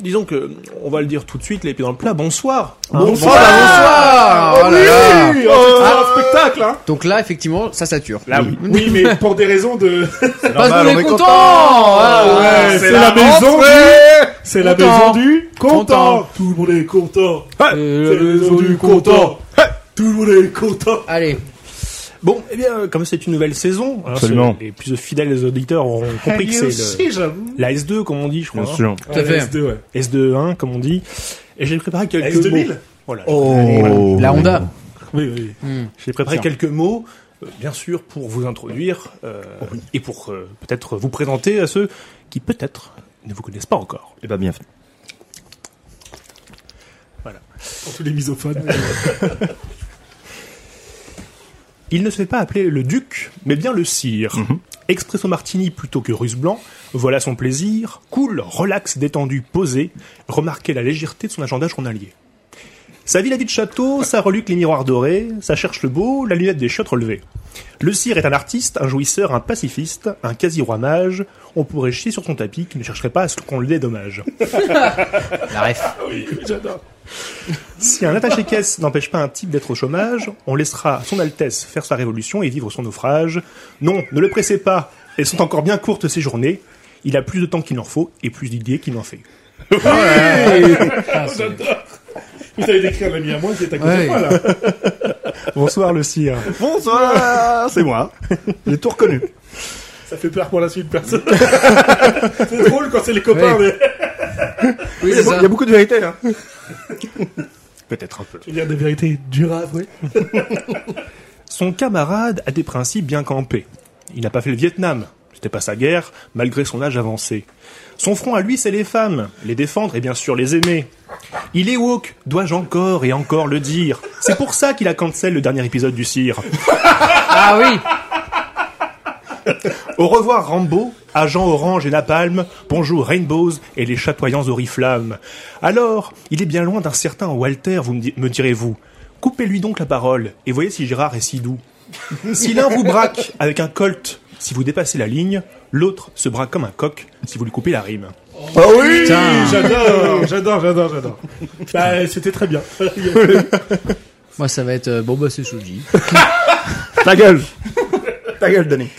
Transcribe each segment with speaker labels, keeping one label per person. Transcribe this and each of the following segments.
Speaker 1: disons que, on va le dire tout de suite, les pieds dans le plat, Ah, bonsoir
Speaker 2: Bonsoir, Ah,
Speaker 3: Ah,
Speaker 2: bonsoir,
Speaker 1: Oh
Speaker 2: Oh
Speaker 1: là là.
Speaker 2: là là.
Speaker 1: Oh, c'est
Speaker 2: Ah,
Speaker 1: un spectacle, hein
Speaker 2: Donc là, effectivement, ça sature.
Speaker 1: Là, oui. Ah, Oui, mais pour des raisons de...
Speaker 2: Parce qu'on est content
Speaker 1: Ah ouais,
Speaker 2: Ah,
Speaker 1: c'est la maison du... C'est la
Speaker 2: Content.
Speaker 1: maison du... Content
Speaker 2: Content.
Speaker 1: Tout le monde est content
Speaker 2: c'est
Speaker 1: C'est la maison du content Tout le monde est content
Speaker 2: Allez,
Speaker 1: Bon, eh bien, euh, comme c'est une nouvelle saison, alors
Speaker 4: Absolument.
Speaker 1: ce- les plus fidèles auditeurs auront compris que c'est le-
Speaker 3: j'avoue.
Speaker 1: la S2, comme on dit, je crois.
Speaker 4: Bien
Speaker 1: hein.
Speaker 4: sûr.
Speaker 2: tout à fait.
Speaker 3: S2, ouais.
Speaker 1: S2.1, comme on dit. Et j'ai préparé quelques mots.
Speaker 3: S2000
Speaker 1: Voilà.
Speaker 2: Oh, la Honda.
Speaker 1: Oui, oui.
Speaker 2: Hmm.
Speaker 1: J'ai préparé quelques mots, euh, bien sûr, pour vous introduire euh, et pour euh, peut-être vous présenter à ceux qui peut-être ne vous connaissent pas encore.
Speaker 4: Et bah bien fait.
Speaker 3: Pour tous les misophones.
Speaker 1: Il ne se fait pas appeler le duc, mais bien le sire. Expresso martini plutôt que russe blanc, voilà son plaisir, cool, relax, détendu, posé, remarquez la légèreté de son agenda journalier. Sa vie, la vie de château, ça reluque les miroirs dorés, ça cherche le beau, la lunette des chiottes relevées. Le sire est un artiste, un jouisseur, un pacifiste, un quasi-roi mage, on pourrait chier sur son tapis qui ne chercherait pas à ce qu'on le dédommage.
Speaker 2: La ref.
Speaker 1: Si un attaché-caisse n'empêche pas un type d'être au chômage, on laissera son Altesse faire sa révolution et vivre son naufrage. Non, ne le pressez pas, elles sont encore bien courtes ces journées. Il a plus de temps qu'il n'en faut et plus d'idées qu'il n'en fait.
Speaker 2: Ah, c'est-
Speaker 3: Vous allez décrire l'ami à moi qui est à côté
Speaker 2: Ouais.
Speaker 3: de moi, là.
Speaker 1: Bonsoir le sire.
Speaker 4: Bonsoir, c'est moi. J'ai tout reconnu.
Speaker 3: Ça fait peur pour la suite, personne. c'est drôle quand c'est les copains,
Speaker 2: Ouais.
Speaker 3: mais...
Speaker 2: oui, c'est ça.
Speaker 4: beaucoup de vérité. Hein.
Speaker 1: Peut-être un peu.
Speaker 3: Je veux dire des vérités durables, oui.
Speaker 1: Son camarade a des principes bien campés. Il n'a pas fait le Vietnam, c'était pas sa guerre, malgré son âge avancé. Son front à lui, c'est les femmes, les défendre et bien sûr les aimer. Il est woke, dois-je encore et encore le dire C'est pour ça qu'il a cancel le dernier épisode du Cire.
Speaker 2: Ah oui
Speaker 1: Au revoir Rambo, agent orange et napalm, bonjour Rainbows et les chatoyants oriflammes. Alors, il est bien loin d'un certain Walter, vous me, di- me direz-vous. Coupez-lui donc la parole et voyez si Gérard est si doux. Si l'un vous braque avec un colt, si vous dépassez la ligne, l'autre se braque comme un coq si vous lui coupez la rime.
Speaker 4: Ah oui
Speaker 2: Putain.
Speaker 3: J'adore, j'adore, j'adore, j'adore. Bah, c'était très bien.
Speaker 2: Moi, ça va être... euh, bon, bah, c'est Shoji.
Speaker 4: Ta gueule Ta gueule, Denis.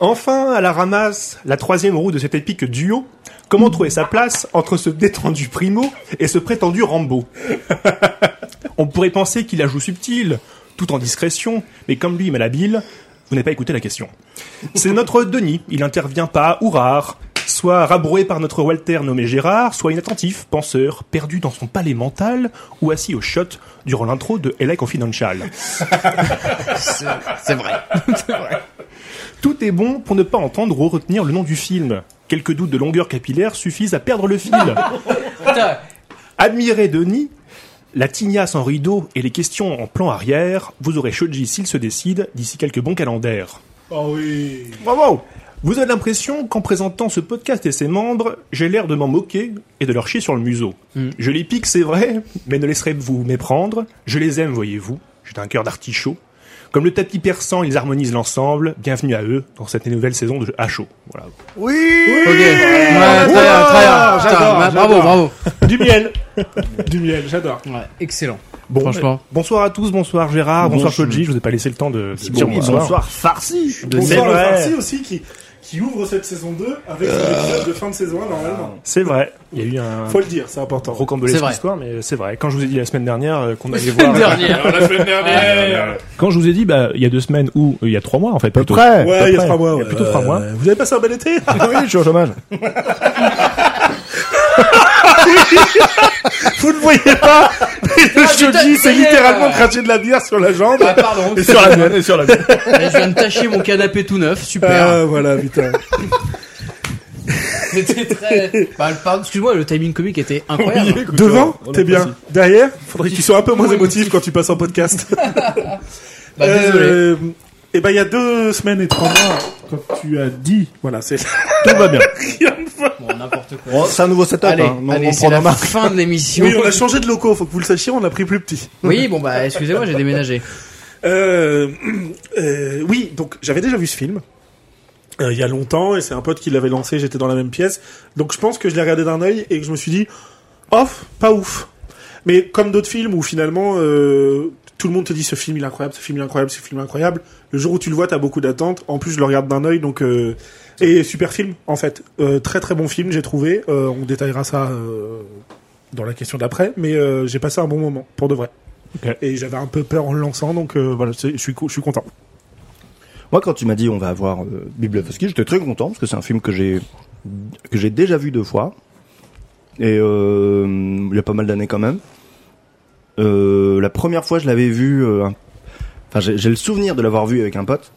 Speaker 1: Enfin, à la ramasse, la troisième roue de cet épique duo, comment trouver sa place entre ce détendu primo et ce prétendu Rambo On pourrait penser qu'il la joue subtile, tout en discrétion, mais comme lui est malhabile, vous n'avez pas écouté la question. C'est notre Denis, il intervient pas ou rare, soit rabroué par notre Walter nommé Gérard, soit inattentif, penseur, perdu dans son palais mental ou assis au shot durant l'intro de LA Confidential.
Speaker 2: C'est c'est vrai.
Speaker 1: Tout est bon pour ne pas entendre ou retenir le nom du film. Quelques doutes de longueur capillaire suffisent à perdre le fil.
Speaker 2: Putain.
Speaker 1: Admirez Denis, la tignasse en rideau et les questions en plan arrière, vous aurez Shoji s'il se décide d'ici quelques bons calendaires.
Speaker 3: Oh oui.
Speaker 1: Bravo Vous avez l'impression qu'en présentant ce podcast et ses membres, j'ai l'air de m'en moquer et de leur chier sur le museau. Je les pique, c'est vrai, mais ne laisserez-vous méprendre. Je les aime, voyez-vous. J'ai un cœur d'artichaut. Comme le tapis persan, ils harmonisent l'ensemble. Bienvenue à eux dans cette nouvelle saison de HO. Voilà.
Speaker 2: Ok. Ouais, très bien, très bien. Putain,
Speaker 3: J'adore,
Speaker 2: bah,
Speaker 3: j'adore.
Speaker 2: Bravo, bravo.
Speaker 3: Du miel. Du miel, j'adore.
Speaker 2: Ouais, excellent.
Speaker 1: Bon,
Speaker 2: Franchement.
Speaker 1: mais- bonsoir à tous, bonsoir Gérard, bonsoir
Speaker 4: Bonjour.
Speaker 1: Shoji, je vous ai pas laissé le temps de, de dire
Speaker 4: Bon, bonsoir, farci.
Speaker 3: Bonsoir le
Speaker 1: vrai.
Speaker 3: Farsi aussi qui, qui ouvre cette saison 2 avec son épisode de fin de saison 1 normalement.
Speaker 1: C'est vrai, il y a eu un
Speaker 3: Faut le dire, c'est important.
Speaker 1: rocambolesque
Speaker 2: C'est vrai.
Speaker 1: histoire, mais c'est vrai. Quand je vous ai dit la semaine dernière euh, qu'on allait
Speaker 2: Une
Speaker 1: voir...
Speaker 2: dernière.
Speaker 3: la semaine dernière
Speaker 1: Quand je vous ai dit, bah, il y a deux semaines ou euh, il y a trois mois en fait, plutôt.
Speaker 4: Prêt
Speaker 3: Ouais, il y a 3 mois.
Speaker 1: Il y
Speaker 3: Ouais.
Speaker 1: a plutôt trois mois.
Speaker 3: Euh, Vous avez passé un bel été
Speaker 4: Ah oui, je suis au chômage.
Speaker 3: Vous ne voyez pas Le
Speaker 2: putain,
Speaker 3: Shoji
Speaker 2: ça
Speaker 3: s'est
Speaker 2: y est.
Speaker 3: littéralement craché de la bière sur la jambe.
Speaker 2: Ah, pardon.
Speaker 4: Et sur la mienne, et sur la mienne.
Speaker 2: Je viens de tâcher mon canapé tout neuf. Super.
Speaker 3: Ah voilà, putain.
Speaker 2: C'était très... Bah, le- pardon, excuse-moi, le timing comique était incroyable. hein.
Speaker 3: Devant, t'es bien. Derrière, faudrait qu'ils soient un peu moins émotifs quand tu passes en podcast.
Speaker 2: Bah,
Speaker 3: Euh,
Speaker 2: désolé.
Speaker 3: et ben il y a deux semaines et trois mois, quand tu as dit, voilà, c'est
Speaker 4: Tout va bien.
Speaker 2: Bon, n'importe quoi.
Speaker 4: Bon, c'est un nouveau setup.
Speaker 2: Allez,
Speaker 4: hein. On-
Speaker 2: allez,
Speaker 4: on
Speaker 2: c'est
Speaker 4: prend la
Speaker 2: la
Speaker 4: marque.
Speaker 2: fin de l'émission.
Speaker 3: Oui, on a changé de locaux, faut que vous le sachiez, on a pris plus petit.
Speaker 2: Oui, bon bah excusez-moi, j'ai déménagé.
Speaker 3: Euh, euh, oui, donc j'avais déjà vu ce film. euh, il y a longtemps et c'est un pote qui l'avait lancé, j'étais dans la même pièce. Donc je pense que je l'ai regardé d'un œil et que je me suis dit off, pas ouf. Mais comme d'autres films où finalement euh, tout le monde te dit ce film il est incroyable, ce film il est incroyable, ce film il est incroyable. Le jour où tu le vois, t'as beaucoup d'attentes. En plus, je le regarde d'un œil donc euh, et super film en fait, Euh, très très bon film j'ai trouvé. Euh, on détaillera ça euh, dans la question d'après, mais euh, j'ai passé un bon moment pour de vrai.
Speaker 1: Ok.
Speaker 3: Et j'avais un peu peur en le lançant donc euh, voilà, c'est- je suis co- je suis content.
Speaker 4: Moi, quand tu m'as dit on va avoir euh, Biblovski, j'étais très content parce que c'est un film que j'ai que j'ai déjà vu deux fois et euh, il y a pas mal d'années quand même. Euh, la première fois, je l'avais vu. euh, un- Enfin, j'ai j'ai le souvenir de l'avoir vu avec un pote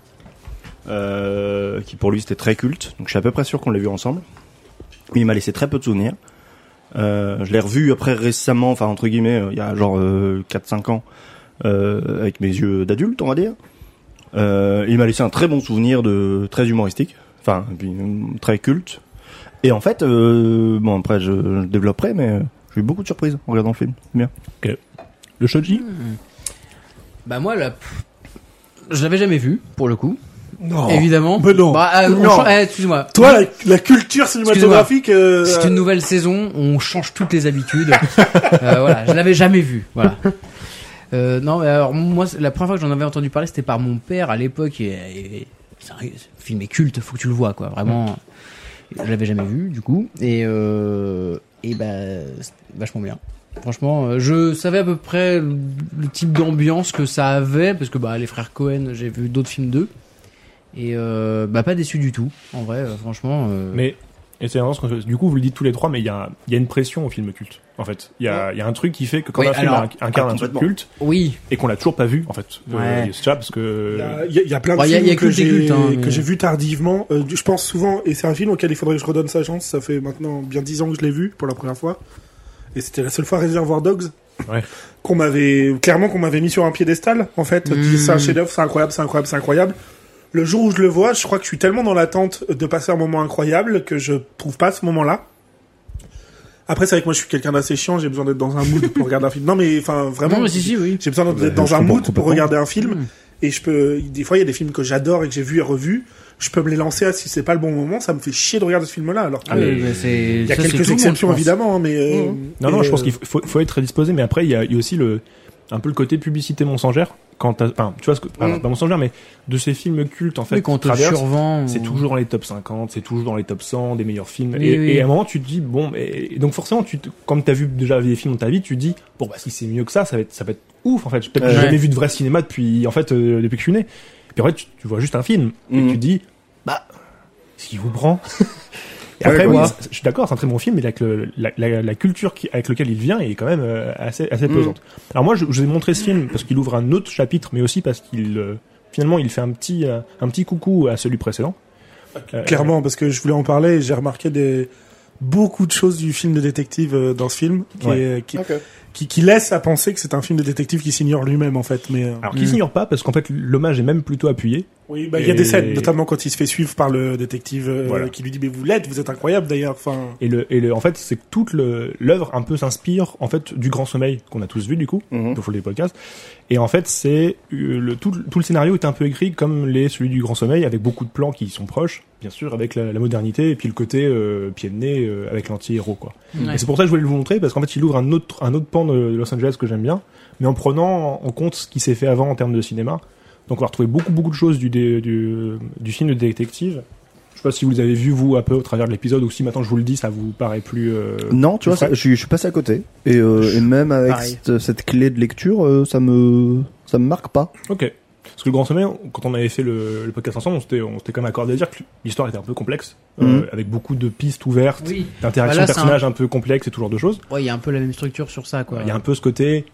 Speaker 4: euh, qui pour lui c'était très culte. Donc, je suis à peu près sûr qu'on l'a vu ensemble. Mais il m'a laissé très peu de souvenirs. Euh, je l'ai revu après récemment, enfin entre guillemets, euh, il y a genre euh, 4-5 ans, euh, avec mes yeux d'adulte, on va dire. Euh, il m'a laissé un très bon souvenir de très humoristique, enfin et puis, euh, très culte. Et en fait, euh, bon après je, je développerai, mais euh, j'ai eu beaucoup de surprises en regardant le film. C'est Bien.
Speaker 1: Le Shoji
Speaker 2: Bah moi là, pff, je l'avais jamais vu pour le coup.
Speaker 3: Non.
Speaker 2: Évidemment.
Speaker 3: mais non.
Speaker 2: Bah, euh, on
Speaker 3: Non.
Speaker 2: change- eh, excuse-moi.
Speaker 3: Toi, la, la culture cinématographique. euh,
Speaker 2: C'est une nouvelle saison, on change toutes les habitudes. Euh, voilà, je l'avais jamais vu. Voilà. Euh, non, mais alors moi, c'est- la première fois que j'en avais entendu parler, c'était par mon père à l'époque. Et, et- c'est un ce film est culte, faut que tu le vois, quoi. Vraiment, je l'avais jamais vu, du coup. Et euh, et bah, c'était vachement bien. Franchement, euh, je savais à peu près le le type d'ambiance que ça avait, parce que bah les frères Cohen, j'ai vu d'autres films d'eux. Et euh, bah pas déçu du tout, en vrai, euh, franchement. euh,
Speaker 1: Mais et c'est vraiment ce que- du coup vous le dites tous les trois, mais il y a, il y a une pression au film culte. En fait, il y a, il y a un truc qui fait que quand
Speaker 2: Oui,
Speaker 1: un film
Speaker 2: alors-
Speaker 1: inc- incarne un truc
Speaker 4: complètement.
Speaker 1: culte
Speaker 2: Oui,
Speaker 1: et qu'on l'a toujours pas vu, en fait,
Speaker 2: Ouais.
Speaker 1: euh, il se chape parce
Speaker 3: Il
Speaker 1: que
Speaker 3: y a- il y, a- il y a plein de
Speaker 2: Bah, il y a-
Speaker 3: films
Speaker 2: il y a
Speaker 3: que
Speaker 2: culte et
Speaker 3: j'ai
Speaker 2: culte, hein,
Speaker 3: que
Speaker 2: mais-
Speaker 3: j'ai vu tardivement. Euh, je pense souvent, et c'est un film auquel il faudrait que je redonne sa chance. Ça fait maintenant bien dix ans que je l'ai vu pour la première fois, et c'était la seule fois Reservoir Dogs
Speaker 1: Ouais.
Speaker 3: qu'on m'avait clairement qu'on m'avait mis sur un piédestal. En fait,
Speaker 2: Mm.
Speaker 3: Dit, c'est un chef-d'œuvre, c'est incroyable, c'est incroyable, c'est incroyable. Le jour où je le vois, je crois que je suis tellement dans l'attente de passer un moment incroyable que je trouve pas ce moment-là. Après, c'est vrai que moi, je suis quelqu'un d'assez chiant. J'ai besoin d'être dans un mood pour regarder un film. Non, mais enfin, vraiment.
Speaker 2: Non, mais si, si, oui.
Speaker 3: J'ai besoin d'être
Speaker 4: Bah,
Speaker 3: dans
Speaker 4: je
Speaker 3: un
Speaker 4: comprends
Speaker 3: mood pour
Speaker 4: complètement.
Speaker 3: regarder un film.
Speaker 2: Mm.
Speaker 3: Et je peux, des fois, il y a des films que j'adore et que j'ai vus et revus. Je peux me les lancer à- si c'est pas le bon moment. Ça me fait chier de regarder ce film-là. Alors que-
Speaker 1: Ah, mais-
Speaker 2: Oui, mais c'est-
Speaker 3: il y a
Speaker 2: ça, c'est tout le
Speaker 3: quelques
Speaker 2: monde,
Speaker 3: exceptions,
Speaker 2: je pense.
Speaker 3: évidemment, hein, mais, euh,
Speaker 1: Non,
Speaker 3: mais,
Speaker 1: non, je pense
Speaker 3: euh,
Speaker 1: qu'il faut, faut être très disposé, mais après, il y a, il y a aussi le, un peu le côté publicité mensongère. Quand t'as- enfin, tu vois, ce que, enfin,
Speaker 4: Mm.
Speaker 1: pas mensongère, mais de ces films cultes, en fait,
Speaker 2: Oui, quand on
Speaker 1: qui
Speaker 2: te
Speaker 1: traversent,
Speaker 2: survend.
Speaker 1: c'est toujours dans les top 50, c'est toujours dans les top 100 des meilleurs films.
Speaker 2: Hmm. Oui,
Speaker 1: et,
Speaker 2: oui.
Speaker 1: et à un moment, tu te dis, bon, et, et donc forcément, tu te, comme t'as vu déjà des films dans ta vie, tu te dis, bon, bah, si c'est mieux que ça, ça va être, ça va être ouf, en fait. J'ai peut-être
Speaker 2: Ouais.
Speaker 1: jamais vu de vrai cinéma depuis, en fait, euh, depuis que je suis né. Puis en fait, tu, tu vois juste un film, et
Speaker 4: Mhm.
Speaker 1: tu te dis, bah, ce qui vous prend. Et
Speaker 4: Ouais,
Speaker 1: après,
Speaker 4: quoi.
Speaker 1: oui, c- je suis d'accord, c'est un très bon film, mais avec le- la, la- la culture qui, avec laquelle il vient est quand même euh, assez, assez
Speaker 4: Mm.
Speaker 1: pesante. Alors moi, je, je vous ai montré ce film parce qu'il ouvre un autre chapitre, mais aussi parce qu'il euh, finalement il fait un petit euh, un petit coucou à celui précédent. Euh,
Speaker 3: clairement, parce que je voulais en parler. et J'ai remarqué des beaucoup de choses du film de détective euh, dans ce film qui,
Speaker 1: Ouais.
Speaker 3: est- qui, qui- qui laisse à penser que c'est un film de détective qui s'ignore lui-même en fait. Mais euh,
Speaker 1: Alors
Speaker 4: Mm.
Speaker 1: qui s'ignore pas parce qu'en fait l'hommage est même plutôt appuyé.
Speaker 3: oui, bah, il y a
Speaker 1: Et-
Speaker 3: des scènes, notamment quand il se fait suivre par le détective euh,
Speaker 1: Voilà.
Speaker 3: qui lui dit mais vous l'êtes, vous êtes incroyable d'ailleurs. Enfin,
Speaker 1: Et le et le en fait c'est que toute le- l'œuvre un peu s'inspire en fait du Grand Sommeil qu'on a tous vu du coup.
Speaker 4: Mhm.
Speaker 1: pour les podcasts. Et en fait, c'est euh, le, tout, le- tout le scénario est un peu écrit comme les celui du Grand Sommeil, avec beaucoup de plans qui sont proches, bien sûr, avec la, la modernité et puis le côté euh, pied de nez euh, avec l'anti-héros, quoi.
Speaker 2: Ouais.
Speaker 1: Et c'est pour ça que je voulais vous montrer parce qu'en fait, il ouvre un autre un autre pan de Los Angeles que j'aime bien, mais en prenant en compte ce qui s'est fait avant en termes de cinéma. Donc, on va retrouver beaucoup beaucoup de choses du dé- du, du film de détective. Je sais pas si vous les avez vus vous un peu au travers de l'épisode ou si maintenant je vous le dis, ça vous paraît plus. euh,
Speaker 4: Non, tu vois,
Speaker 1: Fred
Speaker 4: ça- je suis, je suis passé à côté et, euh, et même avec
Speaker 2: Pareil.
Speaker 4: cette, cette clé de lecture, euh, ça me ça me marque pas.
Speaker 1: Ok. Parce que le Grand Sommet, on- quand on avait fait le, le podcast ensemble, on s'était, on s'était quand même accordé à dire que l'histoire était un peu complexe, euh,
Speaker 4: Mhm.
Speaker 1: avec beaucoup de pistes ouvertes,
Speaker 2: Oui,
Speaker 1: d'interactions
Speaker 2: Bah
Speaker 1: de
Speaker 2: là,
Speaker 1: personnages un... peu complexes et tout genre de choses.
Speaker 2: Ouais, il y a un peu la même structure sur ça, quoi.
Speaker 1: Il y a un peu ce côté,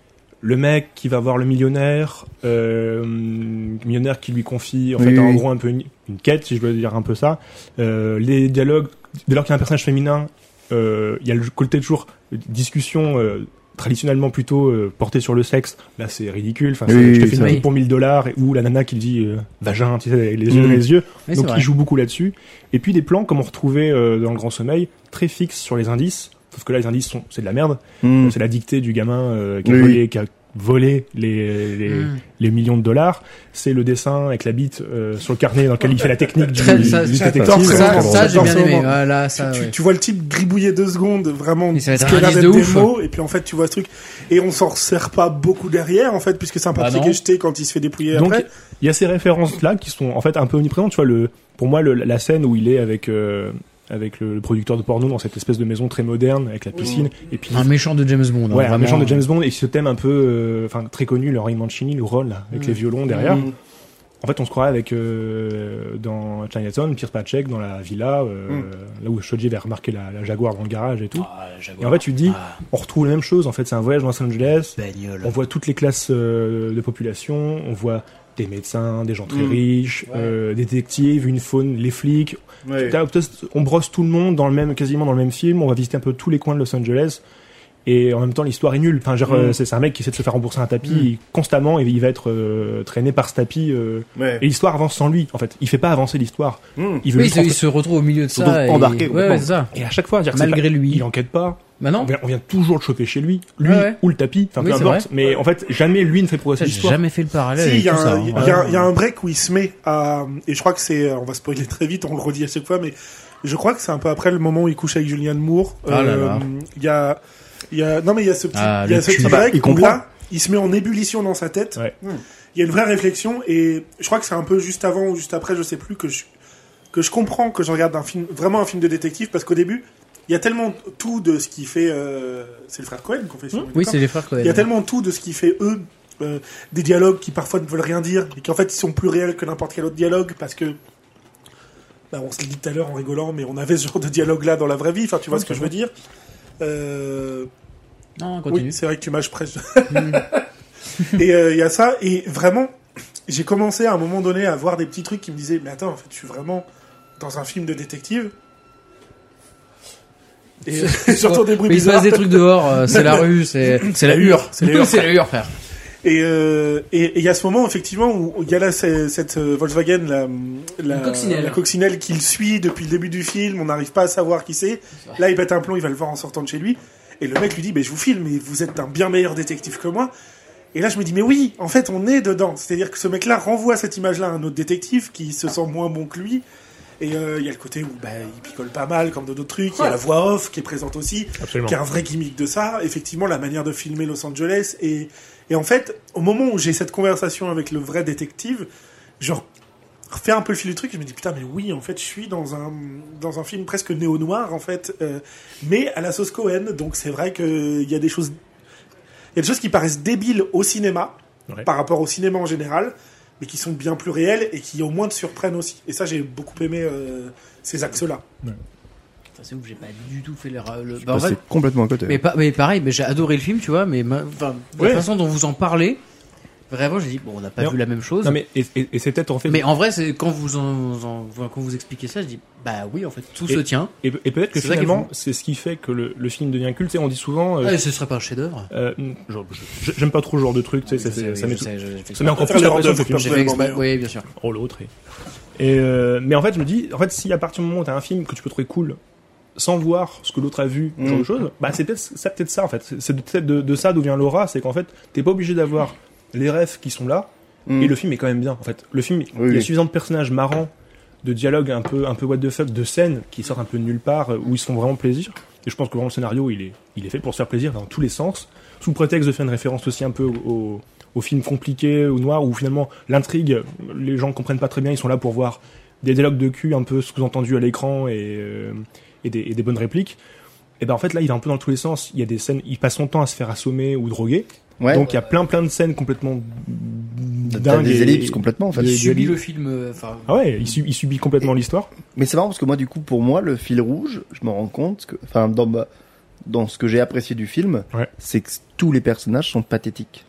Speaker 1: le mec qui va voir le millionnaire, euh, millionnaire qui lui confie en
Speaker 4: Oui,
Speaker 1: fait
Speaker 4: oui,
Speaker 1: en
Speaker 4: oui.
Speaker 1: gros un peu une, une quête, si je dois dire un peu ça. Euh, les dialogues, dès lors qu'il y a un personnage féminin, euh, il y a le côté toujours euh, discussion. euh, traditionnellement plutôt euh, portée sur le sexe là c'est ridicule enfin
Speaker 4: Oui,
Speaker 1: c'est- je te
Speaker 4: oui,
Speaker 1: fais une
Speaker 2: ça.
Speaker 1: pub pour 1000 dollars ou la nana qui dit euh, vagin tu sais avec les yeux
Speaker 4: Mhm.
Speaker 1: les yeux
Speaker 2: Mais c'est
Speaker 1: donc
Speaker 2: vrai.
Speaker 1: il joue beaucoup là-dessus. Et puis des plans, comme on retrouvait euh, dans Le Grand Sommeil, très fixes sur les indices. Sauf que là, les indices sont, c'est de la merde.
Speaker 4: Mm.
Speaker 1: C'est la dictée du gamin euh, qui a
Speaker 4: Oui,
Speaker 1: volé, qui a voler les, les,
Speaker 2: Mm.
Speaker 1: les millions de dollars, c'est le dessin avec la bite euh, sur le carnet dans lequel il fait la technique du,
Speaker 2: Très- ça-
Speaker 1: du
Speaker 3: ça-
Speaker 1: détective.
Speaker 3: très-
Speaker 2: ça,
Speaker 3: très-
Speaker 2: ça, j'ai
Speaker 3: dans
Speaker 2: bien
Speaker 3: ce
Speaker 2: aimé.
Speaker 3: moment.
Speaker 2: Voilà, ça,
Speaker 3: tu,
Speaker 2: Ah ouais.
Speaker 3: tu vois le type gribouiller deux secondes, vraiment,
Speaker 2: Mais ça va être
Speaker 3: ce qui a l'air
Speaker 2: réaliste
Speaker 3: d'être
Speaker 2: de
Speaker 3: des
Speaker 2: ouf.
Speaker 3: mots, et puis en fait tu vois ce truc, et on s'en resserre pas beaucoup derrière, en fait, puisque c'est un
Speaker 2: Bah
Speaker 3: papier
Speaker 2: non.
Speaker 3: qui est jeté quand il se fait dépouiller
Speaker 1: Donc
Speaker 3: après.
Speaker 1: il y a ces références là qui sont en fait un peu omniprésentes. Tu vois le, pour moi le- la scène où il est avec euh, avec le, le producteur de porno dans cette espèce de maison très moderne avec la piscine et puis
Speaker 2: Un méchant de James Bond. hein,
Speaker 1: ouais un
Speaker 2: vraiment.
Speaker 1: méchant de James Bond et ce thème un peu euh, enfin très connu le Henry Mancini le roll là, avec les violons derrière.
Speaker 4: Mhm.
Speaker 1: En fait on se croirait avec euh, dans Chinatown Pierce Paycheck dans la villa euh, là où Shoji avait remarqué la, la Jaguar dans le garage et tout.
Speaker 2: Ah, la
Speaker 1: Et
Speaker 2: Jaguar.
Speaker 1: en fait tu te dis
Speaker 2: Ah,
Speaker 1: on retrouve la même chose en fait c'est un voyage dans Los Angeles
Speaker 2: bagnole.
Speaker 1: on voit toutes les classes euh, de population, on voit des médecins, des gens très
Speaker 3: Mm.
Speaker 1: riches, euh, des détectives, une faune, les flics.
Speaker 4: Ouais.
Speaker 1: T'as- t'as- On brosse tout le monde dans le même, quasiment dans le même film. On va visiter un peu tous les coins de Los Angeles. Et en même temps, l'histoire est nulle. Enfin, genre,
Speaker 4: Mm.
Speaker 1: euh, c'est c'est un mec qui essaie de se faire rembourser un tapis il- constamment et il va être euh, traîné par ce tapis. euh,
Speaker 4: Ouais.
Speaker 1: et l'histoire avance sans lui. En fait, il fait pas avancer l'histoire.
Speaker 4: Mm.
Speaker 1: Il veut
Speaker 2: Oui,
Speaker 1: juste
Speaker 2: c'est- il
Speaker 1: rentrer-
Speaker 2: se retrouve au milieu de
Speaker 4: Surtout
Speaker 2: ça. et-
Speaker 4: embarqué
Speaker 2: Ouais,
Speaker 4: complètement.
Speaker 2: ouais, c'est ça.
Speaker 1: Et à chaque fois, dire que c'est
Speaker 2: Malgré
Speaker 1: pas-
Speaker 2: lui.
Speaker 1: il enquête pas. On
Speaker 2: Maintenant,
Speaker 1: vient, on vient toujours le choper chez lui, lui
Speaker 2: Ouais, ouais.
Speaker 1: ou le tapis, enfin
Speaker 2: Oui,
Speaker 1: peu
Speaker 2: c'est
Speaker 1: importe.
Speaker 2: vrai.
Speaker 1: Mais en fait, jamais lui ne fait progresser
Speaker 2: j'ai
Speaker 1: l'histoire.
Speaker 2: jamais fait le
Speaker 3: Si,
Speaker 2: parallèle.
Speaker 3: il
Speaker 2: avec
Speaker 3: y, a
Speaker 2: tout ça,
Speaker 3: un-
Speaker 2: hein.
Speaker 3: il y a un- il y a un break où il se met à. Et je crois que c'est. On va spoiler très vite, on le redit à chaque fois, mais je crois que c'est un peu après le moment où il couche avec Julianne Moore. Euh,
Speaker 2: Ah là là.
Speaker 3: Il y a. il y a- non, mais il y a ce petit,
Speaker 2: Ah,
Speaker 3: il y a
Speaker 2: le
Speaker 3: ce
Speaker 2: cul.
Speaker 3: petit
Speaker 2: Ah
Speaker 4: bah,
Speaker 3: break
Speaker 4: il
Speaker 3: où
Speaker 4: comprend.
Speaker 3: là, il se met en ébullition dans sa tête.
Speaker 1: Ouais.
Speaker 3: Hmm. Il y a une vraie réflexion, et je crois que c'est un peu juste avant ou juste après, je sais plus, que je, que je comprends que je regarde un film, vraiment un film de détective, parce qu'au début, il y a tellement tout de ce qui fait. euh, c'est le frère Cohen qu'on fait sur
Speaker 2: Hmm. Oui, c'est les frères Cohen.
Speaker 3: il y a tellement tout de ce qui fait eux, euh, des dialogues qui parfois ne veulent rien dire, et qui en fait ils sont plus réels que n'importe quel autre dialogue, parce que, bah, on se le dit tout à l'heure en rigolant, mais on avait ce genre de dialogue-là dans la vraie vie, enfin tu vois ce que je veux dire. Euh,
Speaker 2: Non,
Speaker 3: oui,
Speaker 2: continue. Hmm.
Speaker 3: c'est vrai que tu m'as, je prêche. et euh, il y a ça, et vraiment, j'ai commencé à un moment donné à voir des petits trucs qui me disaient, mais attends, en fait je suis vraiment dans un film de détective. Et surtout des bruits
Speaker 2: Mais il se
Speaker 3: bizarres.
Speaker 2: passe des trucs dehors, euh, c'est la rue, c'est c'est la hure, c'est la hure, frère.
Speaker 3: Et euh, et- et il y a ce moment effectivement où où il y a là ce- cette euh, Volkswagen, la, la
Speaker 2: Une coccinelle.
Speaker 3: la coccinelle qu'il suit depuis le début du film, on n'arrive pas à savoir qui c'est. Là, il pète un plomb, il va le voir en sortant de chez lui, et le mec lui dit "Ben je vous filme, mais vous êtes un bien meilleur détective que moi." Et là, je me dis "Mais oui, en fait, on est dedans." C'est-à-dire que ce mec-là renvoie cette image-là à un autre détective qui se sent moins bon que lui. Et euh, il y a le côté où bah, il picole pas mal, comme dans d'autres trucs. Il y a la voix off qui est présente aussi
Speaker 1: Absolument.
Speaker 3: qui est un vrai gimmick de ça. Effectivement, la manière de filmer Los Angeles. Et, et en fait, au moment où j'ai cette conversation avec le vrai détective, je refais un peu le fil du truc. Je me dis, putain, mais oui, en fait, je suis dans un, dans un film presque néo-noir, en fait, euh, mais à la sauce Cohen. Donc, c'est vrai qu'il y a des choses. Il y a des choses qui paraissent débiles au cinéma,
Speaker 1: Ouais.
Speaker 3: par rapport au cinéma en général, mais qui sont bien plus réelles et qui au moins te surprennent aussi. Et ça, j'ai beaucoup aimé euh, ces axes-là.
Speaker 2: Putain, C'est ouf, j'ai pas du tout fait le. le- bah, en
Speaker 4: Bah,
Speaker 2: fait,
Speaker 4: c'est complètement à côté.
Speaker 2: mais, pas- mais pareil, mais j'ai adoré le film, tu vois, mais ma- enfin,
Speaker 1: Ouais.
Speaker 2: la façon dont vous en parlez, vraiment, j'ai dit, bon, on n'a pas
Speaker 1: Non.
Speaker 2: vu la même chose.
Speaker 1: Non
Speaker 2: mais...
Speaker 1: mais et, et- et c'est peut-être en fait
Speaker 2: en vrai, c'est quand vous en, en- enfin, quand vous expliquez ça, je dis bah oui, en fait, tout
Speaker 1: Et-
Speaker 2: se tient.
Speaker 1: et, et peut-être que
Speaker 2: c'est ça qui est
Speaker 1: finalement
Speaker 2: fou.
Speaker 1: c'est ce qui fait que le, le film devient culte. Tu sais, on dit souvent, euh,
Speaker 2: Ah, ce serait pas un chef-d'œuvre.
Speaker 1: euh, genre, je- j'aime pas trop ce genre de truc. Tu sais,
Speaker 2: Je
Speaker 1: ça,
Speaker 2: sais,
Speaker 1: c'est-
Speaker 2: oui,
Speaker 1: ça met
Speaker 2: je
Speaker 1: tout-
Speaker 2: sais, je- je-
Speaker 1: ça met encore
Speaker 3: Faire
Speaker 1: plus la
Speaker 3: l'erreur
Speaker 1: pression
Speaker 3: de
Speaker 1: que le film
Speaker 3: faire
Speaker 2: je
Speaker 1: soit-
Speaker 2: l'ai fait exprès.
Speaker 3: Ouais, ouais.
Speaker 2: Oui, bien sûr.
Speaker 1: Oh l'autre. Et, et, euh, mais en fait, je me dis, en fait, si à partir du moment où t'as un film que tu peux trouver cool sans voir ce que l'autre a vu, ce
Speaker 2: Mm.
Speaker 1: genre de choses, bah c'est peut-être ça, peut-être ça en fait. C'est- C'est peut-être de, de ça d'où vient l'aura, c'est qu'en fait, t'es pas obligé d'avoir les rêves qui sont là.
Speaker 4: Mm.
Speaker 1: Et le film est quand même bien, en fait. Le film, il y a
Speaker 4: oui.
Speaker 1: suffisamment de personnages marrants, de dialogues un peu, un peu what the fuck, de scènes qui sortent un peu de nulle part, euh, où ils se font vraiment plaisir. Et je pense que vraiment le scénario, il est, il est fait pour se faire plaisir dans tous les sens, sous prétexte de faire une référence aussi un peu au, au, au film compliqué, au noir, où finalement l'intrigue, les gens comprennent pas très bien, ils sont là pour voir des dialogues de cul un peu sous-entendus à l'écran et, euh, et, des, et des bonnes répliques. Et ben en fait là, il est un peu dans tous les sens. Il y a des scènes, il passe son temps à se faire assommer ou droguer.
Speaker 4: Ouais.
Speaker 1: Donc il y a plein plein de scènes complètement
Speaker 4: T'as
Speaker 1: dingues.
Speaker 4: des
Speaker 1: et-
Speaker 4: ellipses complètement en fait.
Speaker 1: Et-
Speaker 2: Il
Speaker 1: et-
Speaker 2: subit le film. euh, Enfin,
Speaker 1: Ah ouais, il, su- il subit complètement l'histoire.
Speaker 4: Mais c'est marrant parce que moi, du coup, pour moi, le fil rouge, je me rends compte que, enfin, dans ma- dans ce que j'ai apprécié du film,
Speaker 1: Ouais.
Speaker 4: c'est que tous les personnages sont pathétiques.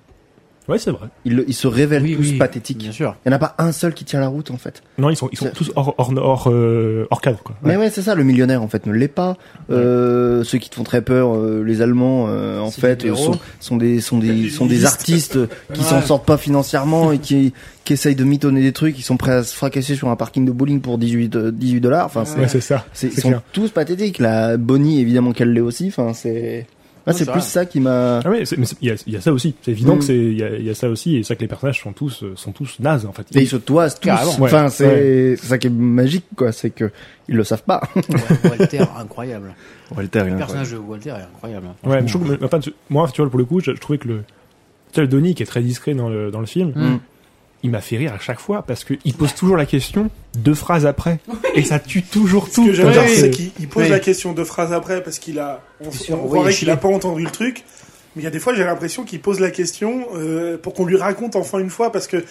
Speaker 1: Ouais, c'est vrai.
Speaker 4: Ils, le- ils se révèlent
Speaker 2: oui,
Speaker 4: tous
Speaker 2: oui,
Speaker 4: pathétiques.
Speaker 2: Bien sûr.
Speaker 4: Il n'y en a pas un seul qui tient la route en fait.
Speaker 1: Non, ils sont, ils sont tous hors, hors, hors, euh, hors cadre, quoi.
Speaker 4: Mais ouais, c'est ça, le millionnaire en fait ne l'est pas. Euh, Ceux qui te font très peur, euh, les Allemands euh, en
Speaker 2: C'est
Speaker 4: fait
Speaker 2: des
Speaker 4: euh, sont,
Speaker 2: héros.
Speaker 4: sont des sont des sont
Speaker 3: listes.
Speaker 4: des artistes euh, qui s'en
Speaker 2: Ouais.
Speaker 4: sortent pas financièrement et qui qui essayent de mitonner des trucs, ils sont prêts à se fracasser sur un parking de bowling pour 18 euh, 18 dollars. Enfin, c'est
Speaker 1: Ouais, c'est ça.
Speaker 4: c'est-
Speaker 1: c'est
Speaker 4: ils sont
Speaker 1: clair.
Speaker 4: tous pathétiques. La Bonnie évidemment qu'elle l'est aussi. Enfin, c'est Là,
Speaker 2: Non,
Speaker 4: c'est
Speaker 2: c'est
Speaker 4: plus
Speaker 2: vrai.
Speaker 4: ça qui m'a.
Speaker 1: Ah ouais, c'est- mais c'est- il y a, il y a ça aussi. C'est évident
Speaker 4: Mm.
Speaker 1: que c'est il y, a- il y a ça aussi et c'est ça que les personnages sont tous euh, sont tous nazes en fait.
Speaker 4: Et ils se toisent tous.
Speaker 2: Carrément.
Speaker 4: Enfin,
Speaker 1: Ouais.
Speaker 4: c'est c'est ça qui est magique, quoi. C'est que ils le savent pas.
Speaker 2: Walter, incroyable.
Speaker 4: Walter, il
Speaker 2: Le personnage de Walter est incroyable.
Speaker 1: Ouais, mais je trouve que- enfin, tu- moi, tu vois, pour le coup, je, je trouvais que le, tu vois, le Donnie, qui est très discret dans le, dans le film,
Speaker 2: Mm.
Speaker 1: il m'a fait rire à chaque fois parce qu'il pose toujours la question deux phrases après. Et ça tue toujours
Speaker 3: Ce
Speaker 1: tout.
Speaker 3: que j'aime
Speaker 1: Genre,
Speaker 3: bien,
Speaker 1: c'est-
Speaker 3: c'est qu'il il pose
Speaker 2: Ouais.
Speaker 3: la question deux phrases après parce qu'il a. On,
Speaker 2: Bien sûr,
Speaker 3: on
Speaker 2: oui,
Speaker 3: croirait
Speaker 2: il
Speaker 3: qu'il a
Speaker 2: chie.
Speaker 3: pas entendu le truc. Mais il y a des fois, j'ai l'impression qu'il pose la question euh, pour qu'on lui raconte enfin une fois parce que.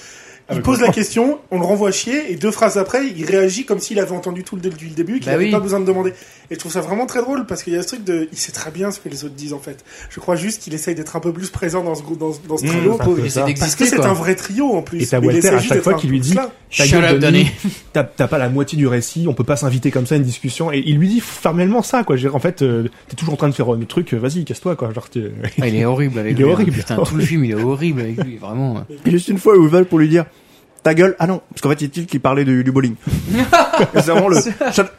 Speaker 3: Il
Speaker 1: mais
Speaker 3: pose la question, on le renvoie chier, et deux phrases après, il réagit comme s'il avait entendu tout le dé- depuis le début, qu'il
Speaker 2: Bah
Speaker 3: n'avait
Speaker 2: oui.
Speaker 3: pas besoin de demander. Et je trouve ça vraiment très drôle, parce qu'il y a ce truc de, il sait très bien ce que les autres disent, en fait. Je crois juste qu'il essaye d'être un peu plus présent dans ce, grou- dans, ce- dans ce
Speaker 5: Mmh,
Speaker 3: trio.
Speaker 5: c'est un
Speaker 1: Oh,
Speaker 2: Pauvre,
Speaker 5: peu
Speaker 2: il essaie
Speaker 5: ça.
Speaker 3: parce que
Speaker 2: d'exister.
Speaker 3: c'est
Speaker 2: quoi.
Speaker 3: un vrai trio, en plus.
Speaker 1: Et t'as
Speaker 3: Mais il
Speaker 1: Walter
Speaker 3: essaie
Speaker 1: à
Speaker 3: juste
Speaker 1: chaque
Speaker 3: d'être
Speaker 1: fois
Speaker 3: un
Speaker 1: qui lui
Speaker 3: peu
Speaker 1: dit
Speaker 3: là.
Speaker 1: Ta
Speaker 2: Shut
Speaker 1: gueule,
Speaker 2: up,
Speaker 1: Donnie.
Speaker 2: Donnie.
Speaker 1: T'as t'as pas la moitié du récit, on peut pas s'inviter comme ça à une discussion. Et il lui dit fermement ça, quoi. Je veux dire, En fait, euh, t'es toujours en train de faire euh, le truc, euh, vas-y, casse-toi, quoi. Genre, t'es-
Speaker 2: Ah, il est horrible avec
Speaker 1: Il
Speaker 2: lui.
Speaker 1: est
Speaker 2: hein.
Speaker 1: horrible.
Speaker 2: Putain, tout le film, il est horrible avec lui, vraiment.
Speaker 4: Et juste une fois, ils veulent pour lui dire ta gueule. Ah non, parce qu'en fait, c'est il qui parlait du, du bowling. Et c'est vraiment le. Shut-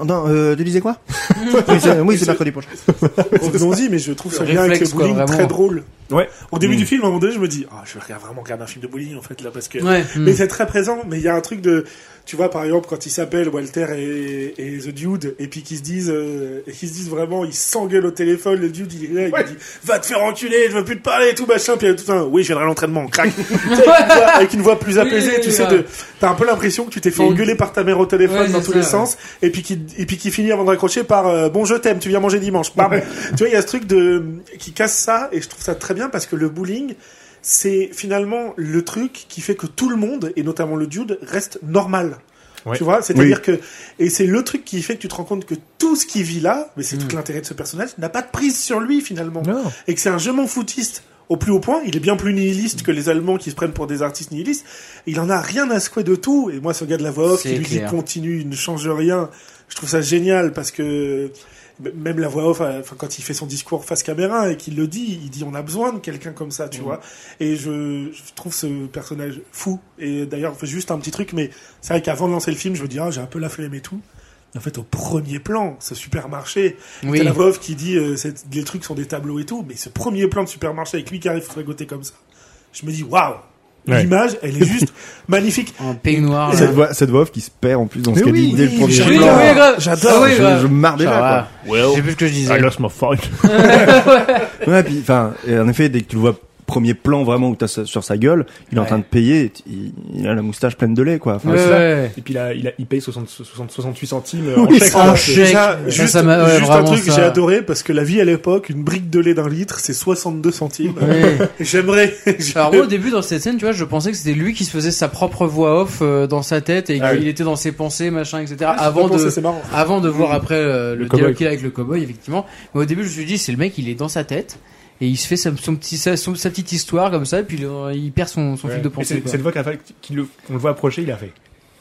Speaker 4: Oh Non, euh, tu disais quoi Oui, c'est oui, c'est mercredi prochain.
Speaker 3: Revenons-y, mais je trouve ça
Speaker 2: Le
Speaker 3: bien avec le
Speaker 2: réflexe, quoi,
Speaker 3: bowling
Speaker 2: vraiment. Mm.
Speaker 3: très drôle.
Speaker 1: Ouais.
Speaker 3: Au début du film, à un moment donné, je me dis, ah, je vais vraiment regarder un film de bowling, en fait, là, parce que.
Speaker 2: Ouais. hmm.
Speaker 3: Mais c'est très présent, mais il y a un truc de. Tu vois, par exemple, quand ils s'appellent Walter et, et The Dude, et puis qu'ils se disent, euh, et qu'ils se disent vraiment, ils s'engueulent au téléphone, le Dude, il est là, il dit, va te faire enculer, je veux plus te parler, et tout machin, puis il y a tout un, oui, je viendrai à l'entraînement, crac. Tu sais, avec, une voix, avec une voix plus
Speaker 2: Oui,
Speaker 3: apaisée,
Speaker 2: oui,
Speaker 3: tu
Speaker 2: oui,
Speaker 3: sais,
Speaker 2: là.
Speaker 3: de, t'as un peu l'impression que tu t'es fait
Speaker 2: Il y a une-
Speaker 3: engueuler par ta mère au téléphone
Speaker 2: Ouais,
Speaker 3: dans
Speaker 2: c'est
Speaker 3: tous
Speaker 2: ça,
Speaker 3: les
Speaker 2: ouais.
Speaker 3: sens, et puis qui, et puis qui finit avant d'accrocher par, euh, bon, je t'aime, tu viens manger dimanche, bam. tu vois, il y a ce truc de, qui casse ça, et je trouve ça très bien parce que le bowling, c'est finalement le truc qui fait que tout le monde, et notamment le dude, reste normal.
Speaker 1: Ouais.
Speaker 3: Tu vois, c'est-à-dire que et c'est le truc qui fait que tu te rends compte que tout ce qu'il vit là, mais c'est tout l'intérêt de ce personnage, n'a pas de prise sur lui finalement,
Speaker 1: Non.
Speaker 3: et que c'est un jeu m'en foutiste au plus haut point. Il est bien plus nihiliste que les Allemands qui se prennent pour des artistes nihilistes. Il en a rien à secouer de tout. Et moi, ce gars de la voix off
Speaker 2: C'est
Speaker 3: qui lui dit
Speaker 2: clair.
Speaker 3: continue, il ne change rien. Je trouve ça génial parce que m- même la voix off, euh, enfin quand il fait son discours face caméra et qu'il le dit, il dit on a besoin de quelqu'un comme ça, tu vois. Et je, je trouve ce personnage fou. Et d'ailleurs, enfin, juste un petit truc, mais c'est vrai qu'avant de lancer le film, je me dis ah j'ai un peu la flemme et tout. En fait, au premier plan, ce supermarché,
Speaker 2: Oui.
Speaker 3: T'as la voix off qui dit euh, c'est- les trucs sont des tableaux et tout, mais ce premier plan de supermarché avec lui qui arrive frigoté comme ça, je me dis waouh,
Speaker 1: Ouais.
Speaker 3: l'image elle est juste magnifique.
Speaker 2: En peignoir.
Speaker 4: Cette
Speaker 2: là.
Speaker 4: voix, cette voix off qui se perd en plus dans ce
Speaker 1: Mais
Speaker 4: qu'elle
Speaker 1: oui,
Speaker 4: dit dès le
Speaker 3: oui,
Speaker 4: premier
Speaker 3: oui,
Speaker 2: Oui,
Speaker 4: plan.
Speaker 2: oui, grave.
Speaker 3: J'adore,
Speaker 2: Ah oui,
Speaker 4: Je-
Speaker 2: grave.
Speaker 4: je me marre déjà,
Speaker 2: Ça
Speaker 4: quoi.
Speaker 2: va. Je sais plus ce que je disais.
Speaker 1: lost my phone.
Speaker 4: Ouais, puis, enfin, et en effet, dès que tu le vois premier plan vraiment où t'as sa- sur sa gueule, il est en
Speaker 2: Ouais.
Speaker 4: train de payer, il, il a la moustache pleine de lait, quoi. Enfin,
Speaker 2: Ouais,
Speaker 1: c'est
Speaker 2: ouais.
Speaker 1: Et puis là, Ah, il, a- il paye 60, 60 68 centimes euh, en
Speaker 4: Oui,
Speaker 1: chèque.
Speaker 4: ça,
Speaker 1: quoi.
Speaker 2: en chèque.
Speaker 3: Déjà,
Speaker 2: Ça,
Speaker 3: juste,
Speaker 2: ça m'a- ouais,
Speaker 3: juste un
Speaker 2: vraiment,
Speaker 3: truc que
Speaker 2: ça.
Speaker 3: j'ai adoré parce que la vie à l'époque, une brique de lait d'un litre, c'est 62 centimes.
Speaker 2: Ouais.
Speaker 3: J'aimerais. je-
Speaker 2: Alors moi au début dans cette scène, tu vois, je pensais que c'était lui qui se faisait sa propre voix off euh, dans sa tête et
Speaker 3: Ah
Speaker 2: qu'il
Speaker 3: oui.
Speaker 2: était dans ses pensées, machin, etc.
Speaker 3: Ah, j'ai
Speaker 2: avant
Speaker 3: pas pensé,
Speaker 2: de,
Speaker 3: c'est marrant.
Speaker 2: avant de voir après euh, le,
Speaker 1: Le
Speaker 2: dialogue
Speaker 1: cowboy.
Speaker 2: qu'il a avec le cowboy, effectivement. Mais au début, je me suis dit, c'est le mec, il est dans sa tête et il se fait sa, son petit, sa, son- sa petite histoire comme ça, et puis euh, il perd son, son fil de
Speaker 1: Et
Speaker 2: pensée.
Speaker 1: c'est-
Speaker 2: quoi.
Speaker 1: Cette voix qu'on le, on le voit approcher, il a fait.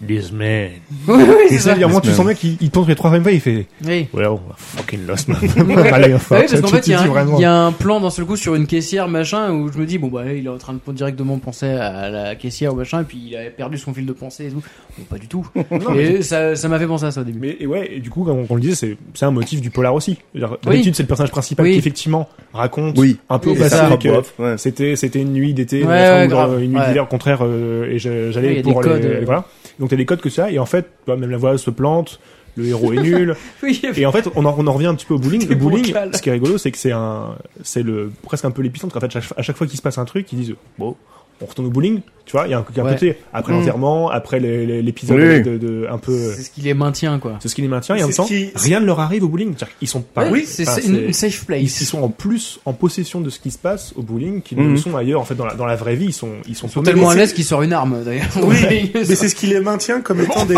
Speaker 1: This man.
Speaker 2: Oui, oui,
Speaker 1: Et
Speaker 2: c'est ça.
Speaker 1: c'est vraiment, tu
Speaker 4: This
Speaker 1: sens
Speaker 4: man.
Speaker 1: bien qu'il il tourne les trois mêmes fois, il fait.
Speaker 2: Oui.
Speaker 1: Well, I fucking lost my phone. Allez,
Speaker 2: Ah
Speaker 1: enfin,
Speaker 2: oui, parce qu'en
Speaker 1: tu-
Speaker 2: fait,
Speaker 1: tu
Speaker 2: il y, a
Speaker 1: dis
Speaker 2: un-
Speaker 1: vraiment.
Speaker 2: il y a un plan d'un seul coup sur une caissière, machin, où je me dis, bon, bah, il est en train de directement penser à la caissière, machin, et puis il a perdu son fil de pensée et tout. Bon, pas du tout. et ça, ça m'a fait penser à ça au début.
Speaker 1: Mais et ouais, et du coup, comme on le disait, c'est c'est un motif du polar aussi. C'est-à-dire,
Speaker 2: Oui.
Speaker 1: D'habitude, c'est le personnage principal
Speaker 2: Oui.
Speaker 1: qui effectivement raconte
Speaker 4: Oui. Bah,
Speaker 1: un peu
Speaker 2: Oui,
Speaker 1: au
Speaker 2: c'est
Speaker 1: passé
Speaker 2: ça.
Speaker 1: que
Speaker 4: ouais.
Speaker 1: c'était c'était une nuit d'été,
Speaker 2: Ouais,
Speaker 1: machin,
Speaker 2: ouais,
Speaker 1: ou genre
Speaker 2: grave,
Speaker 1: une nuit
Speaker 2: ouais.
Speaker 1: d'hiver au contraire, euh, et je-
Speaker 2: Oui, il y
Speaker 1: j'allais
Speaker 2: a
Speaker 1: pour
Speaker 2: des
Speaker 1: les,
Speaker 2: codes, euh.
Speaker 1: voilà. Donc t'as des codes que ça, et en fait, bah, même la voix se plante, le héros est nul.
Speaker 2: Oui,
Speaker 1: Et en fait, on en, on en revient un petit peu au bowling.
Speaker 2: C'était
Speaker 1: Le bowling,
Speaker 2: bancal.
Speaker 1: ce qui est rigolo, c'est que c'est un, c'est le presque un peu l'épicentre. En fait, chaque- à chaque fois qu'il se passe un truc, ils disent bon, on retourne au bowling. Tu vois, il y a un, il y a un
Speaker 2: Ouais.
Speaker 1: côté après
Speaker 4: Mm.
Speaker 1: l'enterrement, après les- les- l'épisode
Speaker 4: Oui.
Speaker 1: de, de- un peu.
Speaker 2: c'est ce qui les maintient, quoi.
Speaker 1: C'est ce qui les maintient. Et en
Speaker 3: C'est
Speaker 1: même
Speaker 3: ce
Speaker 1: temps,
Speaker 3: qui-
Speaker 1: rien ne leur arrive au bowling. C'est-à-dire qu'ils sont pas.
Speaker 2: oui, c'est
Speaker 1: enfin,
Speaker 2: c'est une, une safe
Speaker 1: ils, ils
Speaker 2: place.
Speaker 1: sont en plus en possession de ce qui se passe au bowling qu'ils ne
Speaker 4: Mm.
Speaker 1: le sont ailleurs. En fait, dans la, dans la vraie vie, ils sont ils sont,
Speaker 2: Ils sont tellement à
Speaker 3: c'est-
Speaker 2: l'aise qu'ils sortent une arme, d'ailleurs.
Speaker 3: Oui, mais c'est ce qui les maintient comme étant des.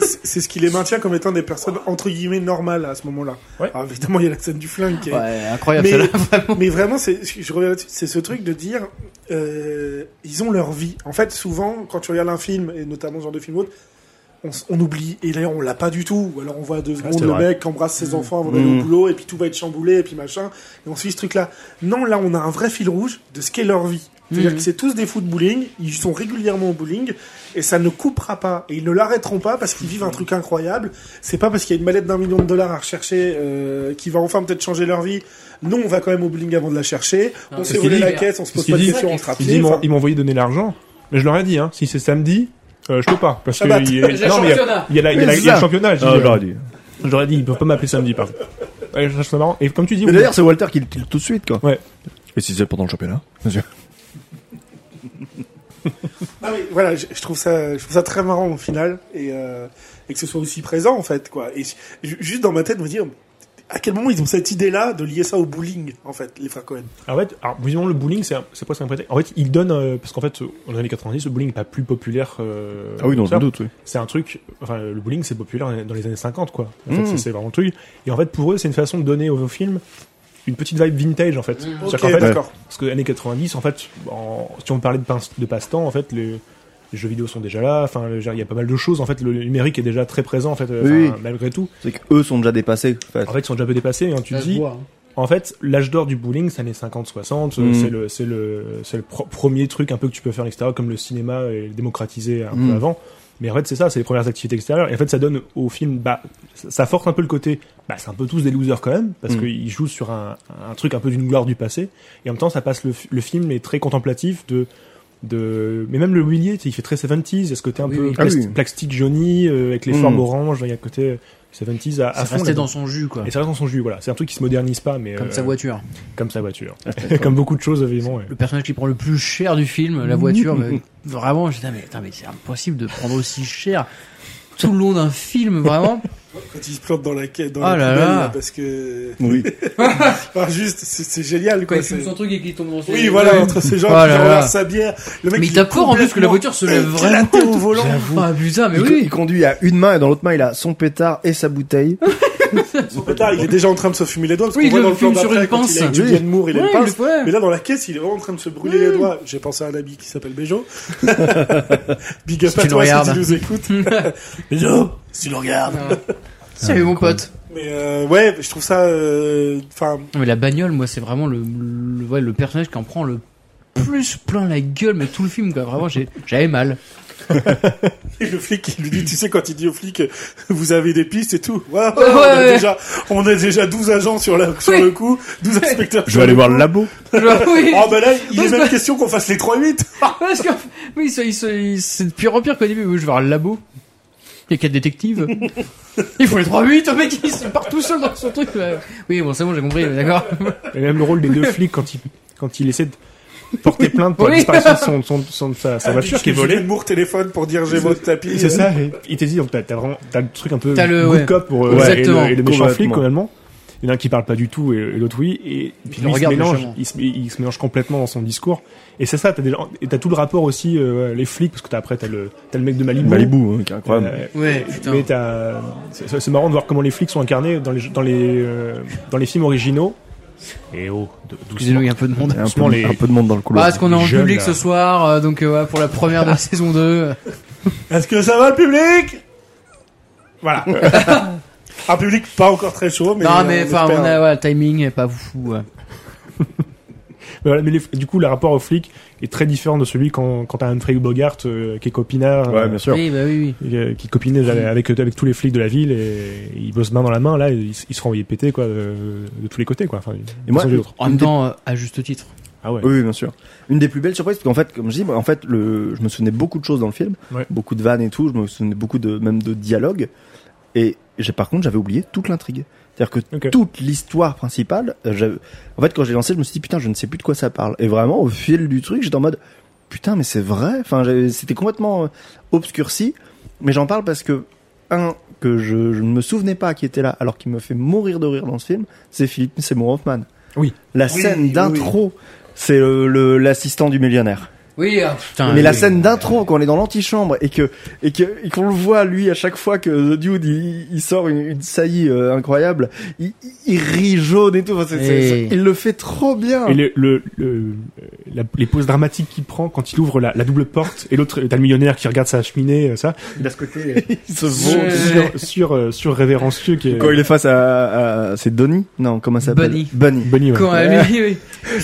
Speaker 3: C'est- C'est ce qui les maintient comme étant des personnes entre guillemets normales à ce moment-là.
Speaker 1: Ouais.
Speaker 3: Alors, évidemment, il y a la scène du flingue qui est
Speaker 2: Ouais, incroyable,
Speaker 3: mais,
Speaker 2: celle-là.
Speaker 3: mais vraiment, c'est, je reviens là-dessus, c'est ce truc de dire, euh, ils ont leur vie. En fait, souvent, quand tu regardes un film, et notamment ce genre de film ou autre, on, s- on oublie. Et d'ailleurs, on l'a pas du tout. Ou alors, on voit deux secondes
Speaker 1: Ah, c'est
Speaker 3: le
Speaker 1: vrai.
Speaker 3: mec qui embrasse ses enfants avant d'aller
Speaker 4: Mmh.
Speaker 3: au boulot, et puis tout va être chamboulé, et puis machin. Et on suit ce truc-là. Non, là, on a un vrai fil rouge de ce qu'est leur vie. C'est-à-dire
Speaker 1: Mmh.
Speaker 2: Mhm.
Speaker 3: que c'est tous des fous de bowling, ils sont régulièrement au bowling, et ça ne coupera pas. Et ils ne l'arrêteront pas parce qu'ils vivent un truc incroyable. C'est pas parce qu'il y a une mallette d'un million de dollars à rechercher euh, qui va enfin peut-être changer leur vie. Non, on va quand même au bowling avant de la chercher.
Speaker 2: Non,
Speaker 3: on s'est
Speaker 2: c'est
Speaker 1: ce Ah. qu'il
Speaker 3: volé la
Speaker 2: dit.
Speaker 3: caisse, on se
Speaker 1: C'est
Speaker 3: pose
Speaker 1: ce
Speaker 3: pas de
Speaker 1: qu'il dit.
Speaker 3: questions,
Speaker 1: Ils,
Speaker 3: on se
Speaker 1: disent,
Speaker 3: rappelle.
Speaker 1: ils m'ont-
Speaker 3: Enfin,
Speaker 1: ils m'ont envoyé donner l'argent. Mais je leur ai dit, hein, si c'est samedi, euh, je peux pas. Parce que
Speaker 3: Shabbat.
Speaker 1: il y a-
Speaker 2: J'ai
Speaker 1: non, mais il y a-
Speaker 2: championnat.
Speaker 1: il y a la- il y a la- il y a le championnat. j'ai dit,
Speaker 4: Ah,
Speaker 1: euh,
Speaker 4: j'aurais dit.
Speaker 1: J'aurais dit, ils peuvent pas m'appeler samedi, par contre. Ouais, je trouve ça marrant. Et comme tu dis,
Speaker 4: Mais
Speaker 1: oui,
Speaker 4: d'ailleurs, c'est Walter qui le tire tout de suite, quoi.
Speaker 1: Ouais.
Speaker 4: Et si c'est pendant le championnat
Speaker 3: Ah oui, voilà, je, je trouve ça, je trouve ça très marrant au final, et, euh, et que ce soit aussi présent en fait, quoi. Et ju- juste dans ma tête, me dire à quel moment ils ont cette idée-là de lier ça au bowling, en fait, les frères Cohen.
Speaker 1: En fait, alors, visiblement, le bowling, c'est un- c'est presque un prétexte. En fait, ils donnent, euh, parce qu'en fait, euh, dans les années 90, le bowling n'est pas plus populaire. euh,
Speaker 4: Ah oui,
Speaker 1: que
Speaker 4: non,
Speaker 1: ça.
Speaker 4: sans doute, oui.
Speaker 1: C'est un truc, enfin, le bowling, c'est populaire dans les années 50, quoi. En
Speaker 4: Mm.
Speaker 1: fait, c'est- c'est vraiment le truc. Et en fait, pour eux, c'est une façon de donner aux, films une petite vibe vintage, en fait. C'est-à-dire
Speaker 3: Ok,
Speaker 1: qu'en fait,
Speaker 3: d'accord.
Speaker 1: Parce que années 90, en fait, en- si on parlait de, pince- de passe-temps, en fait, les, les jeux vidéo sont déjà là. Enfin, le- il y a pas mal de choses. En fait, le numérique est déjà très présent, en fait, euh,
Speaker 4: Oui,
Speaker 1: enfin,
Speaker 4: oui.
Speaker 1: malgré tout.
Speaker 4: C'est qu'eux sont déjà dépassés. en fait.
Speaker 1: En fait, ils sont déjà un peu dépassés. hein, tu
Speaker 2: Ça
Speaker 1: te
Speaker 2: se
Speaker 1: dis,
Speaker 2: voit, hein.
Speaker 1: en fait, l'âge d'or du bowling, c'est années 50-60. euh,
Speaker 4: Mm.
Speaker 1: C'est le, c'est le, c'est le pro- premier truc un peu que tu peux faire à l'extérieur, comme le cinéma est démocratisé un
Speaker 4: Mm.
Speaker 1: peu avant. Mais en fait, c'est ça, c'est les premières activités extérieures. Et en fait, ça donne au film, bah, ça ça force un peu le côté, bah, c'est un peu tous des losers quand même, parce
Speaker 4: Mm.
Speaker 1: qu'ils jouent sur un, un truc un peu d'une gloire du passé. Et en même temps, ça passe le, f- le film est très contemplatif de, de, mais même le mobilier, tu sais, il fait très 70s. Est-ce que t'es un
Speaker 2: Oui,
Speaker 1: peu
Speaker 2: oui.
Speaker 1: plast-
Speaker 4: Ah oui.
Speaker 1: plastique Johnny, euh, avec les
Speaker 4: Mm.
Speaker 1: formes oranges, il y a un côté 70s à, à
Speaker 2: C'est
Speaker 1: fond.
Speaker 2: resté
Speaker 1: là-dedans.
Speaker 2: dans son jus, quoi.
Speaker 1: Et ça reste dans son jus, voilà. C'est un truc qui se modernise pas, mais
Speaker 2: Comme
Speaker 1: euh,
Speaker 2: sa voiture. Ah,
Speaker 1: comme sa voiture, comme beaucoup de choses évidemment. ouais.
Speaker 2: Le personnage qui prend le plus cher du film, la voiture, mais vraiment, je dis, mais, putain, mais c'est impossible de prendre aussi cher tout le long d'un film, vraiment.
Speaker 3: Quand ils se plantent dans la quai- dans la
Speaker 2: Ah là
Speaker 3: poubelle,
Speaker 2: là.
Speaker 3: là, parce que,
Speaker 4: Oui.
Speaker 3: enfin, juste, c'est c'est génial, quoi. c'est-
Speaker 2: truc et qu'il tombe dans
Speaker 3: Oui, voilà, entre ces gens
Speaker 2: Oh là
Speaker 3: qui
Speaker 2: là.
Speaker 3: renversent sa bière, le mec
Speaker 2: Mais
Speaker 3: qui
Speaker 2: t'as
Speaker 3: est
Speaker 2: peur en plus que la voiture se lève
Speaker 3: complètement
Speaker 2: vraiment.
Speaker 3: éclaté au volant.
Speaker 2: Ah putain, mais
Speaker 4: il,
Speaker 2: oui.
Speaker 4: conduit à une main et dans l'autre main, il a son pétard et sa bouteille.
Speaker 3: Son pétard, il est déjà en train de se fumer les doigts, parce
Speaker 2: Oui,
Speaker 3: qu'on voit
Speaker 2: il
Speaker 3: dans
Speaker 2: le
Speaker 3: le plan
Speaker 2: fume sur
Speaker 3: d'après,
Speaker 2: une
Speaker 3: quand
Speaker 2: pince.
Speaker 3: il est avec Julianne Moore, il a
Speaker 2: Ouais,
Speaker 3: une pince.
Speaker 2: il le fait.
Speaker 3: Mais là, dans la caisse, il est vraiment en train de se brûler les doigts. J'ai pensé à un ami qui s'appelle Béjo. Big up
Speaker 2: Si
Speaker 3: à
Speaker 2: tu
Speaker 3: toi
Speaker 2: le
Speaker 3: si
Speaker 2: regardes.
Speaker 3: tu nous écoutes. Béjo, si tu le regardes.
Speaker 2: Non. Salut mon pote.
Speaker 3: Mais euh, ouais, je trouve ça... euh, Enfin,
Speaker 2: Non, mais la bagnole, moi, c'est vraiment le, le, ouais, le personnage qui en prend le plus plein la gueule, mais tout le film, quoi. Vraiment, j'ai- j'avais mal.
Speaker 3: et le flic, il lui dit, tu sais, quand il dit au flic, euh, vous avez des pistes et tout. Ouais, ouais,
Speaker 2: Ouais,
Speaker 3: on, a
Speaker 2: ouais.
Speaker 3: Déjà, on a déjà 12 agents sur, la, sur
Speaker 2: Oui.
Speaker 3: le coup, 12 inspecteurs.
Speaker 4: Je
Speaker 3: sur
Speaker 4: vais aller
Speaker 3: le
Speaker 4: voir
Speaker 3: coup.
Speaker 4: le labo.
Speaker 2: Oui.
Speaker 3: Oh bah là, il
Speaker 2: Parce
Speaker 3: est même
Speaker 2: que-
Speaker 3: question qu'on fasse les 3-8
Speaker 2: Parce que, oui, ça- il se- il- c'est de pire en pire qu'au début. Oui, Je vais voir le labo. Il y a quatre détectives. Il faut les 3-8, le mec, il se part tout seul dans son truc. là. Oui, bon, c'est bon, j'ai compris, d'accord.
Speaker 1: Et même le rôle des deux flics quand il quand il essaie de porter plainte pour la
Speaker 2: Oui.
Speaker 1: disparition de son, son, son- de sa, sa
Speaker 4: Ah,
Speaker 1: voiture qui bah, est volée.
Speaker 3: Julianne Moore téléphone pour dire j'ai votre tapis.
Speaker 1: C'est ça. et Il te dit donc t'as t'as vraiment t'as le truc un peu
Speaker 2: T'as le-
Speaker 1: good
Speaker 2: ouais.
Speaker 1: cop pour euh, et
Speaker 2: Ouais.
Speaker 1: le,
Speaker 2: Exactement.
Speaker 1: et le méchant flic
Speaker 4: Complètement.
Speaker 1: finalement. Il y en a un qui parle pas du tout et, et l'autre oui et puis
Speaker 2: le
Speaker 1: lui, il se
Speaker 2: regarde
Speaker 1: mélange,
Speaker 2: méchamment.
Speaker 1: il se, il se mélange complètement dans son discours et c'est ça t'as des gens- et t'as tout le rapport aussi euh, ouais, les flics parce que t'as après t'as le t'as le mec de Malibu,
Speaker 4: Malibu, hein, qui est
Speaker 1: Euh,
Speaker 4: incroyable.
Speaker 2: Ouais, putain.
Speaker 1: Mais t'as- c'est- c'est c'est marrant de voir comment les flics sont incarnés dans les dans les euh, dans les films originaux. Et oh, dou- doucement.
Speaker 2: Excusez-nous, il y a un peu de monde.
Speaker 4: Il y a un,
Speaker 1: Doucement,
Speaker 4: peu,
Speaker 1: les-
Speaker 4: un peu de monde dans le couloir.
Speaker 2: Bah, est-ce qu'on est en
Speaker 1: jeune,
Speaker 2: public
Speaker 1: là.
Speaker 2: ce soir, euh, donc euh, ouais, pour la première de la saison 2.
Speaker 3: Est-ce que ça va le public Voilà.
Speaker 1: Ah,
Speaker 3: Un public pas encore très chaud, mais.
Speaker 2: non, mais enfin,
Speaker 3: espère.
Speaker 2: on a, ouais, le timing est pas fou. ouais.
Speaker 1: Mais voilà, mais les- du coup, le rapport aux flics est très différent de celui quand quand t'as Humphrey Bogart euh, qui est copinard,
Speaker 4: Ouais,
Speaker 1: euh,
Speaker 4: bien sûr.
Speaker 2: Oui, bah oui, oui.
Speaker 1: et, euh, qui copinait avec avec tous les flics de la ville et ils bossent main dans la main. Là, ils, ils se font envoyer péter quoi euh, de, de tous les côtés quoi. Enfin, ils-
Speaker 4: moi,
Speaker 1: ils sont d'autres.
Speaker 2: En même temps, euh, à juste titre.
Speaker 1: ah ouais.
Speaker 4: Oui, oui, bien sûr. Une des plus belles surprises, parce qu'en fait, comme je dis, moi, en fait, le, je me souvenais beaucoup de choses dans le film,
Speaker 1: Ouais.
Speaker 4: beaucoup de vannes et tout, je me souvenais beaucoup de même de dialogues, et j'ai par contre j'avais oublié toute l'intrigue. C'est-à-dire que
Speaker 1: Ok.
Speaker 4: toute l'histoire principale, euh, j'avais- en fait, quand j'ai lancé, je me suis dit putain, je ne sais plus de quoi ça parle. Et vraiment, au fil du truc, j'étais en mode putain, mais c'est vrai. Enfin, j'avais- c'était complètement euh, obscurci, mais j'en parle parce que un que je, je ne me souvenais pas qui était là, alors qu'il me fait mourir de rire dans ce film, c'est Philippe Seymour Hoffman.
Speaker 1: Oui.
Speaker 4: La
Speaker 3: Oui,
Speaker 4: scène
Speaker 3: oui,
Speaker 4: d'intro, c'est le- le- l'assistant du millionnaire.
Speaker 2: Oui, ah, putain.
Speaker 4: Mais la
Speaker 2: oui.
Speaker 4: scène d'intro, quand on est dans l'antichambre et que et que et qu'on le voit lui à chaque fois que The Dude il, il sort une, une saillie euh, incroyable, il, il- il rit jaune et tout. Enfin, c'est- c'est-
Speaker 2: Et-
Speaker 4: c'est- il le fait trop bien.
Speaker 1: Et le, le, le- euh, la- les poses dramatiques qu'il prend quand il ouvre la, la double porte et l'autre, t'as le millionnaire qui regarde sa cheminée, euh, ça. Et D'à ce côté, euh,
Speaker 4: Il se
Speaker 2: vaut.
Speaker 1: sur, sur, euh, sur révérencieux qui est.
Speaker 4: Quand il est face à, à- c'est Donnie Non, comment ça s'appelle
Speaker 2: Bunny.
Speaker 4: Bunny.
Speaker 1: Bunny, ouais.
Speaker 2: Quand, euh, lui,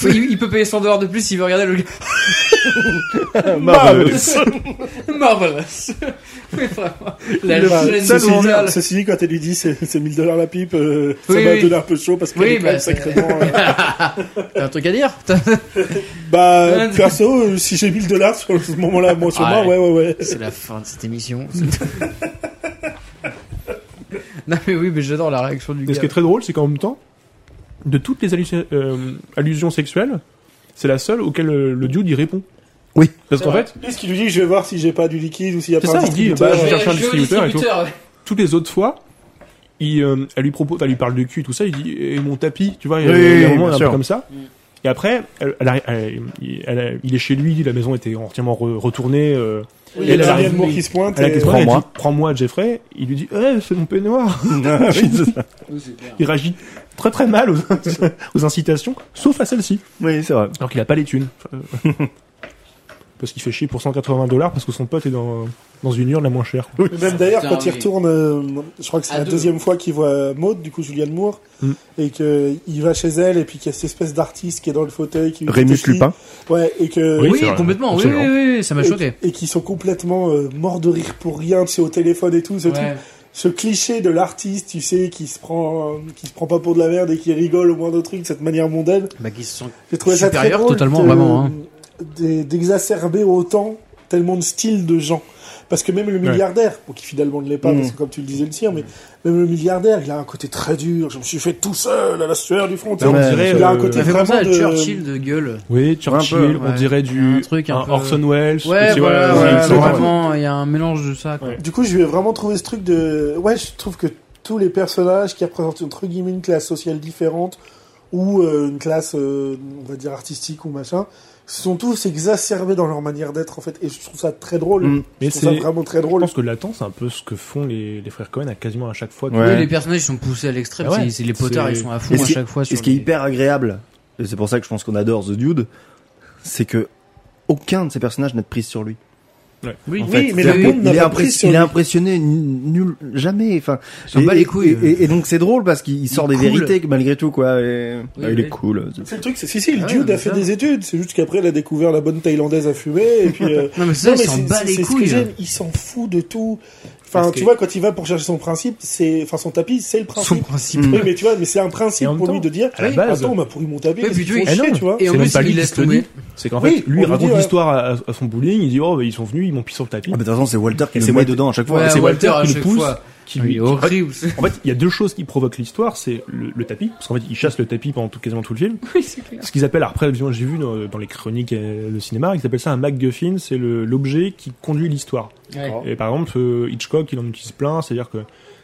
Speaker 2: oui. il, il peut payer 100 dollars de plus s'il veut regarder le gars.
Speaker 4: Marvelous.
Speaker 2: Marvelous. Mais vraiment, la
Speaker 3: Le-
Speaker 2: gêne
Speaker 3: ceci, dit-
Speaker 2: mondiale.
Speaker 3: ceci dit, quand elle lui dit c'est c'est 1000 dollars la pipe, euh, ça
Speaker 2: Oui,
Speaker 3: m'a
Speaker 2: oui.
Speaker 3: donné un peu chaud parce que
Speaker 2: Oui, bah, c'est-
Speaker 3: sacrément. euh,
Speaker 2: T'as un truc à dire
Speaker 3: bah, perso, euh, si j'ai 1000 dollars sur ce moment-là, moi, sur
Speaker 2: Ah,
Speaker 3: moi, ouais, ouais, ouais.
Speaker 2: C'est la fin de cette émission. non mais oui, mais j'adore la réaction du
Speaker 1: Et ce
Speaker 2: gars.
Speaker 1: qui est très drôle, c'est qu'en même temps, de toutes les allu- euh, allusions sexuelles, c'est la seule auquel euh, le dude y répond.
Speaker 4: Oui.
Speaker 1: Parce qu'en fait,
Speaker 3: Lui, ce qu'il lui dit, je vais voir si j'ai pas du liquide ou s'il y a
Speaker 1: C'est
Speaker 3: pas un
Speaker 1: ça, il dit,
Speaker 3: distributeur.
Speaker 1: bah, je vais
Speaker 2: Ouais,
Speaker 1: chercher un
Speaker 2: vais au
Speaker 1: distributeur et tout.
Speaker 2: ouais.
Speaker 1: toutes les autres fois, il, euh, elle lui propose, elle lui parle de cul, tout ça, il dit, et mon tapis, tu vois, il y a-
Speaker 4: Oui,
Speaker 1: il y a un
Speaker 4: oui,
Speaker 1: moment
Speaker 4: bien
Speaker 1: un peu
Speaker 4: sûr.
Speaker 1: comme ça. Et après, elle- elle arri- elle- il- elle a- il est chez lui, la maison était entièrement re- retournée. euh,
Speaker 3: Il y a
Speaker 1: elle
Speaker 3: Dorian
Speaker 1: arrive,
Speaker 3: Moore
Speaker 1: oui.
Speaker 3: qui se pointe.
Speaker 1: elle a
Speaker 3: et-
Speaker 1: qu'à se prendre, elle
Speaker 4: Prends-moi.
Speaker 1: dit, prends-moi, Jeffrey. Il lui dit, eh, c'est mon peignoir.
Speaker 4: Oui, c'est ça.
Speaker 1: Il réagit très très mal aux, aux incitations, sauf à celle-ci.
Speaker 4: Oui, c'est vrai.
Speaker 1: Alors qu'il a pas les thunes. Euh, parce qu'il fait chier pour 180 dollars parce que son pote est dans, dans une urne la moins chère. quoi.
Speaker 3: Mais Même d'ailleurs,
Speaker 2: Putain,
Speaker 3: quand il
Speaker 2: mais-
Speaker 3: retourne, euh, je crois que c'est
Speaker 2: À
Speaker 3: la
Speaker 2: deux.
Speaker 3: deuxième fois qu'il voit euh, Maud, du coup Julianne Moore,
Speaker 1: Mm.
Speaker 3: et que il va chez elle, et puis qu'il y a cette espèce d'artiste qui est dans le fauteuil, qui lui
Speaker 4: Rémus
Speaker 3: fait des
Speaker 4: Lupin.
Speaker 3: cris. ouais, et que
Speaker 2: Oui,
Speaker 1: c'est vrai,
Speaker 2: complètement. Oui, oui,
Speaker 1: absolument.
Speaker 2: oui, oui, ça m'a choqué.
Speaker 3: et, et qui sont complètement euh, morts de rire pour rien, tu sais, au téléphone et tout, ce truc,
Speaker 2: Ouais.
Speaker 3: ce cliché de l'artiste, tu sais, qui se prend, qui se prend pas pour de la merde et qui rigole au moindre truc de cette manière mondaine.
Speaker 2: Bah, qui se sent
Speaker 3: J'ai trouvé ça très
Speaker 2: Supérieur,
Speaker 3: drôle
Speaker 2: totalement,
Speaker 3: de-
Speaker 2: vraiment, hein.
Speaker 3: de- d'exacerber autant tellement de styles de gens. Parce que même le milliardaire, bon, qui finalement ne l'est pas,
Speaker 4: Mm.
Speaker 3: parce que comme tu le disais le sien, mais même le milliardaire, il a un côté très dur. Je me suis fait tout seul à la sueur du front. tu
Speaker 1: on
Speaker 3: sais.
Speaker 1: dirait,
Speaker 3: il a un
Speaker 1: euh,
Speaker 3: côté
Speaker 2: Ça fait penser
Speaker 3: vraiment
Speaker 2: à
Speaker 3: de...
Speaker 2: Churchill de gueule.
Speaker 1: Oui, Churchill,
Speaker 2: ouais.
Speaker 1: on dirait du
Speaker 2: Un truc un peu-
Speaker 1: Orson Welles.
Speaker 2: Ouais,
Speaker 1: tu vois,
Speaker 2: voilà,
Speaker 1: ouais,
Speaker 2: ouais,
Speaker 1: c'est vrai.
Speaker 2: vraiment, il y a un mélange de ça. quoi.
Speaker 1: Ouais.
Speaker 3: Du coup, je vais vraiment trouver ce truc de. Ouais, je trouve que tous les personnages qui représentent entre guillemets une classe sociale différente ou euh, une classe, euh, on va dire artistique ou machin, sont tous exacerbés dans leur manière d'être en fait. Et je trouve ça très drôle.
Speaker 4: Mm.
Speaker 1: Mais
Speaker 3: je trouve
Speaker 1: c'est-
Speaker 3: ça vraiment très
Speaker 1: Je
Speaker 3: drôle.
Speaker 1: pense que l'attente, c'est un peu ce que font les, les frères Cohen à quasiment à chaque fois. que-
Speaker 4: Ouais.
Speaker 2: Oui, les personnages ils sont poussés à l'extrême.
Speaker 1: Ah ouais.
Speaker 2: c'est- c'est les potards,
Speaker 1: C'est-
Speaker 2: ils sont à fond
Speaker 4: Et ce
Speaker 2: à
Speaker 4: qui-
Speaker 2: chaque fois.
Speaker 4: Et
Speaker 2: sur
Speaker 4: ce qui est
Speaker 2: les-
Speaker 4: hyper agréable, et c'est pour ça que je pense qu'on adore The Dude, c'est que aucun de ces personnages n'a de prise sur lui.
Speaker 2: Oui, oui,
Speaker 4: En fait,
Speaker 3: mais
Speaker 4: c'est-à-dire
Speaker 3: le
Speaker 4: qu'il-
Speaker 3: monde n'a
Speaker 4: il est
Speaker 3: pas de prise
Speaker 4: impré-
Speaker 3: sur
Speaker 4: il est
Speaker 3: lui.
Speaker 4: impressionné nul, nul- jamais. Enfin,
Speaker 2: s'en
Speaker 4: et-
Speaker 2: bat les
Speaker 4: et-
Speaker 2: couilles.
Speaker 4: Et, et donc c'est drôle parce qu'il sort
Speaker 2: Il est
Speaker 4: des
Speaker 2: cool.
Speaker 4: vérités que malgré tout quoi. et-
Speaker 2: Oui,
Speaker 4: Ah, il
Speaker 2: oui.
Speaker 4: est cool. The-
Speaker 3: C'est le truc, c'est si si, le
Speaker 2: Ah,
Speaker 3: dude
Speaker 2: mais
Speaker 3: a fait
Speaker 2: ça.
Speaker 3: des études, c'est juste qu'après il a découvert la bonne thaïlandaise à fumer et puis euh,
Speaker 2: Non, mais ça,
Speaker 3: non,
Speaker 2: ils
Speaker 3: mais
Speaker 2: s'en
Speaker 3: c'est-
Speaker 2: bat
Speaker 3: c'est-
Speaker 2: les
Speaker 3: c'est ce que
Speaker 2: couilles.
Speaker 3: j'aime, il s'en fout de tout. Enfin,
Speaker 1: Parce
Speaker 3: tu
Speaker 1: que-
Speaker 3: vois quand il va pour chercher son principe, c'est enfin son tapis, c'est le
Speaker 2: Son
Speaker 3: principe.
Speaker 2: principe.
Speaker 4: Mm.
Speaker 3: Oui, mais tu vois, mais c'est un principe
Speaker 1: Et en même
Speaker 3: pour lui
Speaker 1: temps,
Speaker 3: de dire
Speaker 1: à la
Speaker 2: Oui,
Speaker 1: base,
Speaker 3: Attends, on m'a pourri mon tapis,
Speaker 2: Oui,
Speaker 3: qu'est-ce
Speaker 2: puis
Speaker 3: qu'ils
Speaker 2: tu-
Speaker 3: font
Speaker 1: eh
Speaker 3: chier,
Speaker 1: non.
Speaker 3: tu vois.
Speaker 2: Et en
Speaker 1: C'est
Speaker 2: plus,
Speaker 1: même pas lui
Speaker 2: il
Speaker 1: qui
Speaker 2: laisse
Speaker 1: te le
Speaker 2: tomber.
Speaker 1: dit. c'est qu'en
Speaker 3: Oui,
Speaker 1: fait, lui,
Speaker 3: on
Speaker 1: il
Speaker 3: lui
Speaker 1: raconte
Speaker 3: dit, ouais.
Speaker 1: l'histoire à, à son bowling, il dit, oh, bah, ils sont venus, ils m'ont pissé sur le tapis.
Speaker 4: Ah, mais de toute façon, c'est Walter qui
Speaker 1: Et
Speaker 4: le
Speaker 1: c'est
Speaker 4: met
Speaker 1: Walter-
Speaker 4: dedans à chaque fois.
Speaker 2: Ouais,
Speaker 1: c'est Walter
Speaker 2: à
Speaker 1: qui le
Speaker 2: chaque
Speaker 1: pousse,
Speaker 2: fois.
Speaker 1: qui
Speaker 2: Oui,
Speaker 1: lui-
Speaker 2: horrible. ça.
Speaker 1: En fait, il y a deux choses qui provoquent l'histoire, c'est le, le tapis, parce qu'en fait, il chasse le tapis pendant tout, quasiment tout le film. Ce qu'ils appellent, après, j'ai vu dans, dans les chroniques euh, de cinéma, ils appellent ça un MacGuffin, c'est le- l'objet qui conduit l'histoire.
Speaker 2: Ouais.
Speaker 1: Et par exemple, euh, Hitchcock, il en utilise plein, c'est-à-dire que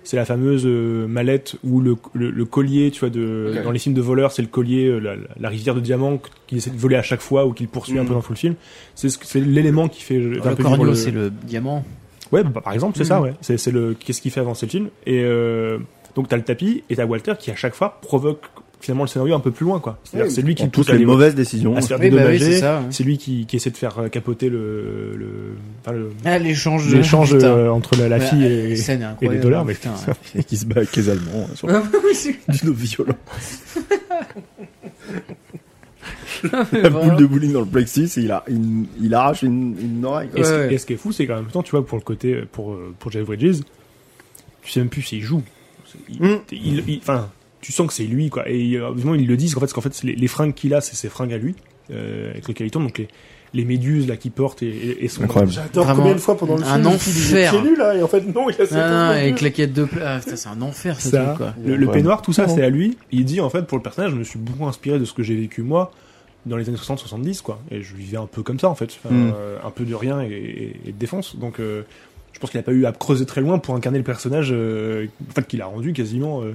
Speaker 1: c'est la fameuse euh, mallette ou le, le, le collier, tu vois, de,
Speaker 2: Ok.
Speaker 1: dans les films de voleurs, c'est le collier, euh, la, la- la rivière de diamants qu'il essaie de voler à chaque fois ou qu'il poursuit un
Speaker 4: Mhm.
Speaker 1: peu dans tout le film. C'est ce que- c'est l'élément qui fait. euh, un
Speaker 2: Mm. Le
Speaker 1: peu vivre
Speaker 2: corneau,
Speaker 1: le-
Speaker 2: c'est le diamant.
Speaker 1: Ouais, bah, par exemple, c'est
Speaker 2: Mhm.
Speaker 1: ça, ouais. C'est c'est le qu'est-ce qui fait avancer le film. Et euh, donc t'as le tapis et t'as Walter qui à chaque fois provoque finalement le scénario un peu plus loin, quoi. C'est-à-dire que c'est lui qui
Speaker 4: Qui
Speaker 1: pousse
Speaker 4: toutes
Speaker 1: à
Speaker 4: les
Speaker 1: aller-
Speaker 4: mauvaises décisions.
Speaker 1: à se faire
Speaker 2: Oui, bah oui,
Speaker 1: dédommager.
Speaker 2: c'est ça. ouais.
Speaker 1: c'est lui qui, qui essaie de faire euh, capoter le le, enfin, le-
Speaker 2: Ah, l'échange. de-
Speaker 1: l'échange
Speaker 2: Putain.
Speaker 1: euh, entre la, la
Speaker 2: Mais,
Speaker 1: fille
Speaker 2: euh,
Speaker 1: et
Speaker 2: scène incroyable,
Speaker 1: les dollars, mais
Speaker 2: putain.
Speaker 4: Et qui se bat avec les Allemands. hein, sur-
Speaker 2: Oui, c'est-
Speaker 4: D'une violence.
Speaker 2: non, mais
Speaker 4: La
Speaker 2: vraiment.
Speaker 4: boule de bowling dans le plexus, et il, a, il, il arrache une, une oreille. quoi.
Speaker 1: Et, ce,
Speaker 2: Ouais, ouais.
Speaker 1: et ce qui est fou, c'est qu'en même temps, tu vois, pour le côté, euh, pour, euh, pour Jeff Bridges, tu sais même plus s'il joue. C'est- il-
Speaker 4: Mm.
Speaker 1: il- il- enfin, tu sens que c'est lui, quoi. Et euh, évidemment, ils le disent, qu'en fait, parce qu'en fait, c'est les, les fringues qu'il a, c'est ses fringues à lui, euh, avec lesquelles il tombe. Donc, les, les méduses, là, qu'il porte et, et, et son.
Speaker 4: Incroyable.
Speaker 3: J'adore
Speaker 2: Vraiment
Speaker 3: combien de fois pendant le
Speaker 2: un
Speaker 3: film il dit, il est
Speaker 2: enfer.
Speaker 3: pieds nus, là hein, et en fait non, il a ses
Speaker 2: Ah, non,
Speaker 3: poses
Speaker 2: avec
Speaker 3: de-
Speaker 2: la quête de pla- ah, putain, c'est un enfer ce
Speaker 1: Ça.
Speaker 2: truc quoi.
Speaker 1: Le, le
Speaker 4: Ouais.
Speaker 1: peignoir, tout ça,
Speaker 4: Non.
Speaker 1: c'est à lui. Il dit, en fait, pour le personnage, je me suis beaucoup inspiré de ce que j'ai vécu moi dans les années 60-70, quoi. Et je vivais un peu comme ça, en fait. Enfin,
Speaker 4: Mm.
Speaker 1: euh, un peu de rien et, et- et de défense. Donc, euh, je pense qu'il a pas eu à creuser très loin pour incarner le personnage, euh, en fait, qu'il a rendu quasiment. euh,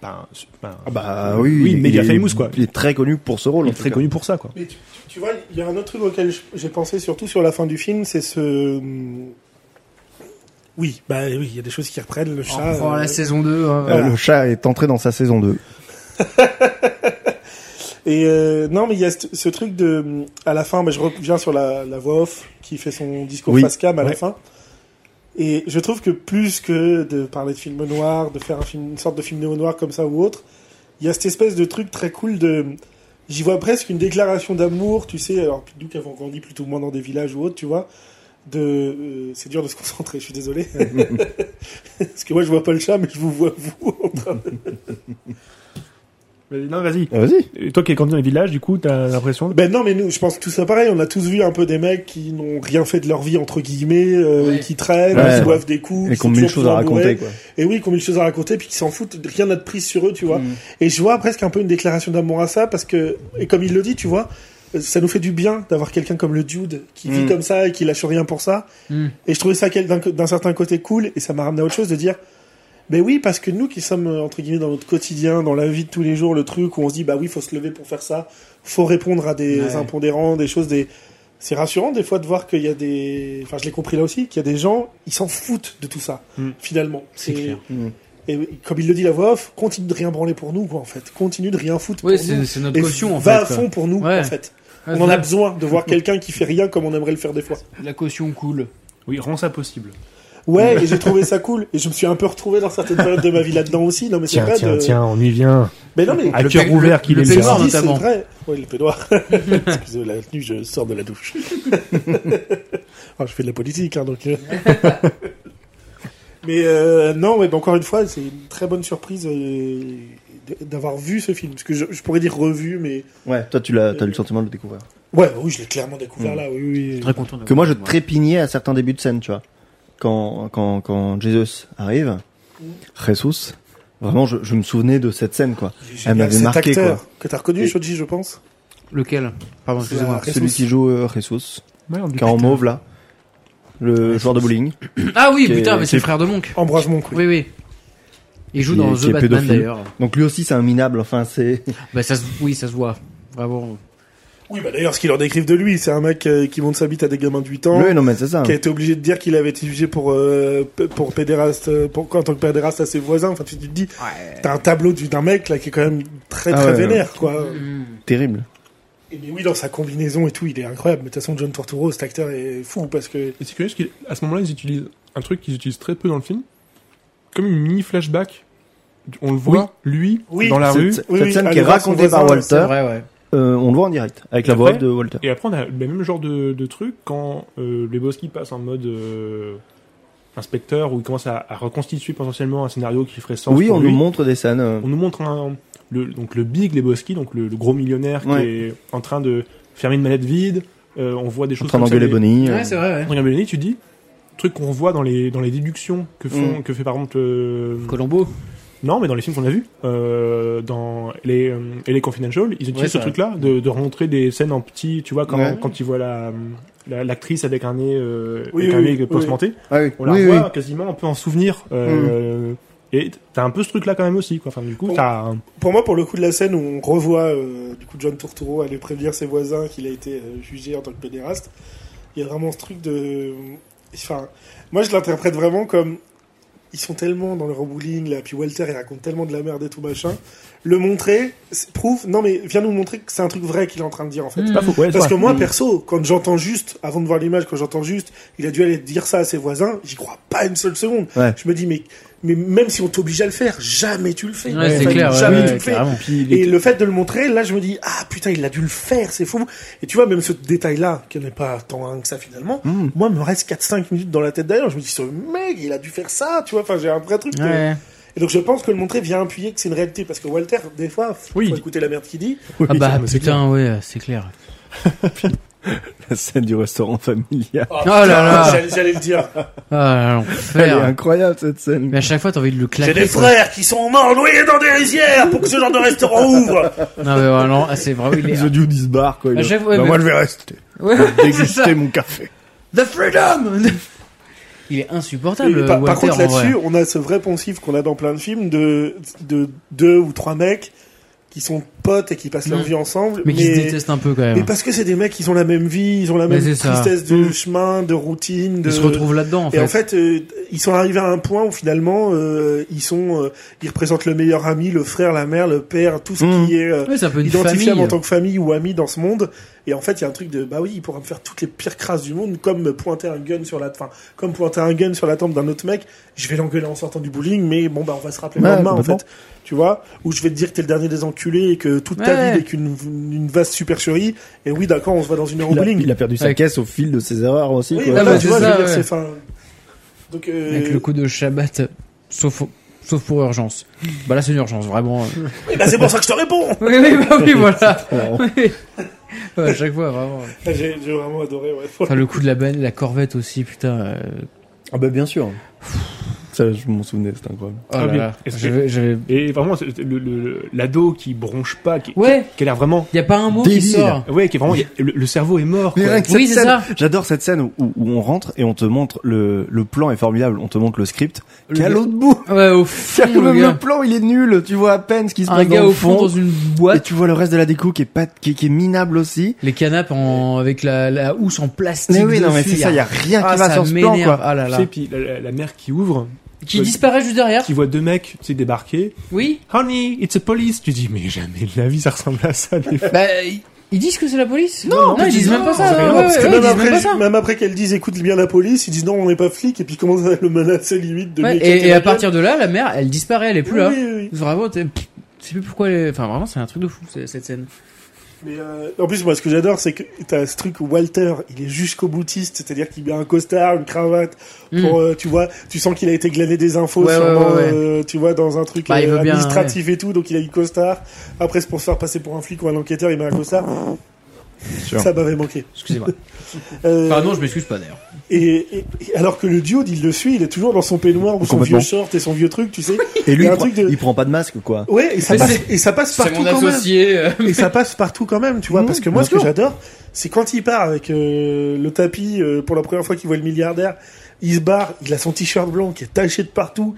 Speaker 1: ben, su- ben,
Speaker 4: Ah bah oui,
Speaker 1: Oui,
Speaker 4: il-
Speaker 1: méga
Speaker 4: il est-
Speaker 1: famous, quoi.
Speaker 4: Il est très connu pour ce rôle.
Speaker 1: il
Speaker 4: en
Speaker 1: est
Speaker 4: tout
Speaker 1: très
Speaker 4: cas.
Speaker 1: connu pour ça, quoi.
Speaker 3: Mais tu, tu- tu vois, il y a un autre truc auquel je- j'ai pensé surtout sur la fin du film, c'est ce. hum, Oui, bah oui, il y a des choses qui reprennent le
Speaker 2: On
Speaker 3: chat.
Speaker 2: prend
Speaker 3: euh,
Speaker 4: Ah.
Speaker 2: la saison 2. hein,
Speaker 4: Euh,
Speaker 2: voilà.
Speaker 4: Le chat est entré dans sa saison 2.
Speaker 3: Et euh, non, mais il y a ce, ce truc de. À la fin, mais je reviens sur la, la voix off qui fait son discours
Speaker 4: Oui.
Speaker 3: face cam à la
Speaker 5: Ouais.
Speaker 3: fin. Et je trouve que plus que de parler de film noir, de faire un film, une sorte de film néo-noir comme ça ou autre, il y a cette espèce de truc très cool de. J'y vois presque une déclaration d'amour, tu sais. Alors, nous qui avons grandi plutôt moins dans des villages ou autre, tu vois. De, euh, c'est dur de se concentrer, je suis désolé. Parce que moi, je vois pas le chat, mais je vous vois vous. en train de-
Speaker 1: Mais non, vas-y.
Speaker 4: Ah, Vas-y.
Speaker 1: Et toi qui es grandi dans les villages, du coup, t'as l'impression. de-
Speaker 3: Ben non, mais nous, je pense que tout ça pareil. On a tous vu un peu des mecs qui n'ont rien fait de leur vie, entre guillemets, euh,
Speaker 2: Ouais.
Speaker 3: qui traînent,
Speaker 4: Ouais.
Speaker 3: qui boivent des coups,
Speaker 4: Et
Speaker 3: qui
Speaker 4: qu'on
Speaker 3: sont
Speaker 4: mille
Speaker 3: toujours
Speaker 4: choses à
Speaker 3: plus
Speaker 4: raconter,
Speaker 3: bourrés.
Speaker 4: quoi.
Speaker 3: Et oui, qui ont mille choses à raconter, puis qui s'en foutent, rien n'a de prise sur eux, tu
Speaker 4: Mm.
Speaker 3: vois. Et je vois presque un peu une déclaration d'amour à ça, parce que, et comme il le dit, tu vois, euh, ça nous fait du bien d'avoir quelqu'un comme le dude, qui vit
Speaker 4: Mm.
Speaker 3: comme ça et qui lâche rien pour ça.
Speaker 2: Mm.
Speaker 3: Et je trouvais ça quel- d'un co- d'un certain côté cool, et ça m'a ramené à autre chose de dire, mais oui, parce que nous qui sommes, euh, entre guillemets, dans notre quotidien, dans la vie de tous les jours, le truc où on se dit, bah oui, faut se lever pour faire ça, faut répondre à des
Speaker 2: Ouais.
Speaker 3: impondérants, des choses, des... C'est rassurant des fois de voir qu'il y a des... Enfin, je l'ai compris là aussi, qu'il y a des gens, ils s'en foutent de tout ça,
Speaker 1: Mm.
Speaker 3: finalement.
Speaker 2: C'est
Speaker 3: Et-
Speaker 2: clair.
Speaker 4: Mm.
Speaker 3: Et comme il le dit la voix off, continue de rien branler pour nous, quoi, en fait. Continue de rien foutre
Speaker 2: Oui,
Speaker 3: pour nous.
Speaker 2: c'est c'est notre
Speaker 3: Et
Speaker 2: caution en fait.
Speaker 3: va à
Speaker 2: quoi.
Speaker 3: fond pour nous,
Speaker 2: Ouais.
Speaker 3: en fait.
Speaker 2: Ouais,
Speaker 3: On en a
Speaker 2: c'est
Speaker 3: besoin de voir quelqu'un qui fait rien comme on aimerait le faire des fois.
Speaker 2: La caution cool.
Speaker 1: Oui, rends ça possible.
Speaker 3: Ouais, et j'ai trouvé ça cool. Et je me suis un peu retrouvé dans certaines périodes de ma vie là-dedans aussi. Non, mais c'est
Speaker 1: Tiens,
Speaker 3: vrai.
Speaker 1: tiens,
Speaker 3: de...
Speaker 1: tiens, on y vient.
Speaker 3: Mais non, mais
Speaker 1: À
Speaker 2: Le
Speaker 1: cœur
Speaker 2: pe-
Speaker 1: ouvert
Speaker 2: le-
Speaker 1: qu'il
Speaker 2: le
Speaker 1: Ah, est
Speaker 3: Ceci
Speaker 2: peignoir,
Speaker 3: dit,
Speaker 1: le
Speaker 3: c'est
Speaker 2: notamment.
Speaker 3: vrai. Oh, Oui, le peignoir. Excusez la tenue, je sors de la douche. Alors, je fais de la politique, hein, donc. euh. mais euh, non, mais bah, encore une fois, c'est une très bonne surprise euh, d- d'avoir vu ce film. Parce que je, je pourrais dire revu, mais.
Speaker 4: Ouais, toi, tu as, eu le sentiment de le découvrir.
Speaker 3: Ouais, oui, je l'ai clairement découvert
Speaker 4: Mm.
Speaker 3: là, oui, oui.
Speaker 2: Très content de
Speaker 4: Que moi, je trépignais à certains débuts de scène, tu vois. Quand, quand, quand Jesus arrive, Mm. Jesus, vraiment, je, je me souvenais de cette scène, quoi.
Speaker 3: Il est
Speaker 4: Elle
Speaker 3: génial,
Speaker 4: m'avait
Speaker 3: cet
Speaker 4: marqué,
Speaker 3: acteur
Speaker 4: quoi.
Speaker 3: que t'as reconnu,
Speaker 4: Et-
Speaker 3: Shoji, je pense.
Speaker 2: Lequel Pardon, excusez-moi.
Speaker 3: Jesus.
Speaker 4: Celui qui joue euh, Jesus, qui est
Speaker 1: Car
Speaker 4: en mauve, là. Le joueur de bowling.
Speaker 2: Ah oui,
Speaker 4: qui est-
Speaker 2: putain, mais c'est
Speaker 4: qui est-
Speaker 2: le frère de Monk.
Speaker 3: Embrasse mon couille.
Speaker 2: Oui, oui. Il joue
Speaker 4: Qui
Speaker 2: dans
Speaker 4: est-
Speaker 2: The
Speaker 4: qui est
Speaker 2: Batman
Speaker 4: pédophile.
Speaker 2: d'ailleurs.
Speaker 4: Donc lui aussi, c'est un minable, enfin, c'est...
Speaker 2: Bah, ça se... Oui, ça se voit. Vraiment.
Speaker 3: Oui, bah d'ailleurs, ce qu'ils en décrivent de lui, c'est un mec euh, qui monte sa bite à des gamins de 8 ans.
Speaker 4: Oui, non, mais c'est ça. hein.
Speaker 3: qui a été obligé de dire qu'il avait été jugé pour euh, p- pour pédéraste euh, pour quoi en tant que pédéraste à ses voisins enfin tu te dis t'as un tableau du- d'un mec là qui est quand même très
Speaker 4: Ah
Speaker 3: très
Speaker 4: ouais,
Speaker 3: vénère quoi
Speaker 4: Terrible.
Speaker 3: et mais oui dans sa combinaison et tout il est incroyable mais de toute façon John Torturo cet acteur est fou parce que
Speaker 1: Et c'est curieux parce qu'à ce moment-là, ils utilisent un truc qu'ils utilisent très peu dans le film, comme une mini flashback. On le voit, lui,
Speaker 3: Oui,
Speaker 1: dans la
Speaker 4: cette
Speaker 1: rue.
Speaker 4: cette
Speaker 3: Oui, oui,
Speaker 4: scène
Speaker 3: aller
Speaker 4: qui est
Speaker 3: voir son
Speaker 4: racontée par
Speaker 3: voisin, c'est
Speaker 2: C'est
Speaker 4: Walter,
Speaker 2: vrai, ouais.
Speaker 4: euh, on le voit en direct, avec la
Speaker 1: Et
Speaker 4: voix off
Speaker 1: après-
Speaker 4: de Walter.
Speaker 1: Et après, on a le même genre de, de truc quand euh, les boss qui passent en mode euh, inspecteur où ils commencent à, à reconstituer potentiellement un scénario qui ferait sens.
Speaker 4: Oui,
Speaker 1: pour
Speaker 4: on
Speaker 1: lui.
Speaker 4: nous montre des scènes... euh,
Speaker 1: On nous montre un, le, donc le Big Lebowski, donc le, le gros millionnaire
Speaker 4: Ouais.
Speaker 1: qui est en train de fermer une mallette vide. Euh, on voit des
Speaker 4: en
Speaker 1: choses
Speaker 4: train
Speaker 1: comme ça,
Speaker 4: d'engueuler
Speaker 1: des-
Speaker 4: Bonnie. euh,
Speaker 2: Ouais, c'est vrai, ouais.
Speaker 1: Regarde Benoni, tu dis truc qu'on voit dans les dans les déductions
Speaker 4: Mm.
Speaker 1: que font que fait par exemple euh,
Speaker 2: Colombo.
Speaker 1: non mais dans les films qu'on a vus euh, dans les euh, les confidential ils utilisent
Speaker 2: Ouais,
Speaker 1: ce
Speaker 2: ça-
Speaker 1: truc là de, de montrer des scènes en petit tu vois quand
Speaker 4: Ouais.
Speaker 1: quand tu vois la euh, la- l'actrice avec un nez euh,
Speaker 3: Oui,
Speaker 1: avec
Speaker 3: oui,
Speaker 1: un nez
Speaker 3: oui,
Speaker 1: post-menté
Speaker 4: Ah oui,
Speaker 1: on la
Speaker 4: oui, oui.
Speaker 1: voit quasiment un peu en souvenir euh, et t'as un peu ce truc là quand même aussi quoi enfin du coup
Speaker 3: Oh.
Speaker 1: t'as un-
Speaker 3: pour moi pour le coup de la scène où on revoit euh, du coup John Torturo aller prévenir ses voisins qu'il a été euh, jugé en tant que pédéraste il y a vraiment ce truc de enfin moi je l'interprète vraiment comme ils sont tellement dans le rebooling là, puis Walter il raconte tellement de la merde et tout machin. Le montrer c'est- prouve, non mais viens nous montrer que c'est un truc vrai qu'il est en train de dire en fait.
Speaker 1: c'est pas faux ouais, c'est
Speaker 3: Parce que
Speaker 1: vrai.
Speaker 4: Mm.
Speaker 3: moi perso, quand j'entends juste, avant de voir l'image, quand j'entends juste, il a dû aller dire ça à ses voisins, j'y crois pas une seule seconde.
Speaker 4: Ouais.
Speaker 3: Je me dis mais mais même si on t'oblige à le faire, jamais tu le fais.
Speaker 2: Ouais, c'est
Speaker 3: Enfin,
Speaker 2: clair.
Speaker 3: Jamais
Speaker 2: ouais,
Speaker 3: tu
Speaker 2: ouais,
Speaker 3: le fais.
Speaker 2: carrément.
Speaker 3: Et le fait de le montrer, là, je me dis, ah putain, il a dû le faire, c'est fou. Et tu vois, même ce détail-là, qui n'est pas tant un que ça finalement,
Speaker 4: Mm.
Speaker 3: moi, me reste 4-5 minutes dans la tête d'ailleurs. Je me dis, ce mec, il a dû faire ça, tu vois. Enfin, j'ai un vrai truc. de-
Speaker 2: Ouais.
Speaker 3: Et donc, je pense que le montrer vient appuyer que c'est une réalité. Parce que Walter, des fois, faut,
Speaker 1: Oui.
Speaker 3: faut écouter la merde qu'il dit.
Speaker 2: Ah bah
Speaker 1: mais c'est
Speaker 2: putain, ouais, c'est clair.
Speaker 4: La scène du restaurant familial.
Speaker 3: Oh,
Speaker 2: là là.
Speaker 3: J'allais, j'allais le dire.
Speaker 2: Ah,
Speaker 4: Elle est
Speaker 2: l'enfer.
Speaker 4: incroyable cette scène.
Speaker 2: Mais à chaque fois, t'as envie de le claquer.
Speaker 3: J'ai des
Speaker 2: quoi.
Speaker 3: frères qui sont morts noyés dans des rizières pour que ce genre de restaurant ouvre.
Speaker 2: Non, mais vraiment, ah, c'est vraiment, il est.
Speaker 4: Ils ont dû au disbar quoi. il
Speaker 2: Ah,
Speaker 4: est-
Speaker 2: j'avoue, ouais,
Speaker 4: Bah,
Speaker 2: mais-
Speaker 4: Moi je vais rester.
Speaker 2: Ouais, c'est ça.
Speaker 4: Déguster mon café.
Speaker 2: The freedom! Il est insupportable.
Speaker 3: Et par, par
Speaker 2: Walter,
Speaker 3: contre,
Speaker 2: en vrai.
Speaker 3: là-dessus, on a ce vrai poncif qu'on a dans plein de films de, de deux ou trois mecs qui sont potes et qui passent leur
Speaker 2: Mm.
Speaker 3: vie ensemble.
Speaker 2: Mais qui se détestent un peu quand
Speaker 3: mais
Speaker 2: même.
Speaker 3: parce que c'est des mecs, ils ont la même vie, ils ont la
Speaker 2: Mais
Speaker 3: même
Speaker 2: c'est ça. Mm.
Speaker 3: tristesse de chemin, de routine, de.
Speaker 2: Ils se retrouvent là-dedans en
Speaker 3: Et en
Speaker 2: fait.
Speaker 3: fait, euh, ils sont arrivés à un point où finalement, euh, ils sont, euh, ils représentent le meilleur ami, le frère, la mère, le père, tout ce
Speaker 4: Mm.
Speaker 3: qui est euh,
Speaker 2: Oui, c'est un peu une
Speaker 3: identifiable
Speaker 2: famille.
Speaker 3: en tant que famille ou ami dans ce monde. Et en fait, il y a un truc de bah oui, il pourra me faire toutes les pires crasses du monde, comme me pointer un gun sur la, enfin, comme pointer un gun sur la tempe d'un autre mec. Je vais l'engueuler en sortant du bowling, mais bon bah on va se rappeler
Speaker 4: Ouais,
Speaker 3: le lendemain en
Speaker 4: complètement.
Speaker 3: fait. Tu vois, ou je vais te dire que t'es le dernier des enculés et que toute ta
Speaker 2: Ouais.
Speaker 3: vie n'est qu'une une vaste supercherie. Et oui, d'accord, on se voit dans une heure au
Speaker 4: Il a,
Speaker 3: bowling.
Speaker 4: il a perdu sa
Speaker 2: Ouais.
Speaker 4: caisse au fil de ses erreurs aussi.
Speaker 3: Oui,
Speaker 4: quoi.
Speaker 3: voilà,
Speaker 2: bah,
Speaker 3: tu
Speaker 2: c'est
Speaker 3: vois, je
Speaker 2: ça,
Speaker 3: veux dire,
Speaker 2: ouais.
Speaker 3: c'est enfin. Donc, euh,
Speaker 2: Avec le coup de Shabbat, euh, sauf, sauf pour urgence. Bah là, c'est une urgence, vraiment.
Speaker 3: Eh ben, c'est pour ça que je te réponds.
Speaker 2: oui, oui, bah oui, voilà.
Speaker 4: Oh.
Speaker 2: Oui. Ouais, à chaque fois, vraiment.
Speaker 3: J'ai j'ai vraiment adoré. Ouais.
Speaker 2: Enfin, le coup de la, ban- la corvette aussi, putain. euh,
Speaker 4: Ah bah bien sûr. Ça, je m'en souvenais, c'était incroyable.
Speaker 2: Oh
Speaker 1: Ah
Speaker 2: là
Speaker 1: bien.
Speaker 2: là.
Speaker 1: Est-ce
Speaker 2: J'avais- j'avais-
Speaker 1: Et vraiment, c'est- le- le- l'ado qui bronche pas, qui,
Speaker 2: Ouais,
Speaker 1: qui a l'air vraiment.
Speaker 2: y a pas un mot qui
Speaker 4: Délire.
Speaker 2: sort.
Speaker 1: Ouais, qui est vraiment. Le, le cerveau est mort. quoi.
Speaker 2: que Oui, cette c'est scène- ça.
Speaker 4: J'adore cette scène où, où on rentre et on te montre le, le plan est formidable, on te montre le script.
Speaker 2: Le
Speaker 4: Qu'à
Speaker 2: gars-
Speaker 4: l'autre bout.
Speaker 2: Ouais, au fond,
Speaker 4: C'est-à-dire que
Speaker 2: le
Speaker 4: même le
Speaker 2: gars.
Speaker 4: plan, il est nul. Tu vois à peine ce qui se
Speaker 2: Un
Speaker 4: passe
Speaker 2: gars
Speaker 4: dans
Speaker 2: au
Speaker 4: le
Speaker 2: fond
Speaker 4: fond.
Speaker 2: dans une
Speaker 4: et
Speaker 2: boîte.
Speaker 4: tu vois le reste de la déco qui est pas, qui, qui est minable aussi.
Speaker 2: Les canapes en, avec la, la housse en plastique.
Speaker 4: Mais oui, non, mais
Speaker 2: dessus,
Speaker 4: c'est ça,
Speaker 2: y
Speaker 4: il y a rien
Speaker 2: Ah,
Speaker 4: qui va
Speaker 2: ça
Speaker 4: sur ce plan,
Speaker 2: m'énerve.
Speaker 4: quoi.
Speaker 2: Ah là
Speaker 1: Tu
Speaker 2: là.
Speaker 1: sais, puis la, la- la mère qui ouvre,
Speaker 2: Qui disparaît juste derrière.
Speaker 1: qui voit deux mecs, tu sais, débarquer.
Speaker 2: Oui.
Speaker 1: Honey, it's a police. Tu dis, mais jamais de la vie, ça ressemble à ça. des fois.
Speaker 2: Bah, ils ils disent que c'est la police
Speaker 4: Non,
Speaker 2: ils disent même pas ça.
Speaker 3: C'est
Speaker 2: ouais,
Speaker 3: rien,
Speaker 2: ouais,
Speaker 3: parce que
Speaker 2: Ah ouais,
Speaker 3: même,
Speaker 2: ils disent même pas
Speaker 3: après,
Speaker 2: ça.
Speaker 3: même après qu'elles disent écoute bien la police, ils disent non, on n'est pas flic, et puis ils commencent à le menacer limite de
Speaker 2: Ouais,
Speaker 3: lui éclater
Speaker 2: et, et
Speaker 3: la
Speaker 2: à
Speaker 3: gueule.
Speaker 2: partir de là, la mère, elle disparaît, elle est plus hein.
Speaker 3: Oui,
Speaker 2: là.
Speaker 3: oui, oui.
Speaker 2: Vraiment, t'es- pff, je sais plus pourquoi. elle est- Enfin, vraiment, c'est un truc de fou c'est- cette scène.
Speaker 3: Mais euh, en plus, moi, ce que j'adore, c'est que t'as ce truc où Walter, il est jusqu'au boutiste, c'est-à-dire qu'il met un costard, une cravate,
Speaker 2: Mm.
Speaker 3: pour, euh, tu vois, tu sens qu'il a été glané des infos,
Speaker 2: Ouais,
Speaker 3: sûrement,
Speaker 2: ouais, ouais, ouais.
Speaker 3: euh, tu vois, dans un truc
Speaker 2: Bah, il
Speaker 3: euh,
Speaker 2: veut bien,
Speaker 3: administratif et tout, donc il a eu le costard. Après, c'est pour se faire passer pour un flic ou un enquêteur, il met un costard.
Speaker 4: sûr.
Speaker 3: Ça m'avait manqué.
Speaker 2: Excusez-moi.
Speaker 3: Euh,
Speaker 2: Enfin, non, je m'excuse pas d'ailleurs.
Speaker 3: Et, et- et alors que le dude, il le suit, il est toujours dans son peignoir ou son
Speaker 4: Complètement.
Speaker 3: vieux short et son vieux truc, tu sais.
Speaker 4: Et lui,
Speaker 3: Il y a
Speaker 4: il,
Speaker 3: un
Speaker 4: prend-
Speaker 3: truc de- Oh,
Speaker 4: il prend pas de masque, quoi.
Speaker 3: Ouais, et ça
Speaker 2: Mais
Speaker 3: passe,
Speaker 2: c'est-
Speaker 3: et ça passe partout quand même. Et ça passe partout quand même, tu vois.
Speaker 4: Mmh,
Speaker 3: parce que moi,
Speaker 4: bien
Speaker 3: ce que
Speaker 4: sûr.
Speaker 3: j'adore, c'est quand il part avec euh, le tapis euh, pour la première fois qu'il voit le milliardaire. Il se barre, il a son t-shirt blanc qui est taché de partout.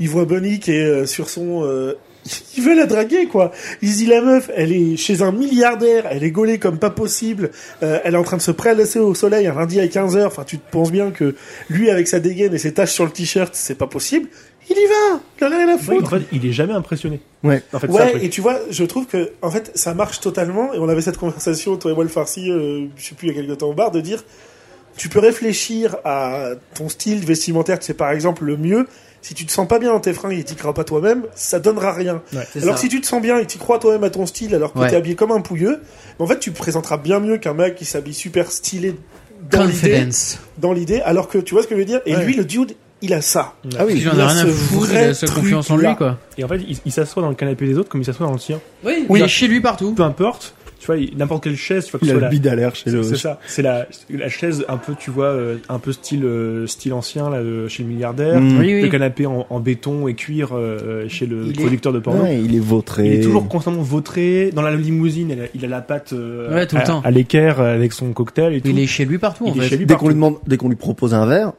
Speaker 3: Il voit Bonnie qui est euh, sur son. euh, il veut la draguer, quoi. Il se dit la meuf, elle est chez un milliardaire, elle est gaulée comme pas possible. euh, elle est en train de se prélasser au soleil un lundi à 15h. Enfin, tu te penses bien que lui, avec sa dégaine et ses taches sur le t-shirt, c'est pas possible. Il y va Il en a rien à
Speaker 1: En
Speaker 3: foutre
Speaker 1: fait, Bah, il est jamais impressionné.
Speaker 4: Ouais.
Speaker 1: En fait, c'est ça, le
Speaker 3: Ouais,
Speaker 1: truc.
Speaker 3: et tu vois, je trouve que en fait, ça marche totalement. Et on avait cette conversation, toi et moi, le farci, euh, je sais plus il y a quelques temps au bar, de dire tu peux réfléchir à ton style vestimentaire, c'est par exemple le mieux. Si tu te sens pas bien dans tes fringues et t'y crois pas toi-même, ça donnera rien. Alors que si tu te sens bien et que tu crois toi-même à ton style, alors que
Speaker 2: Ouais.
Speaker 3: t'es habillé comme un pouilleux, en fait, tu te présenteras bien mieux qu'un mec qui s'habille super stylé dans l'idée,
Speaker 2: Confidence.
Speaker 3: dans l'idée, alors que tu vois ce que je veux dire. Et
Speaker 1: Ouais.
Speaker 3: lui, le dude, il a ça.
Speaker 1: Ah
Speaker 2: Puis j'en
Speaker 3: il
Speaker 2: ai
Speaker 3: a
Speaker 2: rien
Speaker 3: ce
Speaker 2: à foutre
Speaker 3: vrai
Speaker 2: de sa confiance en
Speaker 3: truc-là.
Speaker 2: lui, quoi.
Speaker 1: Et en fait, il, il s'assoit dans le canapé des autres comme il s'assoit dans le sien.
Speaker 2: Oui,
Speaker 3: Oui.
Speaker 2: il est chez lui partout.
Speaker 1: Peu importe, tu vois, il- n'importe quelle chaise, tu vois, que
Speaker 4: Il
Speaker 1: ce
Speaker 4: a
Speaker 1: soit
Speaker 4: le
Speaker 1: la-
Speaker 4: bide à l'air chez le.
Speaker 1: C'est ça, c'est la, la chaise un peu, tu vois, euh, un peu style, euh, style ancien là, de- chez le milliardaire.
Speaker 4: Mm.
Speaker 2: Oui,
Speaker 1: Le
Speaker 2: oui.
Speaker 1: canapé en, en béton et cuir euh, chez le
Speaker 2: Il est-
Speaker 1: producteur de porno.
Speaker 4: Ouais, il est vautré.
Speaker 1: Il est toujours constamment vautré. Dans la limousine, elle a- il a la patte euh,
Speaker 2: Ouais, tout le
Speaker 1: à,
Speaker 2: temps.
Speaker 1: à l'équerre euh, avec son cocktail et tout.
Speaker 2: Il est chez lui partout, en
Speaker 1: Il est chez
Speaker 2: fait.
Speaker 1: lui
Speaker 4: Dès qu'on
Speaker 1: partout.
Speaker 4: lui demande, dès qu'on lui propose un verre,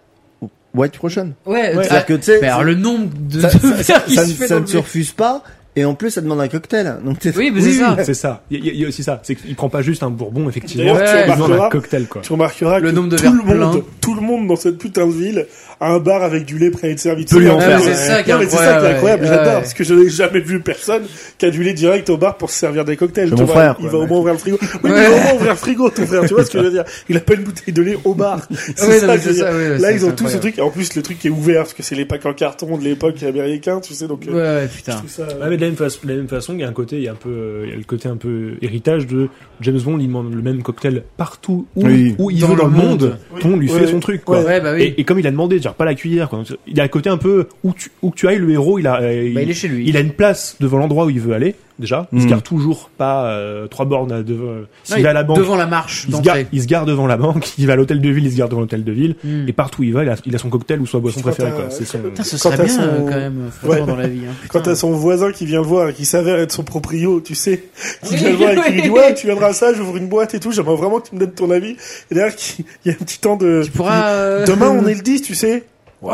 Speaker 4: White Russian.
Speaker 2: Ouais,
Speaker 1: Ouais.
Speaker 2: ah,
Speaker 4: C'est-à-dire que tu sais,
Speaker 2: mais alors
Speaker 4: ça,
Speaker 2: le nombre de
Speaker 4: ça- ça-
Speaker 2: verres qui
Speaker 4: ça
Speaker 2: se
Speaker 4: ne
Speaker 2: fait
Speaker 4: ça
Speaker 2: dans
Speaker 4: ne
Speaker 2: le
Speaker 4: se refuse pas, et en plus ça demande un cocktail. Donc t'es-
Speaker 2: Oui, mais
Speaker 1: Oui,
Speaker 2: c'est ça.
Speaker 1: oui, Mmh. c'est ça. Il y, a- il y a aussi ça. C'est qu'il prend pas juste un bourbon, effectivement.
Speaker 3: D'ailleurs,
Speaker 2: tu
Speaker 1: il a besoin d'un
Speaker 3: remarqueras-
Speaker 1: cocktail, quoi.
Speaker 3: Tu remarqueras
Speaker 2: Le
Speaker 3: que
Speaker 2: nombre de
Speaker 3: tout
Speaker 2: verres
Speaker 3: le monde,
Speaker 2: pleins.
Speaker 3: tout le monde dans cette putain de ville a un bar avec du lait prêt à être servi.
Speaker 4: Peut lui en
Speaker 3: Non,
Speaker 4: faire,
Speaker 3: mais
Speaker 4: ouais.
Speaker 3: C'est ça qui est
Speaker 2: Non, mais
Speaker 3: incroyable.
Speaker 2: c'est ça qui est incroyable,
Speaker 3: J'adore
Speaker 2: ouais.
Speaker 3: parce que je n'ai jamais vu personne qui a du lait direct au bar pour se servir des cocktails.
Speaker 4: C'est
Speaker 3: Tu
Speaker 4: mon
Speaker 3: vois,
Speaker 4: frère,
Speaker 3: il
Speaker 4: quoi,
Speaker 3: va au
Speaker 4: mec.
Speaker 3: moins ouvrir le frigo. Oui, mais
Speaker 2: Ouais.
Speaker 3: il va au moins ouvrir le frigo, ton frère. Tu vois ce que je veux dire Il a pas une bouteille de lait au bar. C'est
Speaker 2: Ouais, non, mais
Speaker 3: ça que je veux
Speaker 2: c'est
Speaker 3: dire.
Speaker 2: ça, ouais,
Speaker 3: Là,
Speaker 2: ouais, c'est-
Speaker 3: ils ont
Speaker 2: c'est
Speaker 3: tous ce truc. Et en plus, le truc est ouvert parce que c'est les packs en carton de l'époque américaine, tu sais. Donc,
Speaker 2: Ouais,
Speaker 3: euh,
Speaker 2: ouais,
Speaker 3: je
Speaker 2: putain.
Speaker 3: trouve ça.
Speaker 1: Ouais, mais de la même, façon- de la même façon, il y a un côté, il y a un peu, euh, il y a le côté un peu héritage de James Bond, il demande le même cocktail partout où,
Speaker 4: Oui.
Speaker 1: où il
Speaker 2: Dans
Speaker 1: veut dans
Speaker 2: le
Speaker 1: le monde.
Speaker 2: monde.
Speaker 1: Tout le monde lui
Speaker 3: Oui.
Speaker 1: fait son truc, quoi.
Speaker 2: Ouais, bah oui.
Speaker 1: Et, et comme il a demandé, genre pas la cuillère, quoi. il y a le côté un peu où tu, où que tu ailles, le héros, il a, euh,
Speaker 2: Bah, il est
Speaker 1: il,
Speaker 2: chez lui. Mmh.
Speaker 1: il a une place devant l'endroit où il veut aller, déjà. Il se
Speaker 4: Mm.
Speaker 1: garde toujours pas euh, trois bornes à devant. S'il
Speaker 2: Non, il-
Speaker 1: va à la banque,
Speaker 2: devant la marche
Speaker 1: il, se gare,
Speaker 2: d'entrée.
Speaker 1: il se gare devant la banque, il va à l'hôtel de ville, il se gare devant l'hôtel de ville,
Speaker 2: Mm.
Speaker 1: et partout où il va, il a, il a son cocktail ou sa boisson
Speaker 3: Quand
Speaker 1: préférée,
Speaker 3: t'as-
Speaker 1: quoi. C'est son...
Speaker 2: Putain, ce
Speaker 3: Quand
Speaker 2: serait
Speaker 3: à
Speaker 2: bien
Speaker 3: son-
Speaker 2: euh, quand même, franchement,
Speaker 3: Ouais.
Speaker 2: dans la vie. Hein.
Speaker 3: Quand t'as
Speaker 2: Putain.
Speaker 3: son voisin qui vient le voir et qui s'avère être son proprio, tu sais, qui
Speaker 2: Oui,
Speaker 3: vient le voir et qui lui dit
Speaker 2: oui.
Speaker 3: ouais tu viendras à ça, j'ouvre une boîte et tout, j'aimerais vraiment que tu me donnes ton avis. Et derrière qui- il y a un petit temps de
Speaker 2: Tu pourras. euh,
Speaker 3: demain on est le 10 tu sais. Ouais,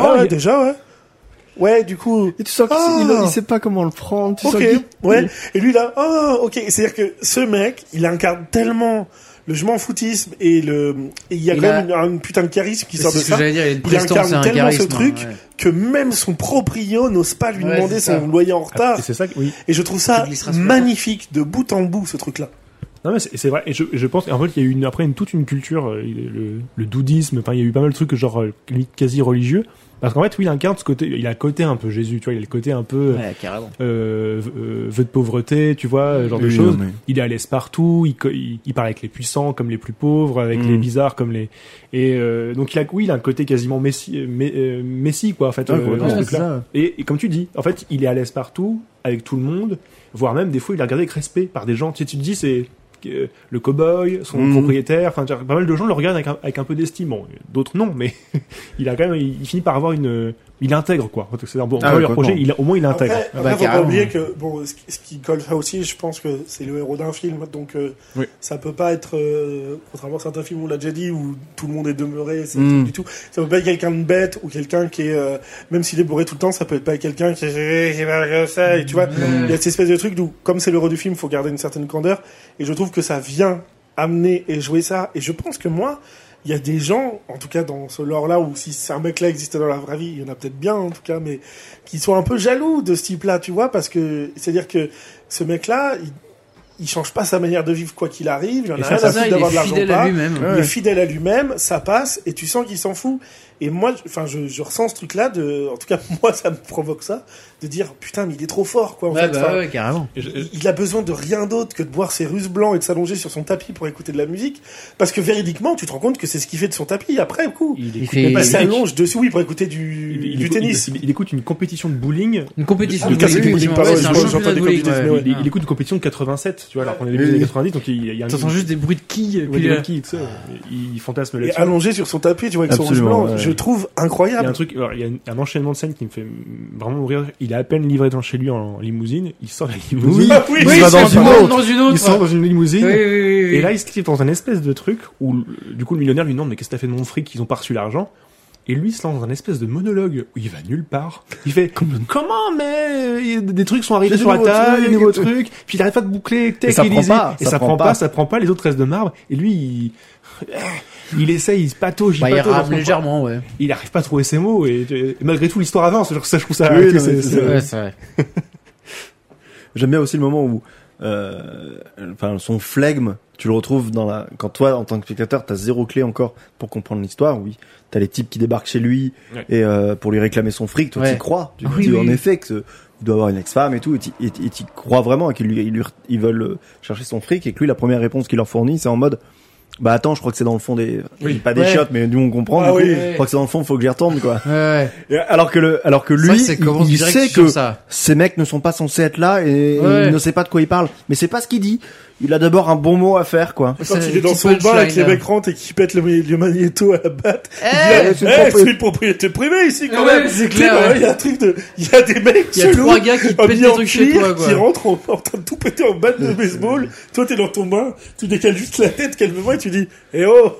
Speaker 1: Oh,
Speaker 3: ouais,
Speaker 1: il y a-
Speaker 3: déjà ouais. Ouais, du coup.
Speaker 4: Et tu sens qu'il
Speaker 3: Ah.
Speaker 4: il- il sait pas comment le prendre. Tu
Speaker 3: ok,
Speaker 4: sens qu'il-
Speaker 3: ouais. Et lui là, oh, ok. C'est-à-dire que ce mec, il incarne tellement le je m'en foutisme et le, et il y a
Speaker 2: Il
Speaker 3: quand
Speaker 2: a-
Speaker 3: même une, une putain de charisme qui
Speaker 2: C'est
Speaker 3: sort de
Speaker 2: ce que
Speaker 3: ça.
Speaker 2: j'allais dire, il y a une
Speaker 3: Il
Speaker 2: prestance,
Speaker 3: incarne
Speaker 2: c'est un
Speaker 3: tellement ce
Speaker 2: charisme.
Speaker 3: truc
Speaker 2: ouais.
Speaker 3: que même son proprio n'ose pas lui
Speaker 2: Ouais,
Speaker 3: demander
Speaker 2: c'est ça.
Speaker 3: son loyer en retard.
Speaker 1: Ah, Et c'est ça, que- oui.
Speaker 3: Et je trouve ça
Speaker 2: Tu glisseras sur la
Speaker 3: magnifique de bout en bout ce truc là.
Speaker 1: Non, mais c'est c'est vrai. Et je, je pense qu'en fait, il y a eu une, après une, toute une culture, euh, le, le doudisme, enfin, il y a eu pas mal de trucs genre euh, limite quasi religieux. Parce qu'en fait, oui, il incarne ce côté, il a le côté un peu Jésus, tu vois, il a le côté un peu
Speaker 2: Ouais, carrément.
Speaker 1: euh, v- euh, vœu de pauvreté, tu vois, ce genre de
Speaker 4: Oui,
Speaker 1: choses.
Speaker 4: non, mais-
Speaker 1: Il est à l'aise partout, il, co- il, il parle avec les puissants comme les plus pauvres, avec
Speaker 4: Mm.
Speaker 1: les bizarres comme les. Et euh, donc, il a, oui, il a un côté quasiment messie, euh, mé- euh, messie quoi, en fait,
Speaker 4: Ouais,
Speaker 1: euh,
Speaker 4: ouais,
Speaker 1: dans ce
Speaker 2: Ouais,
Speaker 1: truc-là.
Speaker 2: c'est ça.
Speaker 1: Et, et comme tu dis, en fait, il est à l'aise partout, avec tout le monde, voire même des fois, il est regardé avec respect par des gens. Tu, sais, tu te dis, c'est euh, le cow-boy, son
Speaker 4: Mhm.
Speaker 1: propriétaire, enfin, tu vois, pas mal de gens le regardent avec un, avec un peu d'estime. Bon, d'autres non, mais il a quand même, il, il finit par avoir une, il intègre quoi. C'est un bon,
Speaker 4: Ah ouais,
Speaker 1: leur projet, il,
Speaker 4: complètement.
Speaker 1: a- au moins il intègre.
Speaker 3: Après,
Speaker 2: Ah
Speaker 3: après,
Speaker 2: bah,
Speaker 3: faut pas
Speaker 2: carrément.
Speaker 3: oublier que bon, ce qui, ce qui colle ça aussi, je pense que c'est le héros d'un film, donc euh,
Speaker 4: Oui.
Speaker 3: ça peut pas être euh, contrairement à certains films où on l'a déjà dit où tout le monde est demeuré, c'est
Speaker 2: Hmm.
Speaker 4: Mm.
Speaker 3: du tout. Ça peut pas être quelqu'un de bête ou quelqu'un qui est euh, même s'il est bourré tout le temps, ça peut être pas quelqu'un qui est j'ai mal à ça, et tu vois.
Speaker 2: Hmm.
Speaker 3: Il y a cette espèce de truc d'où comme c'est l'héros du film, faut garder une certaine candeur et je trouve que ça vient amener et jouer ça et je pense que moi il y a des gens, en tout cas dans ce lore-là, ou si un mec-là existait dans la vraie vie, il y en a peut-être bien en tout cas, mais qui sont un peu jaloux de ce type-là, tu vois, parce que c'est-à-dire que ce mec-là, il, il change pas sa manière de vivre quoi qu'il arrive, il en
Speaker 1: Et
Speaker 3: a
Speaker 1: ça,
Speaker 3: rien
Speaker 1: ça,
Speaker 3: à
Speaker 2: C'est ça,
Speaker 3: foutre
Speaker 2: il
Speaker 3: d'avoir de
Speaker 2: est
Speaker 3: l'argent ou
Speaker 2: fidèle
Speaker 3: pas.
Speaker 2: à lui-même.
Speaker 3: Il est fidèle à lui-même, ça passe, et tu sens qu'il s'en fout. Et moi, je- enfin, je, je ressens ce truc-là de, en tout cas, moi, ça me provoque ça, de dire putain, mais il est trop fort, quoi. En
Speaker 2: Ouais,
Speaker 3: fait. Enfin,
Speaker 2: bah ouais, carrément.
Speaker 1: Et je-
Speaker 3: il- Il a besoin de rien d'autre que de boire ses russes blancs et de s'allonger sur son tapis pour écouter de la musique, parce que véridiquement, tu te rends compte que c'est ce qu'il fait de son tapis après coup.
Speaker 1: il
Speaker 2: Il
Speaker 1: écoute-
Speaker 2: fait
Speaker 3: Il
Speaker 1: il-
Speaker 3: s'allonge dessus, oui, pour écouter du,
Speaker 1: il- il
Speaker 3: du
Speaker 1: écoute-
Speaker 3: tennis.
Speaker 1: il- il écoute une compétition de bowling
Speaker 2: une compétition
Speaker 3: de
Speaker 2: de Ah, bowling,
Speaker 3: bowling,
Speaker 2: effectivement.
Speaker 3: pardon,
Speaker 2: Ouais, c'est un
Speaker 3: j'entends
Speaker 2: championnat de
Speaker 3: des
Speaker 2: bowling.
Speaker 3: compétitions,
Speaker 2: ouais. Ah.
Speaker 1: il, il écoute une compétition de 87, tu vois, alors qu'on est début
Speaker 4: Oui,
Speaker 1: des
Speaker 4: oui.
Speaker 1: années 90, donc il, il y a
Speaker 2: T'entends juste des bruits de quilles. puis, euh,
Speaker 1: qui, il, il fantasme
Speaker 3: Et
Speaker 1: là-dessus.
Speaker 3: allongé sur son tapis, tu vois, avec son
Speaker 4: Absolument,
Speaker 3: rouge blanc,
Speaker 4: ouais.
Speaker 3: je trouve
Speaker 1: Il y a un
Speaker 3: incroyable.
Speaker 1: truc, alors, il y a une- un enchaînement de scènes qui me fait mm, vraiment mourir. Il est à peine livré dans chez lui en limousine, il sort de la limousine,
Speaker 3: Ah oui,
Speaker 4: Il
Speaker 2: Oui,
Speaker 4: va
Speaker 2: c'est
Speaker 4: dans une
Speaker 2: dans,
Speaker 4: autre.
Speaker 2: dans une
Speaker 1: il
Speaker 2: autre.
Speaker 1: sort dans une limousine,
Speaker 2: Oui, oui, oui, oui.
Speaker 1: et là il se livre dans un espèce de truc où le- du coup le millionnaire lui demande mais qu'est-ce que t'as fait de mon fric, ils ont pas reçu l'argent. Et lui il se lance dans un espèce de monologue où il va nulle part. Il fait comment mais euh, il y a des trucs sont arrivés
Speaker 4: J'ai
Speaker 1: sur la
Speaker 4: des nouveaux
Speaker 1: table, des
Speaker 4: trucs.
Speaker 1: nouveaux trucs, puis il arrive pas de boucler, tech,
Speaker 4: ça
Speaker 1: il
Speaker 4: prend
Speaker 1: disait-
Speaker 4: pas,
Speaker 1: et ça, prend pas, ça prend pas, les autres restent de marbre. Et lui il, il essaye, il se patauge,
Speaker 2: bah, il
Speaker 1: patauge,
Speaker 2: rame
Speaker 1: il comprend pas.
Speaker 2: légèrement, ouais.
Speaker 1: il arrive pas à trouver ses mots et, et malgré tout l'histoire avance genre ça je trouve ça
Speaker 4: Oui,
Speaker 1: que
Speaker 4: non,
Speaker 1: c'est-
Speaker 4: mais
Speaker 1: c'est-
Speaker 2: Ouais, c'est vrai.
Speaker 4: J'aime bien aussi le moment où, euh, enfin, son flegme, tu le retrouves dans la. Quand toi, en tant que spectateur, t'as zéro clé encore pour comprendre l'histoire. Oui, t'as les types qui débarquent chez lui
Speaker 1: Ouais.
Speaker 4: et euh, pour lui réclamer son fric. Toi,
Speaker 2: Ouais.
Speaker 4: t'y crois. Tu
Speaker 2: Ah
Speaker 4: te
Speaker 2: oui,
Speaker 4: dis
Speaker 2: oui,
Speaker 4: en
Speaker 2: oui.
Speaker 4: effet que ce- il doit avoir une ex-femme et tout. Et t'y- Et t'y et t'y crois vraiment et qu'ils lui, ils lui- ils veulent euh, chercher son fric et que lui, la première réponse qu'il leur fournit, c'est en mode. Bah attends, je crois que c'est dans le fond des,
Speaker 1: Oui.
Speaker 4: pas des
Speaker 2: Ouais.
Speaker 4: chiottes, mais nous on comprend.
Speaker 3: Ah
Speaker 4: du coup,
Speaker 3: oui.
Speaker 4: Je crois que c'est dans le fond, faut que j'y retourne quoi.
Speaker 2: Ouais, ouais.
Speaker 4: Et Alors que le, alors que lui,
Speaker 2: ça, c'est
Speaker 4: il-
Speaker 2: comment
Speaker 4: il,
Speaker 2: direct
Speaker 4: sait
Speaker 2: sur
Speaker 4: que
Speaker 2: ça.
Speaker 4: ces mecs ne sont pas censés être là et
Speaker 2: Ouais.
Speaker 4: il ne sait pas de quoi il parle. Mais c'est pas ce qu'il dit. Il a d'abord un bon mot à faire, quoi.
Speaker 3: Quand
Speaker 2: C'est
Speaker 3: il est
Speaker 2: une
Speaker 3: dans
Speaker 2: petite
Speaker 3: son bain et que les
Speaker 2: punchline, hein.
Speaker 3: mecs rentrent et qu'il pète le, le magnéto à la batte,
Speaker 2: Eh
Speaker 3: il dit,
Speaker 4: c'est une
Speaker 3: Eh,
Speaker 4: propriété-
Speaker 3: c'est une propriété privée ici quand
Speaker 2: Ouais,
Speaker 3: même.
Speaker 2: c'est
Speaker 3: Tu sais,
Speaker 2: clair,
Speaker 3: bah,
Speaker 2: ouais.
Speaker 3: Il y a un truc de, il y a des mecs
Speaker 2: Il y a
Speaker 3: chelous,
Speaker 2: trois gars qui te pètent
Speaker 3: habillés
Speaker 2: des
Speaker 3: en
Speaker 2: trucs chez
Speaker 3: cuir,
Speaker 2: toi, quoi.
Speaker 3: qui rentrent en, en train de tout péter en batte de baseball. Toi, t'es dans ton bain, tu décales juste la tête calmement et tu dis, eh oh,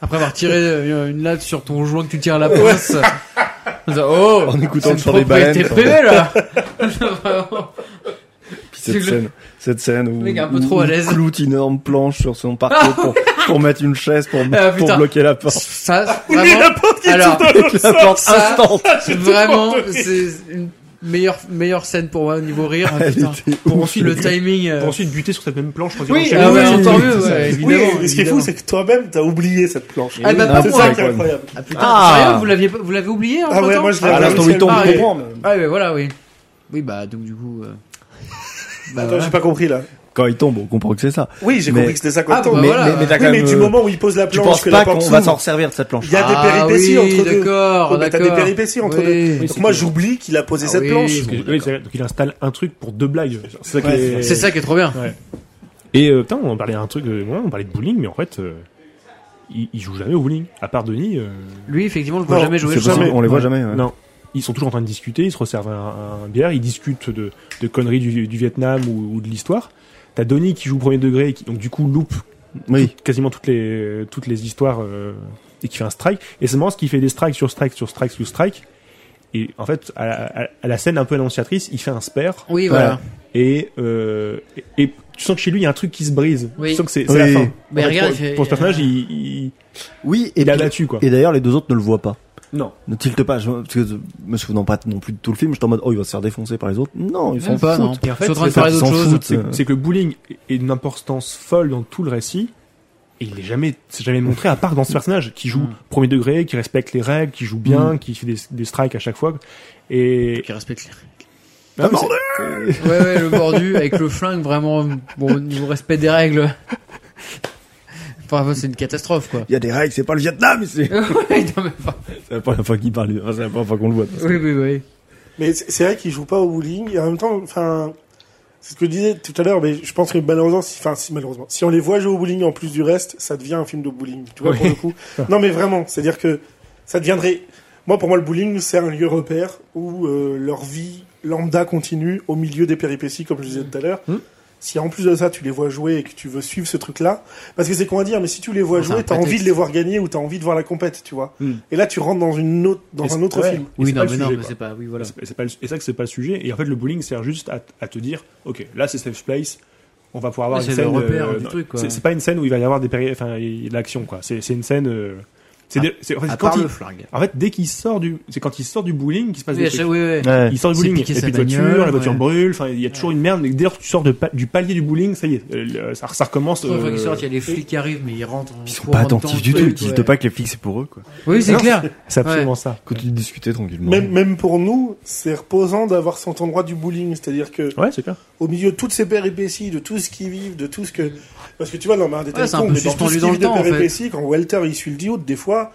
Speaker 2: Après avoir tiré euh, une latte sur ton joint que tu tires à la pince. Oh,
Speaker 4: En
Speaker 2: c'est
Speaker 4: écoutant le
Speaker 2: une
Speaker 4: chant
Speaker 2: propriété
Speaker 4: des baleines.
Speaker 2: privée, là. Vraiment.
Speaker 4: Puis
Speaker 2: C'est
Speaker 4: cette
Speaker 2: le-
Speaker 4: scène, cette scène où,
Speaker 2: Le mec est un peu
Speaker 4: où
Speaker 2: trop à
Speaker 4: il
Speaker 2: l'aise.
Speaker 4: cloute une énorme planche sur son parcours pour, pour mettre une chaise pour,
Speaker 2: Ah,
Speaker 4: pour
Speaker 2: putain.
Speaker 4: bloquer la porte.
Speaker 2: Ça,
Speaker 3: il y a la
Speaker 2: vraiment,
Speaker 3: porte qui est
Speaker 2: Alors,
Speaker 3: tout dans le
Speaker 4: La
Speaker 3: sens. Ah,
Speaker 4: porte
Speaker 2: ça,
Speaker 4: instant.
Speaker 2: vraiment,
Speaker 3: abandonné.
Speaker 2: c'est une meilleure, meilleure scène pour moi au niveau rire. Ah,
Speaker 4: Elle
Speaker 2: putain.
Speaker 4: était
Speaker 1: pour
Speaker 4: ouf.
Speaker 1: ensuite
Speaker 2: Le timing. euh,
Speaker 1: pour ensuite buter sur cette même planche quand il
Speaker 2: Oui,
Speaker 1: rentre chez
Speaker 2: ah
Speaker 1: lui.
Speaker 2: ouais,
Speaker 4: Oui,
Speaker 2: encore
Speaker 4: oui,
Speaker 2: mieux,
Speaker 4: c'est ça.
Speaker 2: ouais,
Speaker 3: Oui,
Speaker 2: évidemment.
Speaker 3: et ce qui est fou,
Speaker 2: évidemment.
Speaker 3: c'est que toi-même, t'as oublié cette planche.
Speaker 2: Ah, bah,
Speaker 4: Ah,
Speaker 2: pas
Speaker 4: c'est
Speaker 3: c'est
Speaker 2: moi.
Speaker 3: ça
Speaker 4: vrai,
Speaker 3: qui est incroyable.
Speaker 2: Ah, putain,
Speaker 4: Ah.
Speaker 2: sérieux, vous l'aviez, vous l'avez oublié,
Speaker 3: Ah ouais,
Speaker 2: entre-temps
Speaker 3: moi, je l'avais
Speaker 4: À l'instant où il tombe,
Speaker 3: Ah,
Speaker 4: on
Speaker 3: ouais.
Speaker 4: comprend.
Speaker 2: Ah, ouais, voilà, oui. Oui, bah, donc, du coup, euh, bah,
Speaker 3: Attends,
Speaker 2: voilà.
Speaker 3: j'ai pas compris là.
Speaker 4: Quand il tombe, on comprend que c'est ça.
Speaker 3: Oui, j'ai
Speaker 4: Mais-
Speaker 3: compris que c'était ça
Speaker 2: Ah,
Speaker 3: quand
Speaker 2: bah,
Speaker 3: on
Speaker 4: mais,
Speaker 2: voilà.
Speaker 4: mais, mais t'as
Speaker 3: Oui,
Speaker 4: quand
Speaker 3: mais
Speaker 4: même,
Speaker 3: du
Speaker 4: euh,
Speaker 3: moment où il pose la
Speaker 4: tu
Speaker 3: planche,
Speaker 4: penses
Speaker 3: que la
Speaker 4: pas
Speaker 3: porte
Speaker 4: qu'on va s'en
Speaker 3: s'ouvre,
Speaker 4: servir de cette planche.
Speaker 3: il y a des
Speaker 2: Ah
Speaker 3: péripéties
Speaker 2: oui,
Speaker 3: entre deux.
Speaker 2: D'accord,
Speaker 3: Oh, mais t'as
Speaker 2: d'accord.
Speaker 3: des péripéties entre
Speaker 2: Oui.
Speaker 3: deux.
Speaker 1: Oui,
Speaker 3: Donc
Speaker 1: c'est
Speaker 3: moi,
Speaker 1: cool.
Speaker 3: j'oublie qu'il a posé
Speaker 2: Ah
Speaker 3: cette
Speaker 2: oui.
Speaker 3: planche.
Speaker 1: Parce que- oui, c'est vrai, donc il installe un truc pour deux blagues c'est ça qui
Speaker 3: Ouais,
Speaker 1: est-
Speaker 2: C'est ça qui est trop bien.
Speaker 1: et euh, putain on parlait d'un truc euh, ouais, on parlait de bowling mais en fait euh, il, il joue jamais au bowling à part Denis euh,
Speaker 2: Lui, effectivement, on le voit
Speaker 3: Non,
Speaker 2: jamais jouer.
Speaker 4: c'est
Speaker 2: je crois.
Speaker 4: possible, on les voit
Speaker 1: Ouais.
Speaker 4: jamais. ouais.
Speaker 1: non ils sont toujours en train de discuter ils se resservent un, un bière ils discutent de, de conneries du, du Vietnam ou, ou de l'histoire t'as Denis qui joue au premier degré et qui donc du coup loupe
Speaker 4: Oui.
Speaker 1: quasiment toutes les toutes les histoires euh, et qui fait un strike et c'est marrant ce qu'il fait des strikes sur strike sur strike sur strike Et en fait, à la, à- à la scène un peu annonciatrice, il fait un spare.
Speaker 2: Oui, voilà.
Speaker 1: Et, euh, et, et tu sens que chez lui, il y a un truc qui se brise.
Speaker 2: Oui.
Speaker 1: Tu sens que c'est c'est la
Speaker 4: Oui.
Speaker 1: fin. En
Speaker 2: Mais
Speaker 1: fait,
Speaker 2: regarde,
Speaker 1: pour,
Speaker 2: il fait- euh,
Speaker 1: pour ce personnage, il, il,
Speaker 4: Oui,
Speaker 1: il
Speaker 4: et
Speaker 1: a
Speaker 4: puis-
Speaker 1: battu, quoi.
Speaker 4: Et d'ailleurs, les deux autres ne le voient pas.
Speaker 1: Non.
Speaker 4: Ne tilte pas, je- parce que je- me souvenant pas non plus de tout le film, j'étais en mode, oh, il va se faire défoncer par les autres. Non, ils
Speaker 2: Ils font
Speaker 4: s'en
Speaker 2: pas,
Speaker 4: foutent.
Speaker 2: non.
Speaker 1: Et en fait,
Speaker 2: ils sont en train de
Speaker 1: c'est ça,
Speaker 2: parler
Speaker 4: ils
Speaker 2: d'autre
Speaker 4: s'en
Speaker 2: chose.
Speaker 4: foutent.
Speaker 1: C'est
Speaker 4: Euh.
Speaker 1: c'est que le bowling est d'une importance folle dans tout le récit. Et il n'est jamais, c'est jamais montré à part dans ce personnage qui joue
Speaker 2: Mm.
Speaker 1: premier degré, qui respecte les règles, qui joue bien, qui fait des, des strikes à chaque fois. Et
Speaker 2: Qui respecte les
Speaker 1: Ah, mais
Speaker 2: Ouais, ouais, le mordu avec le flingue, vraiment, bon, au niveau respect des règles. Enfin, c'est une catastrophe, quoi.
Speaker 4: Il y a des règles, c'est pas le Vietnam, c'est
Speaker 2: Ouais, non, mais pas-
Speaker 4: c'est la première fois qu'il parle, enfin, c'est la première fois qu'on le voit.
Speaker 2: oui, oui, oui.
Speaker 3: Mais c'est c'est vrai qu'il joue pas au bowling. Et en même temps, enfin, c'est ce que je disais tout à l'heure, mais je pense que malheureusement, si, enfin, si, malheureusement, si on les voit jouer au bowling en plus du reste, ça devient un film de bowling. Tu vois, pour le coup. Non, mais vraiment, c'est-à-dire que ça deviendrait. Moi, pour moi, le bowling, c'est un lieu repère où euh, leur vie lambda continue au milieu des péripéties, comme je disais tout à l'heure.
Speaker 1: Hmm.
Speaker 3: Si en plus de ça, tu les vois jouer et que tu veux suivre ce truc-là, parce que c'est con à dire, mais si tu les vois
Speaker 2: C'est un
Speaker 3: jouer, t'as envie
Speaker 2: prétexte.
Speaker 3: de les voir gagner ou t'as envie de voir la compète, tu vois.
Speaker 1: Hmm.
Speaker 3: Et là, tu rentres dans une autre, dans
Speaker 1: Et
Speaker 3: un
Speaker 1: c'est-
Speaker 3: autre
Speaker 1: ouais.
Speaker 3: film.
Speaker 1: Et
Speaker 2: Oui,
Speaker 1: c'est
Speaker 2: non,
Speaker 1: pas le
Speaker 2: mais non,
Speaker 1: sujet,
Speaker 2: mais
Speaker 1: quoi.
Speaker 2: c'est pas, oui, voilà.
Speaker 1: c'est- c'est pas le- et ça que c'est pas le sujet. Et en fait, le bowling sert juste à, à te dire, ok, là c'est safe place. On va pouvoir avoir
Speaker 2: Ouais,
Speaker 1: une
Speaker 2: c'est le
Speaker 1: scène.
Speaker 2: repère
Speaker 1: euh,
Speaker 2: du
Speaker 1: non,
Speaker 2: truc, quoi.
Speaker 1: C'est c'est pas une scène où il va y avoir des péri- enfin il- l'action quoi. C'est c'est une scène. euh, c'est
Speaker 2: À-
Speaker 1: des- c'est- en fait,
Speaker 2: Ah. À
Speaker 1: quand
Speaker 2: part
Speaker 1: il-
Speaker 2: le flingue.
Speaker 1: en fait, dès qu'il sort du, c'est quand il sort du bowling qu'il se passe
Speaker 2: Oui,
Speaker 1: des
Speaker 2: à
Speaker 1: trucs.
Speaker 2: chaque- oui, oui.
Speaker 4: Ouais.
Speaker 1: Il sort du
Speaker 2: C'est
Speaker 1: bowling, il
Speaker 2: piqué
Speaker 1: y a
Speaker 2: sa
Speaker 1: plus de voiture,
Speaker 2: bagnole,
Speaker 1: la voiture
Speaker 2: ouais.
Speaker 1: brûle, enfin, il y a toujours une merde. Dès que tu sors de pa- du palier du bowling, ça y est, euh, ça, ça recommence.
Speaker 2: Une fois
Speaker 1: euh,
Speaker 2: qu'ils sortent, il y a les flics qui arrivent, mais ils rentrent. en
Speaker 4: Ils sont
Speaker 2: courant
Speaker 4: pas
Speaker 2: dans
Speaker 4: attentifs
Speaker 2: le
Speaker 4: du tout, ils
Speaker 2: truc,
Speaker 4: tiltent
Speaker 2: ouais.
Speaker 4: pas que les flics c'est pour eux, quoi.
Speaker 2: Oui, c'est
Speaker 1: Non,
Speaker 2: clair.
Speaker 1: C'est absolument ça.
Speaker 4: Continue de discuter tranquillement.
Speaker 3: Même, même pour nous, c'est reposant d'avoir cet endroit du bowling. C'est-à-dire que,
Speaker 1: Ouais, c'est clair.
Speaker 3: au milieu de toutes ces péripéties, de tout ce qu'ils vivent, de tout ce que. Parce que tu vois, non, mais un détail
Speaker 2: Ouais, c'est un
Speaker 3: con,
Speaker 2: peu
Speaker 3: mais dans tout ce
Speaker 2: suspendu
Speaker 3: qu'ils
Speaker 2: dans le
Speaker 3: vivent de
Speaker 2: temps, en fait.
Speaker 3: péripéties, quand Walter il suit le diode, des fois,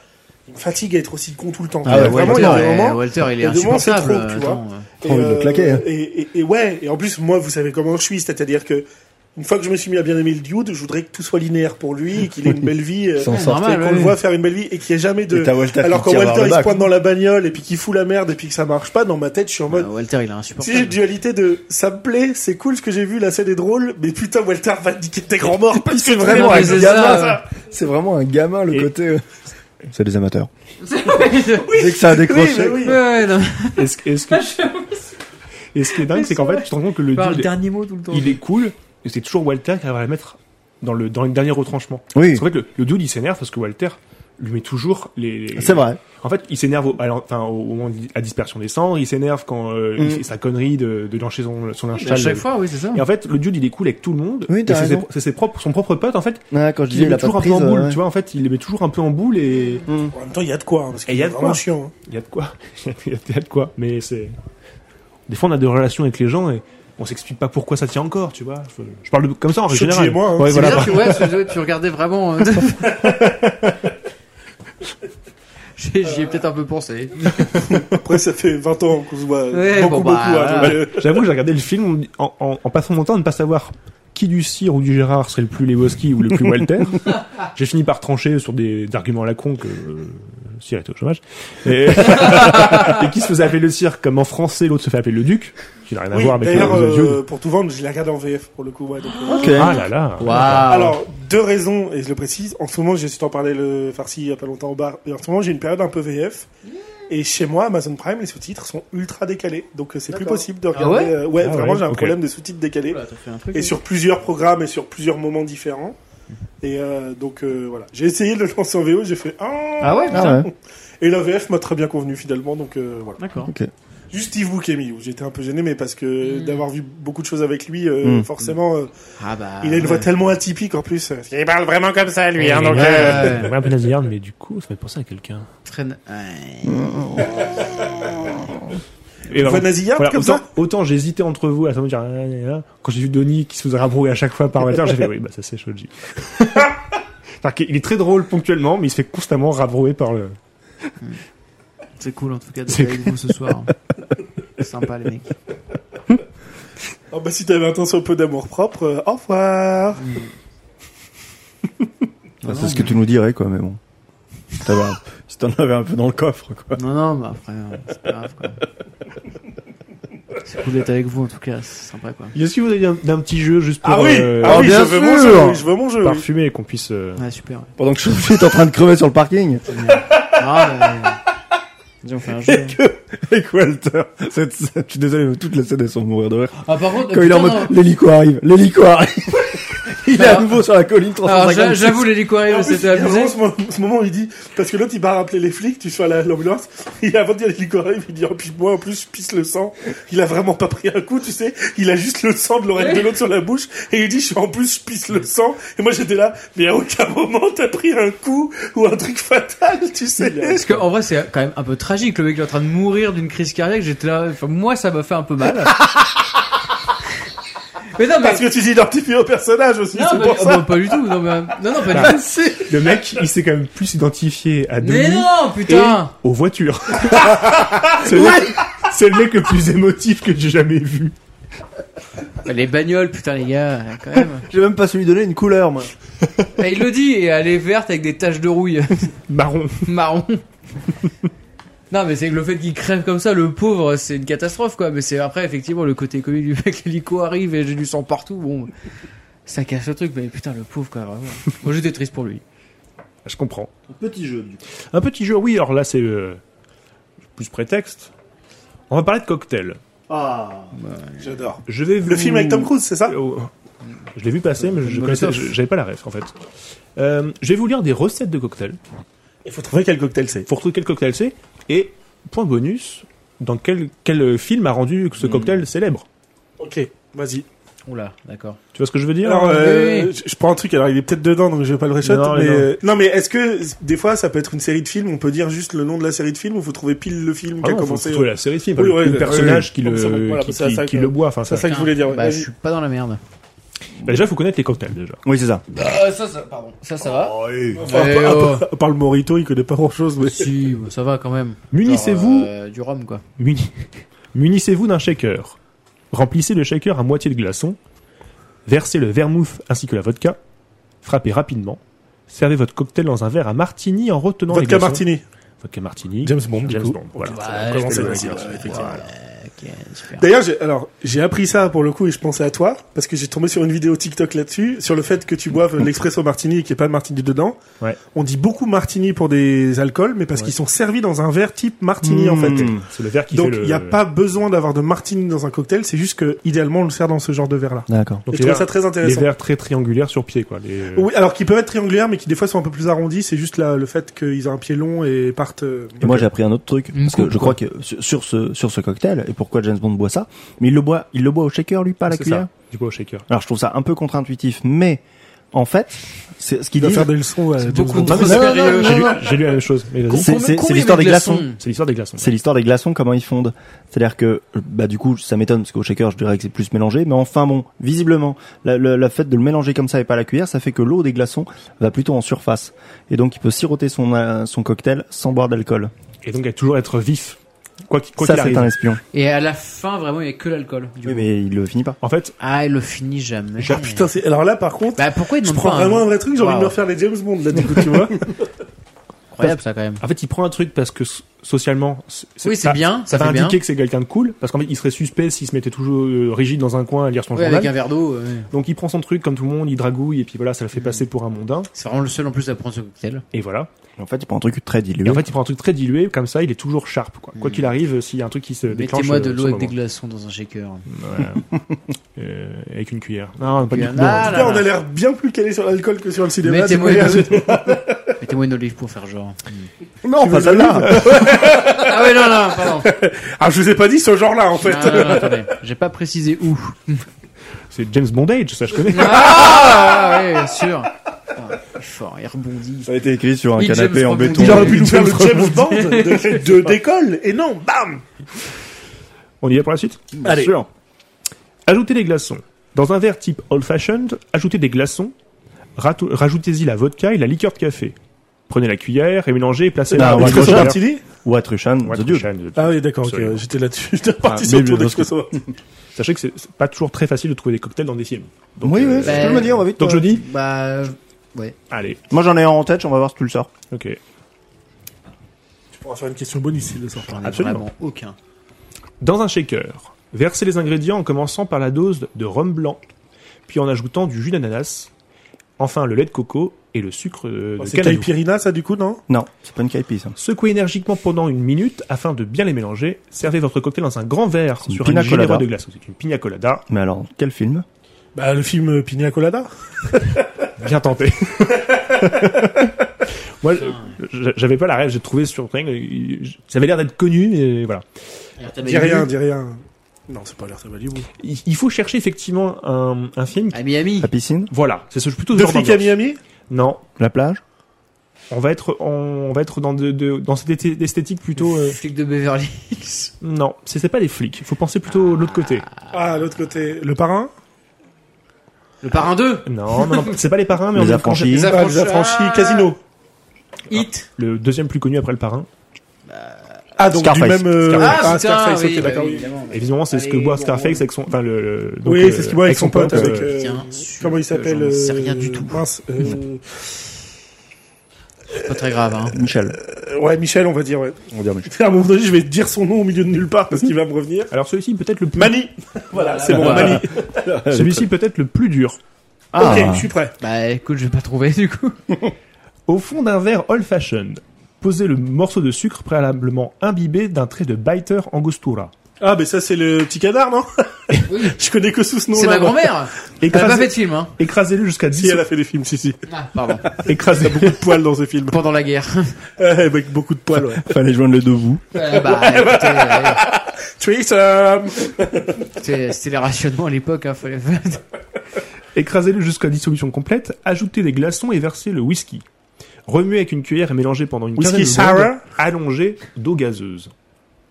Speaker 3: il me fatigue à être aussi con tout le temps.
Speaker 4: Ah ouais,
Speaker 3: vraiment, il y a des
Speaker 2: Walter,
Speaker 3: moments.
Speaker 2: Walter, il est
Speaker 3: et devant, c'est
Speaker 2: insupportable.
Speaker 3: trop, tu vois.
Speaker 2: attends, euh.
Speaker 3: Et, euh,
Speaker 4: T'as envie de le claquer, hein.
Speaker 3: et, et- et ouais, et en plus, moi, vous savez comment je suis, c'est-à-dire que. Une fois que je me suis mis à bien aimer le dude, je voudrais que tout soit linéaire pour lui, qu'il ait une belle vie, euh,
Speaker 4: Sans
Speaker 3: et
Speaker 4: sortir,
Speaker 2: normal,
Speaker 3: qu'on le
Speaker 2: ouais.
Speaker 3: voit faire une belle vie et qu'il n'y ait jamais de.
Speaker 4: Et t'as Walter
Speaker 3: Alors
Speaker 4: qui
Speaker 3: quand
Speaker 4: tire vers
Speaker 3: Walter
Speaker 4: le
Speaker 3: il se
Speaker 4: bas,
Speaker 3: pointe dans la bagnole et puis qu'il fout la merde et puis que ça marche pas, dans ma tête, je suis en mode.
Speaker 2: Bah, Walter, il est
Speaker 3: Si j'ai
Speaker 2: insupportable.
Speaker 3: une dualité de ça me plaît, c'est cool ce que j'ai vu, la scène est drôle, mais putain, Walter va niquer tes grands morts parce que vraiment,
Speaker 2: Non, mais
Speaker 3: avec
Speaker 2: c'est
Speaker 3: le gamin,
Speaker 2: ça,
Speaker 3: ça.
Speaker 4: C'est vraiment un gamin, le
Speaker 1: Et-
Speaker 4: côté. euh, C'est des amateurs.
Speaker 2: oui,
Speaker 4: Dès que ça a décroché.
Speaker 3: mais oui.
Speaker 2: ouais, non.
Speaker 1: Est-ce que- est-ce que. Et ce qui est dingue, c'est qu'en fait, tu te rends compte que le
Speaker 2: Il parle le
Speaker 1: dude,
Speaker 2: dernier mot tout le temps.
Speaker 1: il est cool, et c'est toujours Walter qui arrive à la mettre dans le, dans le dernier retranchement.
Speaker 4: Oui,
Speaker 1: Parce qu'en fait, le, le dude, il s'énerve parce que Walter lui met toujours les. les-
Speaker 4: c'est vrai.
Speaker 1: En fait, il s'énerve au, à l'en- enfin, au moment de la dispersion des cendres, il s'énerve quand euh, il
Speaker 4: Mm.
Speaker 1: fait sa connerie de, de lancer son, son linge
Speaker 2: À
Speaker 1: sale.
Speaker 2: chaque fois, oui, c'est ça.
Speaker 1: Et en fait, le dude, il est cool avec tout le monde.
Speaker 4: Oui,
Speaker 1: Et
Speaker 4: t'as
Speaker 1: c'est ses-
Speaker 4: raison.
Speaker 1: c'est ses propres, son propre pote, en fait,
Speaker 4: Ouais, quand je
Speaker 1: qui les
Speaker 4: disais, il
Speaker 1: met
Speaker 4: a pas
Speaker 1: toujours
Speaker 4: de
Speaker 1: un peu
Speaker 4: prise. euh,
Speaker 1: en boule,
Speaker 4: ouais.
Speaker 1: tu vois, en fait, il les met toujours un peu en boule et
Speaker 3: En même temps, il y a de quoi, hein, parce
Speaker 1: Et il
Speaker 3: qu'il
Speaker 1: y a
Speaker 3: est
Speaker 1: de
Speaker 3: vraiment
Speaker 1: quoi.
Speaker 3: chiant. hein.
Speaker 1: il y a de quoi. Il y a- il y a de quoi, mais c'est... Des fois, on a des relations avec les gens et on s'explique pas pourquoi ça tient encore, tu vois. Je, je parle de- comme ça, en règle
Speaker 3: Shoji
Speaker 1: générale.
Speaker 3: et moi, hein,
Speaker 1: Ouais,
Speaker 3: c'est
Speaker 1: voilà.
Speaker 2: C'est-à-dire que, ouais, ce- ouais, tu regardais vraiment. euh, J'y j'y ai peut-être un peu pensé.
Speaker 3: Après, ça fait 20 ans qu'on se voit
Speaker 2: Ouais,
Speaker 3: beaucoup,
Speaker 2: bon, bah,
Speaker 3: beaucoup. hein,
Speaker 2: voilà.
Speaker 3: donc, euh,
Speaker 1: J'avoue, j'ai regardé le film en, en- en passant mon temps à ne pas savoir qui du Cyr ou du Gérard serait le plus Lewoski ou le plus Walter. j'ai fini par trancher sur des, des arguments à la con que euh, Cyr était au chômage. Et, et qui se faisait appeler le Cyr comme en français, l'autre se fait appeler le Duc. Qui n'a rien à
Speaker 3: oui,
Speaker 1: voir avec
Speaker 3: D'ailleurs,
Speaker 1: le- le
Speaker 3: euh,
Speaker 1: vieux.
Speaker 3: pour tout vendre, je l'ai regardé en VF pour le coup. ouais, donc, euh,
Speaker 4: Ok.
Speaker 1: Ah là là.
Speaker 2: Waouh.
Speaker 3: Alors, deux raisons, et je le précise. En ce moment, j'ai su t'en parler le farci il y a pas longtemps au bar. Et en ce moment, j'ai une période un peu VF. Et chez moi, Amazon Prime, les sous-titres sont ultra décalés. Donc, euh, c'est plus
Speaker 2: D'accord.
Speaker 3: possible de
Speaker 2: Ah
Speaker 3: regarder.
Speaker 2: ouais
Speaker 3: euh, ouais,
Speaker 1: Ah
Speaker 3: vraiment,
Speaker 1: ouais,
Speaker 3: j'ai un
Speaker 1: ok.
Speaker 3: problème de sous-titres décalés.
Speaker 2: Oula, t'as fait un truc, hein.
Speaker 3: et
Speaker 2: là.
Speaker 3: sur plusieurs programmes et sur plusieurs moments différents. Et euh, donc euh, voilà, j'ai essayé de le lancer en VO, j'ai fait ah,
Speaker 2: Ah ouais, putain.
Speaker 4: Ah ouais.
Speaker 3: et la VF m'a très bien convenu finalement, donc euh, voilà.
Speaker 2: D'accord.
Speaker 3: Juste Steve Buscemi où j'étais un peu gêné, mais parce que
Speaker 2: Mm.
Speaker 3: d'avoir vu beaucoup de choses avec lui, euh,
Speaker 4: Mm.
Speaker 3: forcément, euh,
Speaker 2: Ah bah.
Speaker 3: il a une voix tellement atypique en plus. Il parle vraiment comme ça lui, hein, donc. euh,
Speaker 2: Ouais, ouais.
Speaker 1: Ouais, un peu nasillarde, mais du coup, ça fait penser à quelqu'un.
Speaker 2: Traîne- ouais.
Speaker 1: Et ben,
Speaker 3: Voix
Speaker 1: voilà.
Speaker 3: nasillarde
Speaker 1: Voilà,
Speaker 3: comme
Speaker 1: autant,
Speaker 3: ça
Speaker 1: autant j'hésitais entre vous à ça me dire ah, là, là, là. quand j'ai vu Denis qui se faisait rabrouer à chaque fois par Walter j'ai fait oui bah ça c'est Shoji C'est-à-dire qu'il- il est très drôle ponctuellement mais il se fait constamment rabrouer par le
Speaker 2: C'est cool en tout cas d'être
Speaker 1: C'est
Speaker 2: avec vous ce soir. hein. Sympa les mecs.
Speaker 3: Ah bah si t'avais un temps soit peu d'amour propre, euh, au revoir.
Speaker 4: Ah, C'est ce que tu nous dirais, quoi, mais bon. T'avais un- Si t'en avais un peu dans le coffre, quoi.
Speaker 2: Non, non, mais après, euh, c'est pas grave quoi. C'est cool d'être avec vous en tout cas, c'est sympa quoi.
Speaker 1: est-ce que vous avez un, d'un petit jeu juste pour
Speaker 3: ah oui,
Speaker 1: euh,
Speaker 3: ah oui,
Speaker 4: bien
Speaker 3: je veux mon
Speaker 4: sûr.
Speaker 3: jeu, oui, je veux mon jeu. oui.
Speaker 1: parfumer et qu'on puisse euh,
Speaker 2: Ouais, super. ouais.
Speaker 4: Pendant que je suis en train de crever sur le parking.
Speaker 2: Ah, bah, Ils ont fait un jeu.
Speaker 4: Avec Walter, cette- cette- je suis désolé, mais toute la scène, elle sont mourir de rire.
Speaker 2: Ah, par contre,
Speaker 4: Quand il est en
Speaker 2: putain,
Speaker 4: mode, l'hélico arrive, l'hélico arrive. Il est à
Speaker 2: Alors-
Speaker 4: nouveau sur la colline
Speaker 2: Alors,
Speaker 4: 350.
Speaker 2: j'a- j'avoue, les
Speaker 3: Et en
Speaker 2: liquariums,
Speaker 3: plus, il
Speaker 2: c'était
Speaker 3: y a
Speaker 2: amusé.
Speaker 3: vraiment ce, moment, ce moment où il dit, parce que l'autre il va rappeler les flics, tu sois à la- l'ambulance, et avant de dire les flics arrivent, il dit, oh puis moi en plus je pisse le sang, il a vraiment pas pris un coup, tu sais, il a juste le sang de l'oreille de l'autre sur la bouche, et il dit, je suis en plus je pisse le sang, et moi j'étais là, mais à aucun moment t'as pris un coup ou un truc fatal, tu sais.
Speaker 2: Parce qu'en vrai, c'est quand même un peu tragique. Le mec il est en train de mourir d'une crise cardiaque. J'étais là. enfin, moi, ça m'a fait un peu mal. mais non, mais.
Speaker 3: Parce que tu t'identifies au personnage aussi,
Speaker 2: non,
Speaker 3: c'est
Speaker 2: mais-
Speaker 3: pour
Speaker 2: oh,
Speaker 3: ça. Bah,
Speaker 2: bah, pas du tout. Non, mais- non, non, pas du tout.
Speaker 1: Le mec, il s'est quand même plus identifié à
Speaker 2: Mais
Speaker 1: Denis
Speaker 2: non,
Speaker 1: et
Speaker 2: putain!
Speaker 1: aux voitures. c'est, le mec, c'est le mec le plus émotif que j'ai jamais vu.
Speaker 2: Les bagnoles, putain, les gars, quand même.
Speaker 4: J'ai même pas su lui donner une couleur, moi.
Speaker 2: Et il le dit, et elle est verte avec des taches de rouille
Speaker 1: Marron.
Speaker 2: marron. Non mais c'est que le fait qu'il crève comme ça, le pauvre, c'est une catastrophe quoi. Mais c'est après effectivement le côté comique du mec, l'hélico arrive et j'ai du sang partout. Bon, ça casse le truc, mais putain le pauvre quoi. Vraiment. Moi j'étais triste pour lui.
Speaker 1: Je comprends.
Speaker 4: Petit jeu, du coup.
Speaker 1: Un petit jeu, oui, alors là, c'est euh, plus prétexte. On va parler de cocktail.
Speaker 4: Ah.
Speaker 3: J'adore.
Speaker 1: Je vais
Speaker 3: Le
Speaker 1: vous-
Speaker 3: film avec Tom Cruise, c'est ça?
Speaker 1: Oh. Je l'ai vu passer, mais je
Speaker 2: Molotov.
Speaker 1: connaissais- je- j'avais pas la ref en fait. Euh, je vais vous lire des recettes de cocktails.
Speaker 3: Il faut trouver quel cocktail c'est.
Speaker 1: Faut retrouver quel cocktail c'est. Et point bonus, dans quel, quel euh, film a rendu
Speaker 3: Hmm.
Speaker 1: ce cocktail célèbre
Speaker 3: Ok, vas-y.
Speaker 2: Oula, d'accord.
Speaker 1: Tu vois ce que je veux dire Ah
Speaker 3: Alors, euh,
Speaker 2: oui, oui.
Speaker 3: je- je prends un truc, alors il est peut-être dedans, donc je vais pas le réchauffer.
Speaker 1: Non, non,
Speaker 3: mais...
Speaker 1: non.
Speaker 3: euh, Non, mais est-ce que, des fois, ça peut être une série de films, on peut dire juste le nom de la série de films, ou faut trouver pile le film
Speaker 1: Ah
Speaker 3: qui a
Speaker 1: non, faut
Speaker 3: commencé
Speaker 1: trouver la série de films,
Speaker 3: Oui,
Speaker 1: enfin,
Speaker 3: ouais,
Speaker 1: le
Speaker 3: ouais,
Speaker 1: personnage
Speaker 3: ouais.
Speaker 1: qui
Speaker 3: Bon, c'est bon,
Speaker 1: le
Speaker 3: voilà,
Speaker 1: qui-
Speaker 3: c'est
Speaker 1: qui-
Speaker 3: ça que-
Speaker 1: qui le boit. Enfin,
Speaker 3: C'est
Speaker 1: ça.
Speaker 3: ça que je voulais dire. ouais.
Speaker 2: Bah je
Speaker 3: Vas-y.
Speaker 2: suis pas dans la merde.
Speaker 1: Bah, déjà, faut connaître les cocktails déjà.
Speaker 4: Oui, c'est ça.
Speaker 2: Euh, ça, ça, pardon, ça, ça va.
Speaker 3: Enfin, à
Speaker 2: Eh
Speaker 3: part-
Speaker 2: oh.
Speaker 3: à part- à part le Morito, il connaît pas grand-chose, mais...
Speaker 2: Si, bah, ça va quand même.
Speaker 1: Munissez-vous,
Speaker 2: Genre, euh, du rhum quoi.
Speaker 1: muni- munissez-vous d'un shaker. Remplissez le shaker à moitié de glaçons. Versez le vermouth ainsi que la vodka. Frappez rapidement. Servez votre cocktail dans un verre à martini en retenant les
Speaker 3: Vodka
Speaker 1: glaçons.
Speaker 3: Martini.
Speaker 1: Vodka martini.
Speaker 3: James Bond, du
Speaker 1: James
Speaker 3: coup.
Speaker 1: Bond. Voilà.
Speaker 2: Ouais,
Speaker 3: Comment
Speaker 2: je
Speaker 3: c'est
Speaker 2: te
Speaker 3: la
Speaker 2: le
Speaker 3: série,
Speaker 2: dis.
Speaker 3: effectivement.
Speaker 2: Ok, super.
Speaker 3: D'ailleurs, j'ai- alors j'ai appris ça pour le coup et je pensais à toi parce que j'ai tombé sur une vidéo TikTok là-dessus sur le fait que tu boives l'expresso martini et qu'il n'y ait pas de martini dedans.
Speaker 1: Ouais.
Speaker 3: On dit beaucoup martini pour des alcools, mais parce qu'ils sont servis dans un verre type martini en fait.
Speaker 4: Mmh.
Speaker 1: C'est le verre qui
Speaker 3: Donc
Speaker 1: fait
Speaker 3: il
Speaker 1: le...
Speaker 3: n'y a pas besoin d'avoir de martini dans un cocktail, c'est juste que idéalement on le sert dans ce genre de verre là.
Speaker 4: D'accord.
Speaker 1: Donc,
Speaker 3: Et je
Speaker 1: les
Speaker 3: trouve
Speaker 1: verres-
Speaker 3: ça très
Speaker 1: Les
Speaker 3: intéressant.
Speaker 1: verres euh, très triangulaires sur pied, quoi. Les...
Speaker 3: Oui, alors qu'ils peuvent être triangulaires, mais qui des fois sont un peu plus arrondis. C'est juste là le fait qu'ils ont un pied long et partent. euh,
Speaker 4: Et moi j'ai appris un autre truc
Speaker 2: Une
Speaker 4: parce que
Speaker 2: coupe,
Speaker 4: je crois que sur sur ce sur ce cocktail et pourquoi James Bond boit ça, mais il le boit il le boit au shaker lui pas à la
Speaker 1: C'est ça,
Speaker 4: cuillère.
Speaker 1: Du coup, au shaker.
Speaker 4: Alors je trouve ça un peu contre-intuitif, mais en fait c'est
Speaker 3: Il
Speaker 4: ce qu'il
Speaker 3: doit
Speaker 4: dit.
Speaker 3: faire des leçons. à
Speaker 2: Ah, C'est
Speaker 3: James
Speaker 2: beaucoup
Speaker 3: Bond.
Speaker 2: trop
Speaker 4: Non, mais non, non,
Speaker 2: sérieux.
Speaker 1: J'ai lu, j'ai lu la même chose. Mais vas-y.
Speaker 4: C'est-
Speaker 2: Combien-
Speaker 4: c'est
Speaker 2: combien
Speaker 4: l'histoire
Speaker 2: de
Speaker 4: des glaçons.
Speaker 1: C'est l'histoire des glaçons.
Speaker 4: C'est l'histoire des glaçons comment ils fondent. C'est-à-dire que bah du coup ça m'étonne parce qu'au shaker je dirais que c'est plus mélangé, mais enfin bon visiblement la, la, la fait de le mélanger comme ça et pas à la cuillère, ça fait que l'eau des glaçons va plutôt en surface et donc il peut siroter son euh, son cocktail sans boire d'alcool.
Speaker 1: Et donc, elle toujours être vif. Quoi qu'il quoi
Speaker 4: Ça
Speaker 1: qu'il
Speaker 4: c'est
Speaker 1: arrive.
Speaker 4: un espion.
Speaker 2: Et à la fin vraiment il y a que l'alcool. du
Speaker 4: Oui
Speaker 2: coup.
Speaker 4: mais il le finit pas.
Speaker 1: En fait,
Speaker 2: Ah, il le finit jamais.
Speaker 3: Ah, putain, c'est- alors là par contre,
Speaker 2: Bah pourquoi il
Speaker 3: je
Speaker 2: demande
Speaker 3: prends
Speaker 2: pas
Speaker 3: vraiment un vrai truc. J'ai envie de me
Speaker 2: Wow.
Speaker 3: refaire les James Bond là du coup, tu vois.
Speaker 2: Incroyable ça quand même.
Speaker 1: en fait, il prend un truc parce que so- socialement, c'est-
Speaker 2: Oui, c'est
Speaker 1: ça-
Speaker 2: bien,
Speaker 1: Ça
Speaker 2: ça
Speaker 1: va
Speaker 2: fait
Speaker 1: indiquer
Speaker 2: bien.
Speaker 1: que c'est quelqu'un de cool, parce qu'en fait, il serait suspect s'il se mettait toujours euh, rigide dans un coin à lire son
Speaker 2: Ouais,
Speaker 1: journal.
Speaker 2: avec un verre d'eau, ouais.
Speaker 1: Donc, il prend son truc comme tout le monde, il dragouille, et puis voilà, ça
Speaker 4: Mm.
Speaker 1: le fait passer pour un mondain,
Speaker 2: c'est vraiment le seul en plus à prendre ce cocktail.
Speaker 1: et voilà.
Speaker 4: En fait il prend un truc très dilué.
Speaker 1: Et en fait, il prend un truc très dilué, comme ça, il est toujours sharp, quoi.
Speaker 4: Mm.
Speaker 1: Quoi qu'il arrive, s'il y a un truc qui se déclenche.
Speaker 2: Mettez-moi de
Speaker 1: euh,
Speaker 2: l'eau
Speaker 1: sur le
Speaker 2: avec des
Speaker 1: moment.
Speaker 2: glaçons dans un shaker.
Speaker 1: Euh, avec une cuillère. Non, pas du
Speaker 2: Puis
Speaker 1: tout.
Speaker 2: un-
Speaker 1: non.
Speaker 2: Ah
Speaker 3: En tout cas,
Speaker 2: là
Speaker 3: on a
Speaker 2: là.
Speaker 3: l'air bien plus calé sur l'alcool que sur le cinéma. c'est
Speaker 2: Mettez-moi
Speaker 3: pas
Speaker 2: une
Speaker 3: grave.
Speaker 2: Mettez-moi une olive pour faire genre.
Speaker 4: non pas celle-là.
Speaker 2: Ah ouais, non, non, pardon.
Speaker 3: Ah, je vous ai pas dit ce genre-là, en fait.
Speaker 2: Non, non, non, attendez. J'ai pas précisé où.
Speaker 1: C'est James Bondage, ça je connais.
Speaker 2: Ah ouais, bien sûr. Putain, il est fort, il rebondit.
Speaker 4: Ça a été écrit sur un
Speaker 2: Oui, James
Speaker 4: canapé en
Speaker 2: Bond.
Speaker 4: béton.
Speaker 2: Il aurait
Speaker 3: J'aurais pu nous faire le James Bond de, de d'école. Et non, bam
Speaker 1: On y va pour la suite
Speaker 4: Bien
Speaker 3: Allez.
Speaker 4: sûr.
Speaker 1: Ajoutez des glaçons. Dans un verre type old fashioned, ajoutez des glaçons, rato- rajoutez-y la vodka et la liqueur de café. Prenez la cuillère et mélangez et placez
Speaker 4: Ah,
Speaker 1: la
Speaker 4: on va
Speaker 1: Expresso
Speaker 4: gauche,
Speaker 1: martini.
Speaker 4: Ou à Truchan,
Speaker 1: Ouais,
Speaker 4: The Dude.
Speaker 1: Truchan, The Dude.
Speaker 3: Ah oui, d'accord, ok,
Speaker 1: Absolument.
Speaker 3: ouais, j'étais là-dessus. J'étais parti
Speaker 4: Ah,
Speaker 3: sur le
Speaker 4: mais
Speaker 3: tour
Speaker 4: le-
Speaker 3: d'expresso.
Speaker 1: Sachez que c'est c'est pas toujours très facile de trouver des cocktails dans des films. Donc,
Speaker 4: oui,
Speaker 1: euh,
Speaker 4: oui,
Speaker 2: bah,
Speaker 4: je te le dis, on va vite.
Speaker 1: donc je dis,
Speaker 2: Bah,
Speaker 1: allez,
Speaker 4: Moi j'en ai un en tête, on va voir si tu le sors.
Speaker 1: ok.
Speaker 3: On va faire une question bonus s'il le sort.
Speaker 2: j'en ai
Speaker 1: Absolument.
Speaker 2: vraiment aucun.
Speaker 1: Dans un shaker, versez les ingrédients en commençant par la dose de rhum blanc, puis en ajoutant du jus d'ananas, enfin le lait de coco et le sucre de, de
Speaker 3: Oh, C'est
Speaker 1: canne à sucre.
Speaker 3: Caipirina, ça, du coup, non
Speaker 4: Non, c'est pas une caipi, ça.
Speaker 1: Secouez énergiquement pendant une minute afin de bien les mélanger. Servez votre cocktail dans un grand verre
Speaker 4: une
Speaker 1: sur
Speaker 4: pina
Speaker 1: un généreux
Speaker 4: colada.
Speaker 1: de glace. C'est une pina colada.
Speaker 4: Mais alors, quel film
Speaker 3: Bah, le film euh, Pina Colada.
Speaker 1: Bien tenté. Moi, je- j'avais pas la rêve. J'ai trouvé sur Triangle, il- je- Ça avait l'air d'être connu, mais voilà.
Speaker 3: Dis rien, dis rien. Non, c'est pas l'air ça Malibu.
Speaker 1: Il il faut chercher effectivement un, un film. qui-
Speaker 2: À Miami.
Speaker 4: La piscine
Speaker 1: Voilà, c'est ce plutôt ce
Speaker 3: Deux
Speaker 1: genre
Speaker 3: flics à
Speaker 1: d'ambiance.
Speaker 3: Miami
Speaker 1: Non,
Speaker 4: La plage
Speaker 1: on va être on, on va être dans de, de- dans cette esthé- esthétique plutôt. euh,
Speaker 2: Flic de Beverly.
Speaker 1: non, c'est c'est pas des flics. Faut penser plutôt de l'autre côté.
Speaker 3: Ah, l'autre côté. Le parrain
Speaker 2: Le parrain 2.
Speaker 1: Non, non, non, c'est pas les parrains, mais
Speaker 4: Les
Speaker 1: on est-
Speaker 4: affranchis
Speaker 2: Les
Speaker 3: Ah, les
Speaker 2: affranchis.
Speaker 3: affranchis. Casino.
Speaker 2: Hit.
Speaker 1: le deuxième plus connu après le parrain.
Speaker 3: Ah, donc
Speaker 4: Scarface.
Speaker 3: du même... euh,
Speaker 1: Scarface.
Speaker 3: Ah, Scarface,
Speaker 2: putain, oui,
Speaker 3: ok,
Speaker 2: bah
Speaker 3: d'accord.
Speaker 2: oui,
Speaker 3: oui.
Speaker 2: évidemment.
Speaker 1: Et visiblement, c'est ce que
Speaker 2: Allez,
Speaker 1: boit
Speaker 2: bon.
Speaker 1: Scarface avec son, enfin le. le- donc,
Speaker 3: Oui,
Speaker 1: euh,
Speaker 3: c'est ce qu'il boit avec son pote, avec... euh,
Speaker 2: Tiens, sûr.
Speaker 3: Comment il s'appelle
Speaker 2: J'en sais
Speaker 3: euh,
Speaker 2: rien du tout.
Speaker 3: Mince. euh,
Speaker 2: C'est pas très grave, hein.
Speaker 4: Michel. Ah,
Speaker 3: euh, ouais, Michel, on va dire, ouais.
Speaker 4: On va dire Michel.
Speaker 3: À un moment donné, je vais dire son nom au milieu de nulle part parce qu'il va me revenir.
Speaker 1: Alors celui-ci peut-être le plus.
Speaker 3: Mani
Speaker 1: Ah,
Speaker 3: Voilà, c'est bon,
Speaker 2: Voilà.
Speaker 3: Mani. Ah,
Speaker 1: Celui-ci peut-être le plus dur.
Speaker 4: Ah.
Speaker 3: Ok, je suis prêt.
Speaker 2: Bah écoute, je vais pas trouver du coup.
Speaker 1: Au fond d'un verre old fashioned, posez le morceau de sucre préalablement imbibé d'un trait de biter angostura.
Speaker 3: Ah, mais ça, c'est le petit canard, non
Speaker 2: Oui.
Speaker 3: Je connais que sous ce nom-là.
Speaker 2: C'est ma
Speaker 3: moi.
Speaker 2: grand-mère. Elle a pas fait
Speaker 1: Écrasez-
Speaker 2: de film, hein.
Speaker 1: Écrasez-le jusqu'à
Speaker 3: Si,
Speaker 1: 10
Speaker 3: elle a fait des films, si, si.
Speaker 2: Ah, pardon.
Speaker 1: Écrasez
Speaker 3: Beaucoup de poils dans ce film.
Speaker 2: Pendant la guerre.
Speaker 3: Euh, Avec beaucoup de poils, ouais.
Speaker 4: Fallait joindre les deux bouts.
Speaker 2: Euh, bah, écoutez, euh,
Speaker 3: Threesome
Speaker 2: C'était c'était les rationnements à l'époque, hein, fallait faire.
Speaker 1: Écrasez-le jusqu'à dissolution complète, ajoutez des glaçons et versez le whisky. Remuez avec une cuillère et mélangez pendant une
Speaker 3: Whisky
Speaker 1: quinzaine de
Speaker 3: sour
Speaker 1: secondes, allongé d'eau gazeuse.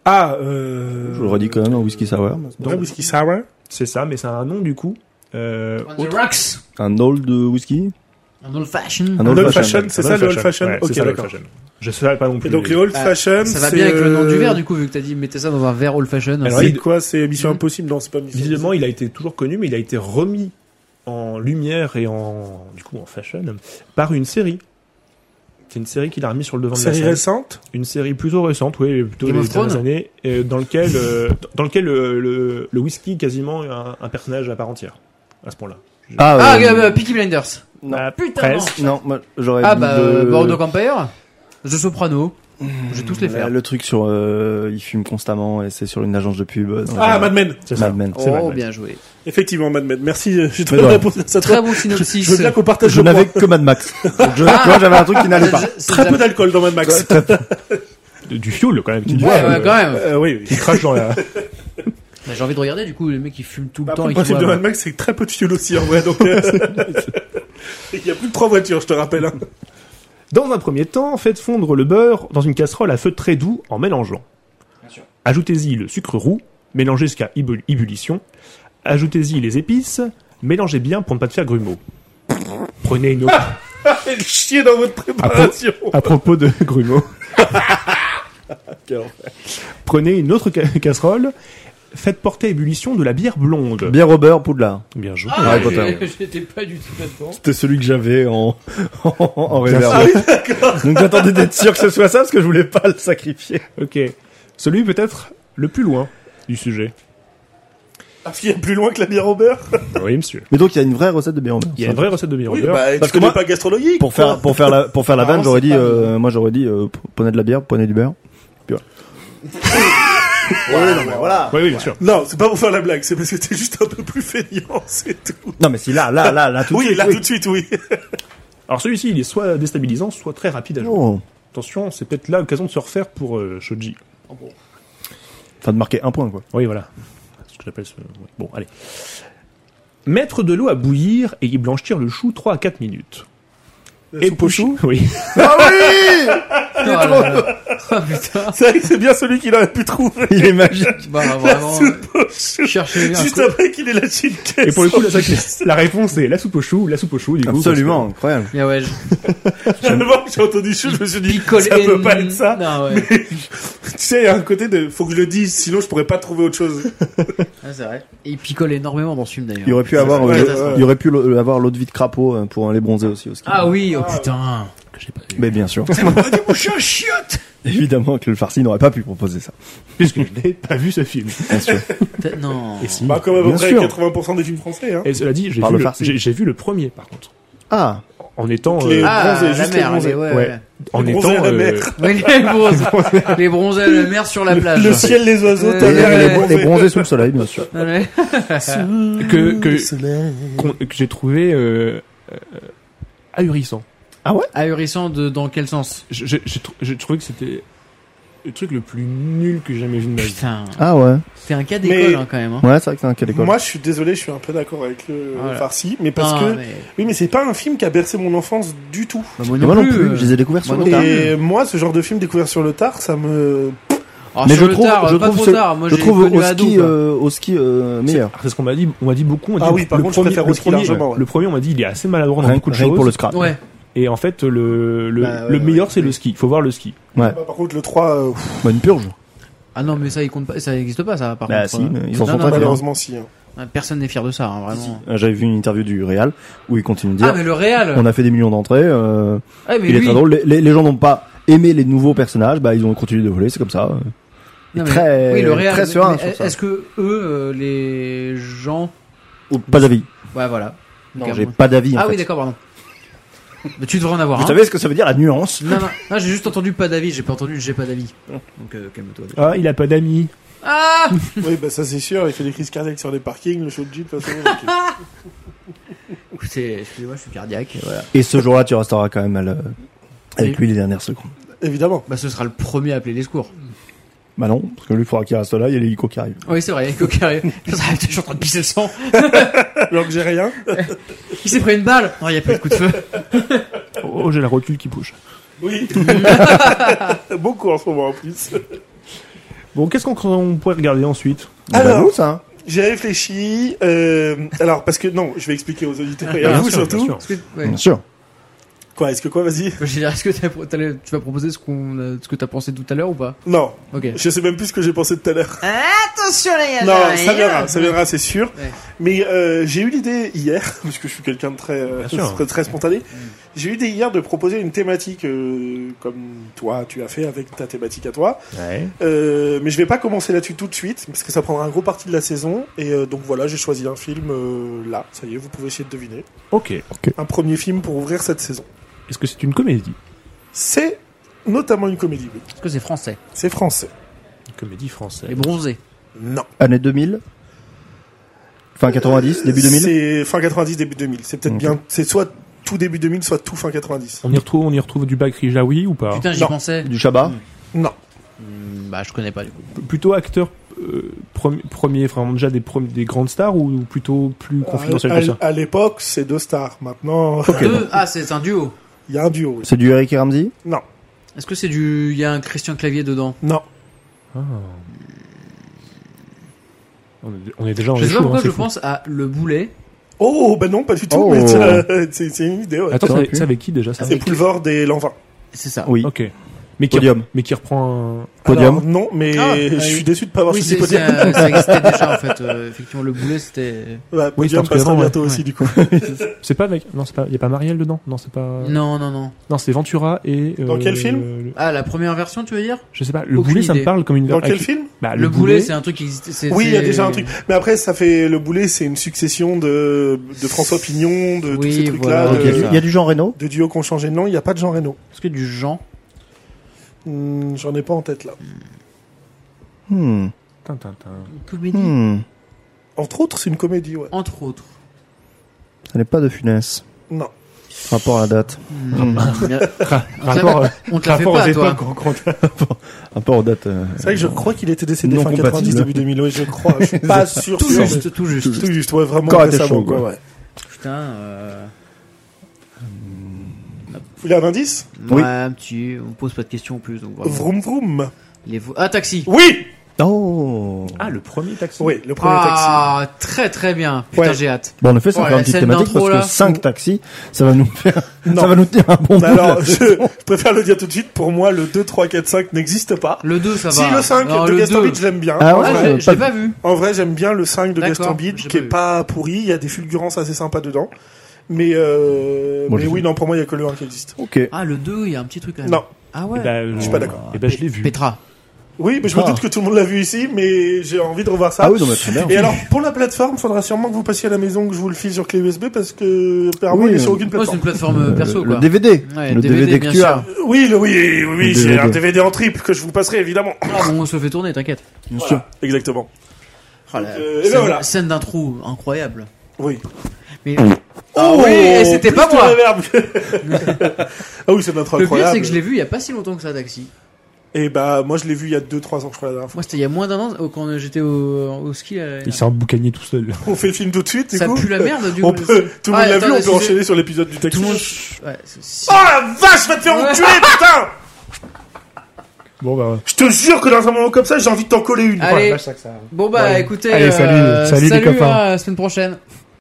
Speaker 3: Ah, euh...
Speaker 4: Je le redis quand même, un whisky sour.
Speaker 3: Ouais, whisky sour.
Speaker 1: C'est ça, mais ça a un nom du coup. Euh,
Speaker 2: On the rocks.
Speaker 4: Un old whisky
Speaker 2: Un old fashion.
Speaker 4: Un
Speaker 3: Un old fashion,
Speaker 4: old-fashioned.
Speaker 3: c'est ça le old fashion
Speaker 1: Ouais,
Speaker 3: Ok,
Speaker 1: c'est ça, le
Speaker 3: d'accord.
Speaker 1: old-fashioned. Je sais pas non plus.
Speaker 3: Et donc
Speaker 1: les-
Speaker 3: les old
Speaker 2: Ah,
Speaker 3: fashion,
Speaker 2: Ça va
Speaker 3: c'est,
Speaker 2: bien avec le nom du
Speaker 3: euh,
Speaker 2: verre, du coup, Mm-hmm. vu que t'as dit mettez ça dans un verre old fashion.
Speaker 1: Alors,
Speaker 3: C'est
Speaker 1: il-
Speaker 3: quoi C'est Mission Impossible Non, c'est pas Mission
Speaker 1: Visiblement, il a été toujours connu, mais il a été remis en lumière et en du coup en fashion par une série. C'est une série qu'il a remis sur le devant
Speaker 3: Série
Speaker 1: de la scène.
Speaker 3: récente
Speaker 1: Une série plutôt récente, oui, plutôt
Speaker 2: Game
Speaker 1: des
Speaker 2: of Thrones
Speaker 1: dernières années, euh, dans lequel euh, dans lequel euh, le, le whisky quasiment est un, un personnage à part entière à ce point-là.
Speaker 2: Ah,
Speaker 4: euh,
Speaker 2: regarde, euh, Peaky Blinders.
Speaker 4: Non.
Speaker 1: Ah,
Speaker 2: Putain,
Speaker 1: presque.
Speaker 4: Non, moi, j'aurais
Speaker 2: Ah
Speaker 4: dit
Speaker 2: bah,
Speaker 4: le-
Speaker 2: euh, Bordeaux Empire. The Soprano. Je vais tous les faire.
Speaker 4: Mmh, Le truc sur euh, il fume constamment et c'est sur une agence de pub. euh, dans
Speaker 3: Ah,
Speaker 4: un-
Speaker 3: Mad Men
Speaker 1: C'est ça.
Speaker 4: Mad Men.
Speaker 1: c'est
Speaker 2: Oh,
Speaker 1: vrai,
Speaker 2: bien joué.
Speaker 3: Effectivement, Mad Men. Merci, euh, j'ai
Speaker 4: Mais
Speaker 3: trouvé
Speaker 4: de
Speaker 3: la
Speaker 4: rien.
Speaker 3: réponse à ça.
Speaker 2: Très bon
Speaker 3: Je veux
Speaker 2: synopsis.
Speaker 3: bien qu'on partage
Speaker 4: Je
Speaker 3: le point.
Speaker 4: n'avais que Mad Max. Donc, je- tu vois, j'avais un truc qui n'allait pas.
Speaker 2: C'est
Speaker 3: Très
Speaker 2: déjà-
Speaker 3: peu d'alcool dans Mad Max.
Speaker 1: Du, du fioul quand même. Qui
Speaker 2: Ouais, ouais, quand même.
Speaker 3: Euh, oui, oui.
Speaker 1: Qui crache dans la.
Speaker 2: Bah, J'ai envie de regarder, du coup, les mecs qui fument tout le
Speaker 3: Bah, Après,
Speaker 2: temps.
Speaker 3: le
Speaker 2: et qui
Speaker 3: principe de
Speaker 2: boivent.
Speaker 3: Mad Max, c'est que très peu de fuel aussi, en vrai. Donc, euh, et qu'il y a plus de trois voitures, je te rappelle. hein.
Speaker 1: Dans un premier temps, faites fondre le beurre dans une casserole à feu très doux en mélangeant. Ajoutez-y le sucre roux, mélangez jusqu'à ébul- ébullition. Ajoutez-y les épices, mélangez bien pour ne pas te faire grumeaux. Prenez une
Speaker 3: Et chier dans votre préparation.
Speaker 1: à propos de grumeaux. Prenez une autre ca- casserole, faites porter à ébullition de la bière blonde.
Speaker 4: Bien Robert Poudlard.
Speaker 1: Bien joué.
Speaker 2: Ah,
Speaker 4: Harry Potter.
Speaker 2: j'ai- J'étais pas du tout là-dedans.
Speaker 4: C'était celui que j'avais en, en, en réserve. Donc j'attendais d'être sûr que ce soit ça parce que je voulais pas le sacrifier.
Speaker 1: Ok. Celui peut-être le plus loin du sujet.
Speaker 3: Parce qu'il y a plus loin que la bière au beurre.
Speaker 1: Oui, monsieur.
Speaker 4: Mais donc il y a une vraie recette de bière Robert.
Speaker 1: Il y a une vraie recette de bière.
Speaker 3: Oui,
Speaker 1: au beurre.
Speaker 3: bah,
Speaker 4: Parce
Speaker 3: parce
Speaker 4: que
Speaker 3: que n'est
Speaker 4: moi-
Speaker 3: pas gastrologique.
Speaker 4: Pour faire pour faire la pour faire la
Speaker 3: Apparemment,
Speaker 4: vanne, j'aurais
Speaker 3: c'est
Speaker 4: dit
Speaker 3: pas
Speaker 4: euh, moi j'aurais dit euh, prenez de la bière, prenez du beurre. Puis voilà. voilà.
Speaker 1: Oui, oui, bien sûr.
Speaker 3: Non, c'est pas pour faire la blague, c'est parce que t'es juste un peu plus feignant, c'est tout.
Speaker 4: Non mais si là là là là tout de
Speaker 3: oui,
Speaker 4: suite,
Speaker 3: là
Speaker 4: oui.
Speaker 3: tout de suite, oui.
Speaker 1: Alors celui-ci, il est soit déstabilisant, soit très rapide à jouer.
Speaker 4: Oh.
Speaker 1: Attention, c'est peut-être là l'occasion de se refaire pour euh, Shoji.
Speaker 4: Enfin de marquer un point quoi.
Speaker 1: Oui, voilà. C'est ce que j'appelle ce... ouais. Bon, allez. Mettre de l'eau à bouillir et y blanchir le chou 3 à 4 minutes. Et
Speaker 3: soupe au chou
Speaker 1: Oui.
Speaker 3: Ah,
Speaker 2: Oh là là. Oh, putain.
Speaker 3: C'est vrai que c'est bien celui qu'il aurait pu trouver.
Speaker 4: Il est magique.
Speaker 2: Bah, vraiment. Cherchez un
Speaker 3: Juste
Speaker 2: coup.
Speaker 3: après qu'il ait la chill
Speaker 1: Et pour le coup, la, la réponse est la soupe au chou, la soupe au chou, du coup.
Speaker 4: Absolument incroyable.
Speaker 2: Ah ouais, je
Speaker 3: Finalement, j'ai entendu chou, je me suis dit,
Speaker 2: picole
Speaker 3: ça
Speaker 2: et-
Speaker 3: peut pas être ça.
Speaker 2: Non, ouais.
Speaker 3: Tu sais, il y a un côté de, faut que je le dise, sinon je pourrais pas trouver autre chose.
Speaker 2: Ah, c'est vrai. Et il picole énormément dans ce film
Speaker 4: Il
Speaker 2: d'ailleurs.
Speaker 4: aurait pu avoir euh,
Speaker 3: Ouais,
Speaker 4: le-
Speaker 3: ça, ça.
Speaker 4: il aurait pu le- avoir l'eau de vie de crapaud euh, pour aller bronzer aussi au ski.
Speaker 2: Ah oui, oh putain. J'ai pas vu.
Speaker 4: Mais bien sûr.
Speaker 3: Oh,
Speaker 2: Mon chien chiotte
Speaker 4: Évidemment que le farci n'aurait pas pu proposer ça.
Speaker 1: Puisque je n'ai pas vu ce film.
Speaker 4: Bien sûr.
Speaker 2: T'as- Non.
Speaker 1: Et si.
Speaker 3: Bah, comme à peu
Speaker 4: Bien
Speaker 3: près
Speaker 4: sûr.
Speaker 3: 80% des films français, hein.
Speaker 1: Et cela dit, j'ai
Speaker 4: Par
Speaker 1: vu,
Speaker 4: le
Speaker 1: le-
Speaker 4: farci.
Speaker 1: j'ai- j'ai vu le premier, par contre.
Speaker 4: Ah,
Speaker 1: en étant
Speaker 3: Les
Speaker 1: euh,
Speaker 2: Ah,
Speaker 3: bronzés,
Speaker 2: la
Speaker 3: juste
Speaker 2: mer,
Speaker 3: les bronzés.
Speaker 2: les- ouais,
Speaker 1: Ouais.
Speaker 2: ouais.
Speaker 1: en
Speaker 3: les
Speaker 1: étant
Speaker 3: bronzés à la
Speaker 1: euh,
Speaker 3: mer.
Speaker 2: Oui, les bronzés. les bronzés à la mer sur la plage.
Speaker 3: Le ciel, les oiseaux,
Speaker 2: Euh,
Speaker 3: ta mère,
Speaker 2: euh,
Speaker 3: elle
Speaker 4: Et
Speaker 3: est bronzée.
Speaker 4: bronzé bronzés sous le soleil, bien sûr.
Speaker 2: Ah, Ouais.
Speaker 1: que que, qu'on- que j'ai trouvé euh, euh, ahurissant.
Speaker 2: Ahurissant de, dans quel sens
Speaker 1: Je- je- J'ai trou- j'ai trouvé que c'était le truc le plus nul que j'ai jamais vu de ma vie.
Speaker 2: Putain,
Speaker 4: Ah ouais.
Speaker 2: c'est un cas
Speaker 3: Mais-
Speaker 2: d'école hein, quand même. Hein.
Speaker 4: Ouais, c'est vrai que c'est un quelle école.
Speaker 3: Moi, je suis désolé, je suis un peu d'accord avec le
Speaker 2: Voilà.
Speaker 3: farci, mais parce
Speaker 2: Ah,
Speaker 3: que
Speaker 2: mais-
Speaker 3: oui, mais c'est pas un film qui a bercé mon enfance du tout.
Speaker 2: Bah,
Speaker 4: Et moi non plus,
Speaker 2: euh.
Speaker 4: je les ai découverts sur
Speaker 2: moi
Speaker 4: le
Speaker 2: non
Speaker 4: tard.
Speaker 2: plus.
Speaker 3: Et moi, ce genre de film découvert sur le tard, ça me
Speaker 2: Alors,
Speaker 4: Mais
Speaker 2: Ah, sur
Speaker 4: je
Speaker 2: le
Speaker 4: trouve,
Speaker 2: tard,
Speaker 4: je
Speaker 2: pas
Speaker 4: trouve,
Speaker 2: trop
Speaker 4: ce-
Speaker 2: tard. Moi,
Speaker 4: je
Speaker 2: j'ai
Speaker 4: trouve
Speaker 2: connu
Speaker 4: au
Speaker 2: ado,
Speaker 4: ski,
Speaker 2: quoi.
Speaker 4: euh, au ski euh,
Speaker 1: C'est
Speaker 4: meilleur.
Speaker 1: parce qu'on m'a dit, on m'a dit beaucoup. On m'a
Speaker 3: Ah
Speaker 1: dit,
Speaker 3: oui, par
Speaker 1: le
Speaker 3: contre, je
Speaker 1: premier,
Speaker 3: préfère
Speaker 1: le
Speaker 3: au ski
Speaker 1: premier-
Speaker 3: largement, ouais.
Speaker 1: le premier, on m'a dit, il est assez maladroit dans
Speaker 4: Rien,
Speaker 1: beaucoup de
Speaker 4: rien que
Speaker 1: choses.
Speaker 4: pour le scratch.
Speaker 2: Ouais.
Speaker 1: Et en fait, le le,
Speaker 4: Bah, ouais,
Speaker 1: le
Speaker 4: ouais,
Speaker 1: meilleur,
Speaker 4: ouais.
Speaker 1: c'est le ski. Il faut voir le ski.
Speaker 3: Bah, par contre, le 3, euh, pff,
Speaker 4: Bah, une purge.
Speaker 2: Ah non, mais ça, il compte pas, ça n'existe pas, ça, par
Speaker 4: Bah,
Speaker 2: contre.
Speaker 4: si,
Speaker 2: euh.
Speaker 4: mais ils
Speaker 2: Non,
Speaker 4: en sont
Speaker 2: non,
Speaker 4: pas
Speaker 2: non,
Speaker 3: malheureusement, si. hein.
Speaker 2: non, Personne n'est fier de ça, hein, vraiment.
Speaker 4: Euh, J'avais vu une interview du Real où il continue de
Speaker 2: Ah,
Speaker 4: dire
Speaker 2: mais le Real
Speaker 4: on a fait des millions d'entrées. euh,
Speaker 2: Ah, mais
Speaker 4: il est
Speaker 2: lui-
Speaker 4: très drôle. Les, les- les gens n'ont pas aimé les nouveaux personnages, bah ils ont continué de voler, c'est comme ça.
Speaker 2: Non, mais-
Speaker 4: très- euh,
Speaker 2: oui, le Real,
Speaker 4: très
Speaker 2: mais-
Speaker 4: serein
Speaker 2: mais
Speaker 4: sur ça.
Speaker 2: Est-ce que eux, euh, les gens.
Speaker 4: Ou pas d'avis.
Speaker 2: Ouais, voilà.
Speaker 4: Non,
Speaker 2: Donc,
Speaker 4: j'ai
Speaker 2: euh,
Speaker 4: pas d'avis. en
Speaker 2: Ah oui,
Speaker 4: fait.
Speaker 2: d'accord, pardon. Mais tu devrais en avoir.
Speaker 4: Vous
Speaker 2: hein.
Speaker 4: savez ce que ça veut dire la nuance
Speaker 2: Non, non, non, j'ai juste entendu pas d'avis, j'ai pas entendu j'ai pas d'avis. Donc euh, calme-toi.
Speaker 1: Ah, il a pas d'amis.
Speaker 2: Ah
Speaker 3: oui, bah ça c'est sûr, il fait des crises cardiaques sur les parkings, le show de Jeep, de toute façon. donc,
Speaker 2: Écoutez, excusez-moi, je suis cardiaque. Voilà.
Speaker 4: Et ce jour-là, tu resteras quand même à le- avec lui les dernières secondes.
Speaker 3: euh, Évidemment.
Speaker 2: Bah, ce sera le premier à appeler les secours.
Speaker 4: Bah non, parce que lui, il faudra qu'il reste là, il y a l'hélico qui arrive.
Speaker 2: Oui, c'est vrai, avec le carré. Je suis en train de pisser le sang.
Speaker 3: Alors que j'ai rien.
Speaker 2: Il s'est pris une balle. Non, il n'y a pas de coup de feu.
Speaker 1: Oh, j'ai la rotule qui bouge.
Speaker 3: Oui. Beaucoup en ce moment en plus.
Speaker 1: Bon, qu'est-ce qu'on on pourrait regarder ensuite
Speaker 3: Alors-
Speaker 4: bah, nous, ça.
Speaker 3: J'ai réfléchi. euh, alors, parce que non, je vais expliquer aux auditeurs et à
Speaker 1: Bien
Speaker 3: vous
Speaker 1: sûr, bien
Speaker 3: surtout.
Speaker 1: sûr.
Speaker 2: Est-ce que- ouais.
Speaker 4: Bien sûr.
Speaker 3: Quoi, est-ce que quoi, vas-y
Speaker 2: Je veux dire, est-ce que t'as pro- t'as le- tu vas proposer ce, qu'on, euh, ce que t'as pensé tout à l'heure ou pas
Speaker 3: Non,
Speaker 2: Ok.
Speaker 3: je sais même plus ce que j'ai pensé tout à l'heure.
Speaker 2: Attention les gars
Speaker 3: Non, ça viendra, ça viendra, c'est sûr.
Speaker 2: Ouais.
Speaker 3: Mais euh, j'ai eu l'idée hier, parce que je suis quelqu'un de très, euh,
Speaker 1: Bien sûr. Mm.
Speaker 3: très, très spontané. J'ai eu l'idée hier de proposer une thématique euh, comme toi, tu as fait avec ta thématique à toi.
Speaker 1: Ouais.
Speaker 3: Euh, mais je vais pas commencer là-dessus tout de suite, parce que ça prendra un gros parti de la saison. Et euh, donc voilà, j'ai choisi un film euh, là. Ça y est, vous pouvez essayer de deviner.
Speaker 1: Ok.
Speaker 3: Un premier film pour ouvrir cette saison.
Speaker 1: Est-ce que c'est une comédie
Speaker 3: C'est notamment une comédie. oui.
Speaker 2: Est-ce que c'est français
Speaker 3: C'est français.
Speaker 1: Une comédie française.
Speaker 2: Et bronzé
Speaker 3: Non.
Speaker 4: Année 2000 Fin 90, début 2000
Speaker 3: C'est fin 90, début 2000. C'est peut-être
Speaker 4: Ok.
Speaker 3: bien. C'est soit tout début 2000, soit tout fin 90.
Speaker 1: On y retrouve, on y retrouve du Bakri Jaoui ou pas
Speaker 2: Putain, j'y
Speaker 3: Non.
Speaker 2: pensais.
Speaker 4: Du Shabbat
Speaker 3: Non.
Speaker 2: Ah. Hmm, bah, je connais pas du coup.
Speaker 1: P- Plutôt acteur euh, premi- premier, vraiment déjà des, premi- des grandes stars ou plutôt plus
Speaker 2: Euh,
Speaker 1: confidentiel
Speaker 3: À-
Speaker 1: que ça
Speaker 3: À, à l'époque, c'est deux stars. Maintenant,
Speaker 2: Deux Ah, c'est un duo.
Speaker 3: il y a un duo. oui.
Speaker 4: C'est du Eric et Ramsey
Speaker 3: Non,
Speaker 2: Est-ce que c'est du. Il y a un Christian Clavier dedans
Speaker 3: non.
Speaker 1: Ah. On est, on est déjà en
Speaker 2: Je sais pas pourquoi
Speaker 1: hein, c'est
Speaker 2: je
Speaker 1: fou.
Speaker 2: pense à Le Boulet.
Speaker 3: Oh, ben non, pas du tout.
Speaker 4: Oh.
Speaker 3: mais c'est- c'est c'est une idée. Ouais.
Speaker 1: Attends,
Speaker 4: Ça
Speaker 1: c'est
Speaker 4: aurait
Speaker 1: avec-
Speaker 4: pu.
Speaker 1: c'est avec qui déjà ça
Speaker 3: C'est Poulvord et Lanvin.
Speaker 2: C'est ça.
Speaker 4: Oui.
Speaker 1: Ok. Mais qui,
Speaker 4: Podium.
Speaker 1: mais qui reprend un...
Speaker 4: Podium
Speaker 3: Alors, Non, mais
Speaker 2: Ah,
Speaker 3: je
Speaker 2: oui.
Speaker 3: suis déçu de pas avoir
Speaker 2: Oui,
Speaker 3: cité
Speaker 2: c'est-
Speaker 3: Podium.
Speaker 2: c'est, euh, ça existait déjà en fait. Euh, effectivement, le boulet c'était.
Speaker 3: Bah,
Speaker 1: Oui, c'est
Speaker 3: Podium
Speaker 1: un
Speaker 3: passera
Speaker 1: prénom, ouais.
Speaker 3: bientôt aussi,
Speaker 2: Ouais.
Speaker 3: du coup.
Speaker 1: C'est pas avec... Non, c'est pas... Il y a pas Marielle dedans Non, c'est pas...
Speaker 2: Non, non, non.
Speaker 1: Non, c'est Ventura et... euh,
Speaker 3: Dans quel film
Speaker 1: le-
Speaker 2: Ah, la première version, tu veux dire
Speaker 1: Je sais pas. Le
Speaker 2: Aucune
Speaker 1: boulet, ça me
Speaker 2: idée.
Speaker 1: parle comme une...
Speaker 3: Dans quel
Speaker 1: avec-
Speaker 3: film
Speaker 1: Bah,
Speaker 2: Le,
Speaker 1: le
Speaker 2: boulet, c'est un truc qui existait. c'est-
Speaker 3: Ah, Oui, il y a
Speaker 2: c'est-
Speaker 3: déjà un truc. Mais après, ça fait le boulet, c'est une succession de, de François Pignon, de tous
Speaker 2: Oui,
Speaker 3: ces trucs-là,
Speaker 2: voilà.
Speaker 4: Donc, il y a
Speaker 3: de,
Speaker 4: du-
Speaker 2: ça.
Speaker 4: il y, a du Jean Reno
Speaker 3: de duos qui ont changé de nom. Il n'y a pas de Jean Reno.
Speaker 2: Est-ce que du Jean
Speaker 3: Hmm, J'en ai pas en tête là.
Speaker 4: Hmm.
Speaker 1: Tin, tin, tin.
Speaker 2: Comédie
Speaker 4: Hmm.
Speaker 3: Entre autres, c'est une comédie, ouais.
Speaker 2: Entre autres.
Speaker 4: Ça n'est pas de funès.
Speaker 3: Non.
Speaker 4: Rapport à la date.
Speaker 2: Hmm. On te
Speaker 1: Rapport,
Speaker 2: l'a-
Speaker 1: euh,
Speaker 2: on te l'a fait
Speaker 1: rapport aux
Speaker 2: pas, toi. hein.
Speaker 1: époques, en gros.
Speaker 4: Rapport aux dates. euh,
Speaker 3: C'est vrai que je crois qu'il était décédé
Speaker 4: Non
Speaker 3: fin 90,
Speaker 4: compatible.
Speaker 3: début 2000. Oui, je crois. Je suis pas sûr.
Speaker 2: Tout
Speaker 3: sûr, mais-
Speaker 2: juste, tout juste.
Speaker 3: Tout juste, ouais, vraiment
Speaker 4: Encore à tes
Speaker 3: récemment,
Speaker 4: chevaux,
Speaker 3: quoi.
Speaker 4: quoi.
Speaker 3: ouais.
Speaker 2: Putain. Euh...
Speaker 3: Vous voulez un indice
Speaker 2: Ouais,
Speaker 4: Oui.
Speaker 2: un petit. On pose pas de questions en plus. Donc vraiment.
Speaker 3: Vroom vroom.
Speaker 2: Les vo- Ah, taxi.
Speaker 3: Oui
Speaker 4: Oh
Speaker 1: Ah, le premier taxi.
Speaker 3: Oui, le premier taxi.
Speaker 2: Ah, très très bien. Putain,
Speaker 3: Ouais.
Speaker 2: j'ai hâte.
Speaker 4: Bon, en effet, c'est
Speaker 2: Oh,
Speaker 4: encore
Speaker 2: la
Speaker 4: une petite
Speaker 2: scène
Speaker 4: thématique
Speaker 2: d'intro,
Speaker 4: parce
Speaker 2: là.
Speaker 4: que 5 taxis, ça va nous faire,
Speaker 3: Non.
Speaker 4: ça va nous tenir un bon bout.
Speaker 3: Alors,
Speaker 4: là.
Speaker 3: je préfère le dire tout de suite, pour moi, le 2, 3, 4, 5 n'existe pas.
Speaker 2: Le 2, ça
Speaker 3: Si,
Speaker 2: va.
Speaker 3: le 5
Speaker 2: Non,
Speaker 3: de
Speaker 2: le
Speaker 3: Gastambide,
Speaker 2: 2.
Speaker 3: je l'aime bien.
Speaker 4: Ah
Speaker 3: en,
Speaker 4: ouais,
Speaker 2: Ah,
Speaker 3: vrai,
Speaker 2: j'ai- je l'ai pas vu.
Speaker 3: en vrai, j'aime bien le 5 de
Speaker 2: D'accord,
Speaker 3: Gastambide, qui
Speaker 2: j'ai pas
Speaker 3: est
Speaker 2: vu.
Speaker 3: pas pourri, il y a des fulgurances assez sympas dedans. Mais, euh,
Speaker 4: Moi,
Speaker 3: mais
Speaker 4: j'ai
Speaker 3: oui,
Speaker 4: vu.
Speaker 3: non, pour moi, il y a que le 1 qui existe.
Speaker 4: Ok.
Speaker 2: Ah, le 2, il y a un petit truc quand même.
Speaker 3: Non,
Speaker 2: Ah
Speaker 1: Eh
Speaker 2: ouais.
Speaker 1: ben,
Speaker 3: je suis pas d'accord.
Speaker 1: Eh ben, je l'ai vu.
Speaker 2: Petra.
Speaker 3: Oui, mais je me
Speaker 4: Ah.
Speaker 3: doute que tout le monde l'a vu ici, mais j'ai envie de revoir ça.
Speaker 4: Ah oui, non, mais très bien.
Speaker 3: Et alors, pour la plateforme, faudra sûrement que vous passiez à la maison que je vous le file sur clé USB parce que, apparemment,
Speaker 4: Oui,
Speaker 3: il est
Speaker 4: euh,
Speaker 3: sur aucune
Speaker 2: Oh, c'est
Speaker 3: plateforme.
Speaker 2: une plateforme euh, perso,
Speaker 4: le
Speaker 2: quoi.
Speaker 4: DVD,
Speaker 2: Ouais,
Speaker 4: le DVD, que
Speaker 2: bien
Speaker 4: tu
Speaker 2: sûr.
Speaker 4: as.
Speaker 3: Oui, le, oui, oui,
Speaker 4: Le
Speaker 3: j'ai un
Speaker 4: DVD.
Speaker 3: DVD en triple que je vous passerai évidemment.
Speaker 2: Ah, bon, on se fait tourner, t'inquiète.
Speaker 4: Bien sûr.
Speaker 3: Voilà, exactement.
Speaker 2: Oh, la
Speaker 3: euh, et ben
Speaker 2: scène,
Speaker 3: voilà.
Speaker 2: scène d'intro incroyable.
Speaker 3: Oui. Oh,
Speaker 2: Mais... Ah oui, et c'était
Speaker 3: plus
Speaker 2: pas
Speaker 3: de
Speaker 2: moi.
Speaker 3: réverb. ah oui, c'est notre
Speaker 2: Le pire,
Speaker 3: incroyable.
Speaker 2: c'est que je l'ai vu il y a pas si longtemps que ça, Taxi.
Speaker 3: Et bah, moi, je l'ai vu il y a 2-3 ans, je crois, la dernière fois.
Speaker 2: Moi, c'était il y a moins d'un an, euh, quand euh, j'étais au, au ski. là,
Speaker 1: Il s'est emboucané tout seul.
Speaker 3: On fait le film tout de suite, du
Speaker 2: ça
Speaker 3: coup.
Speaker 2: pue la merde, du
Speaker 3: On
Speaker 2: coup.
Speaker 3: peut, tout le
Speaker 2: Ah,
Speaker 3: monde l'a vu,
Speaker 2: attends,
Speaker 3: on peut
Speaker 2: excusez-
Speaker 3: enchaîner sur l'épisode du
Speaker 2: Tout
Speaker 3: taxi.
Speaker 2: le monde. Ouais, c'est- si-
Speaker 3: Oh la vache, va te faire enculer, putain!
Speaker 1: Bon bah.
Speaker 3: Je te jure que dans un moment comme ça, j'ai envie de t'en coller une.
Speaker 2: Allez, bon bah écoutez,
Speaker 1: Allez,
Speaker 2: euh,
Speaker 1: salut, salut les copains.
Speaker 2: à la semaine prochaine.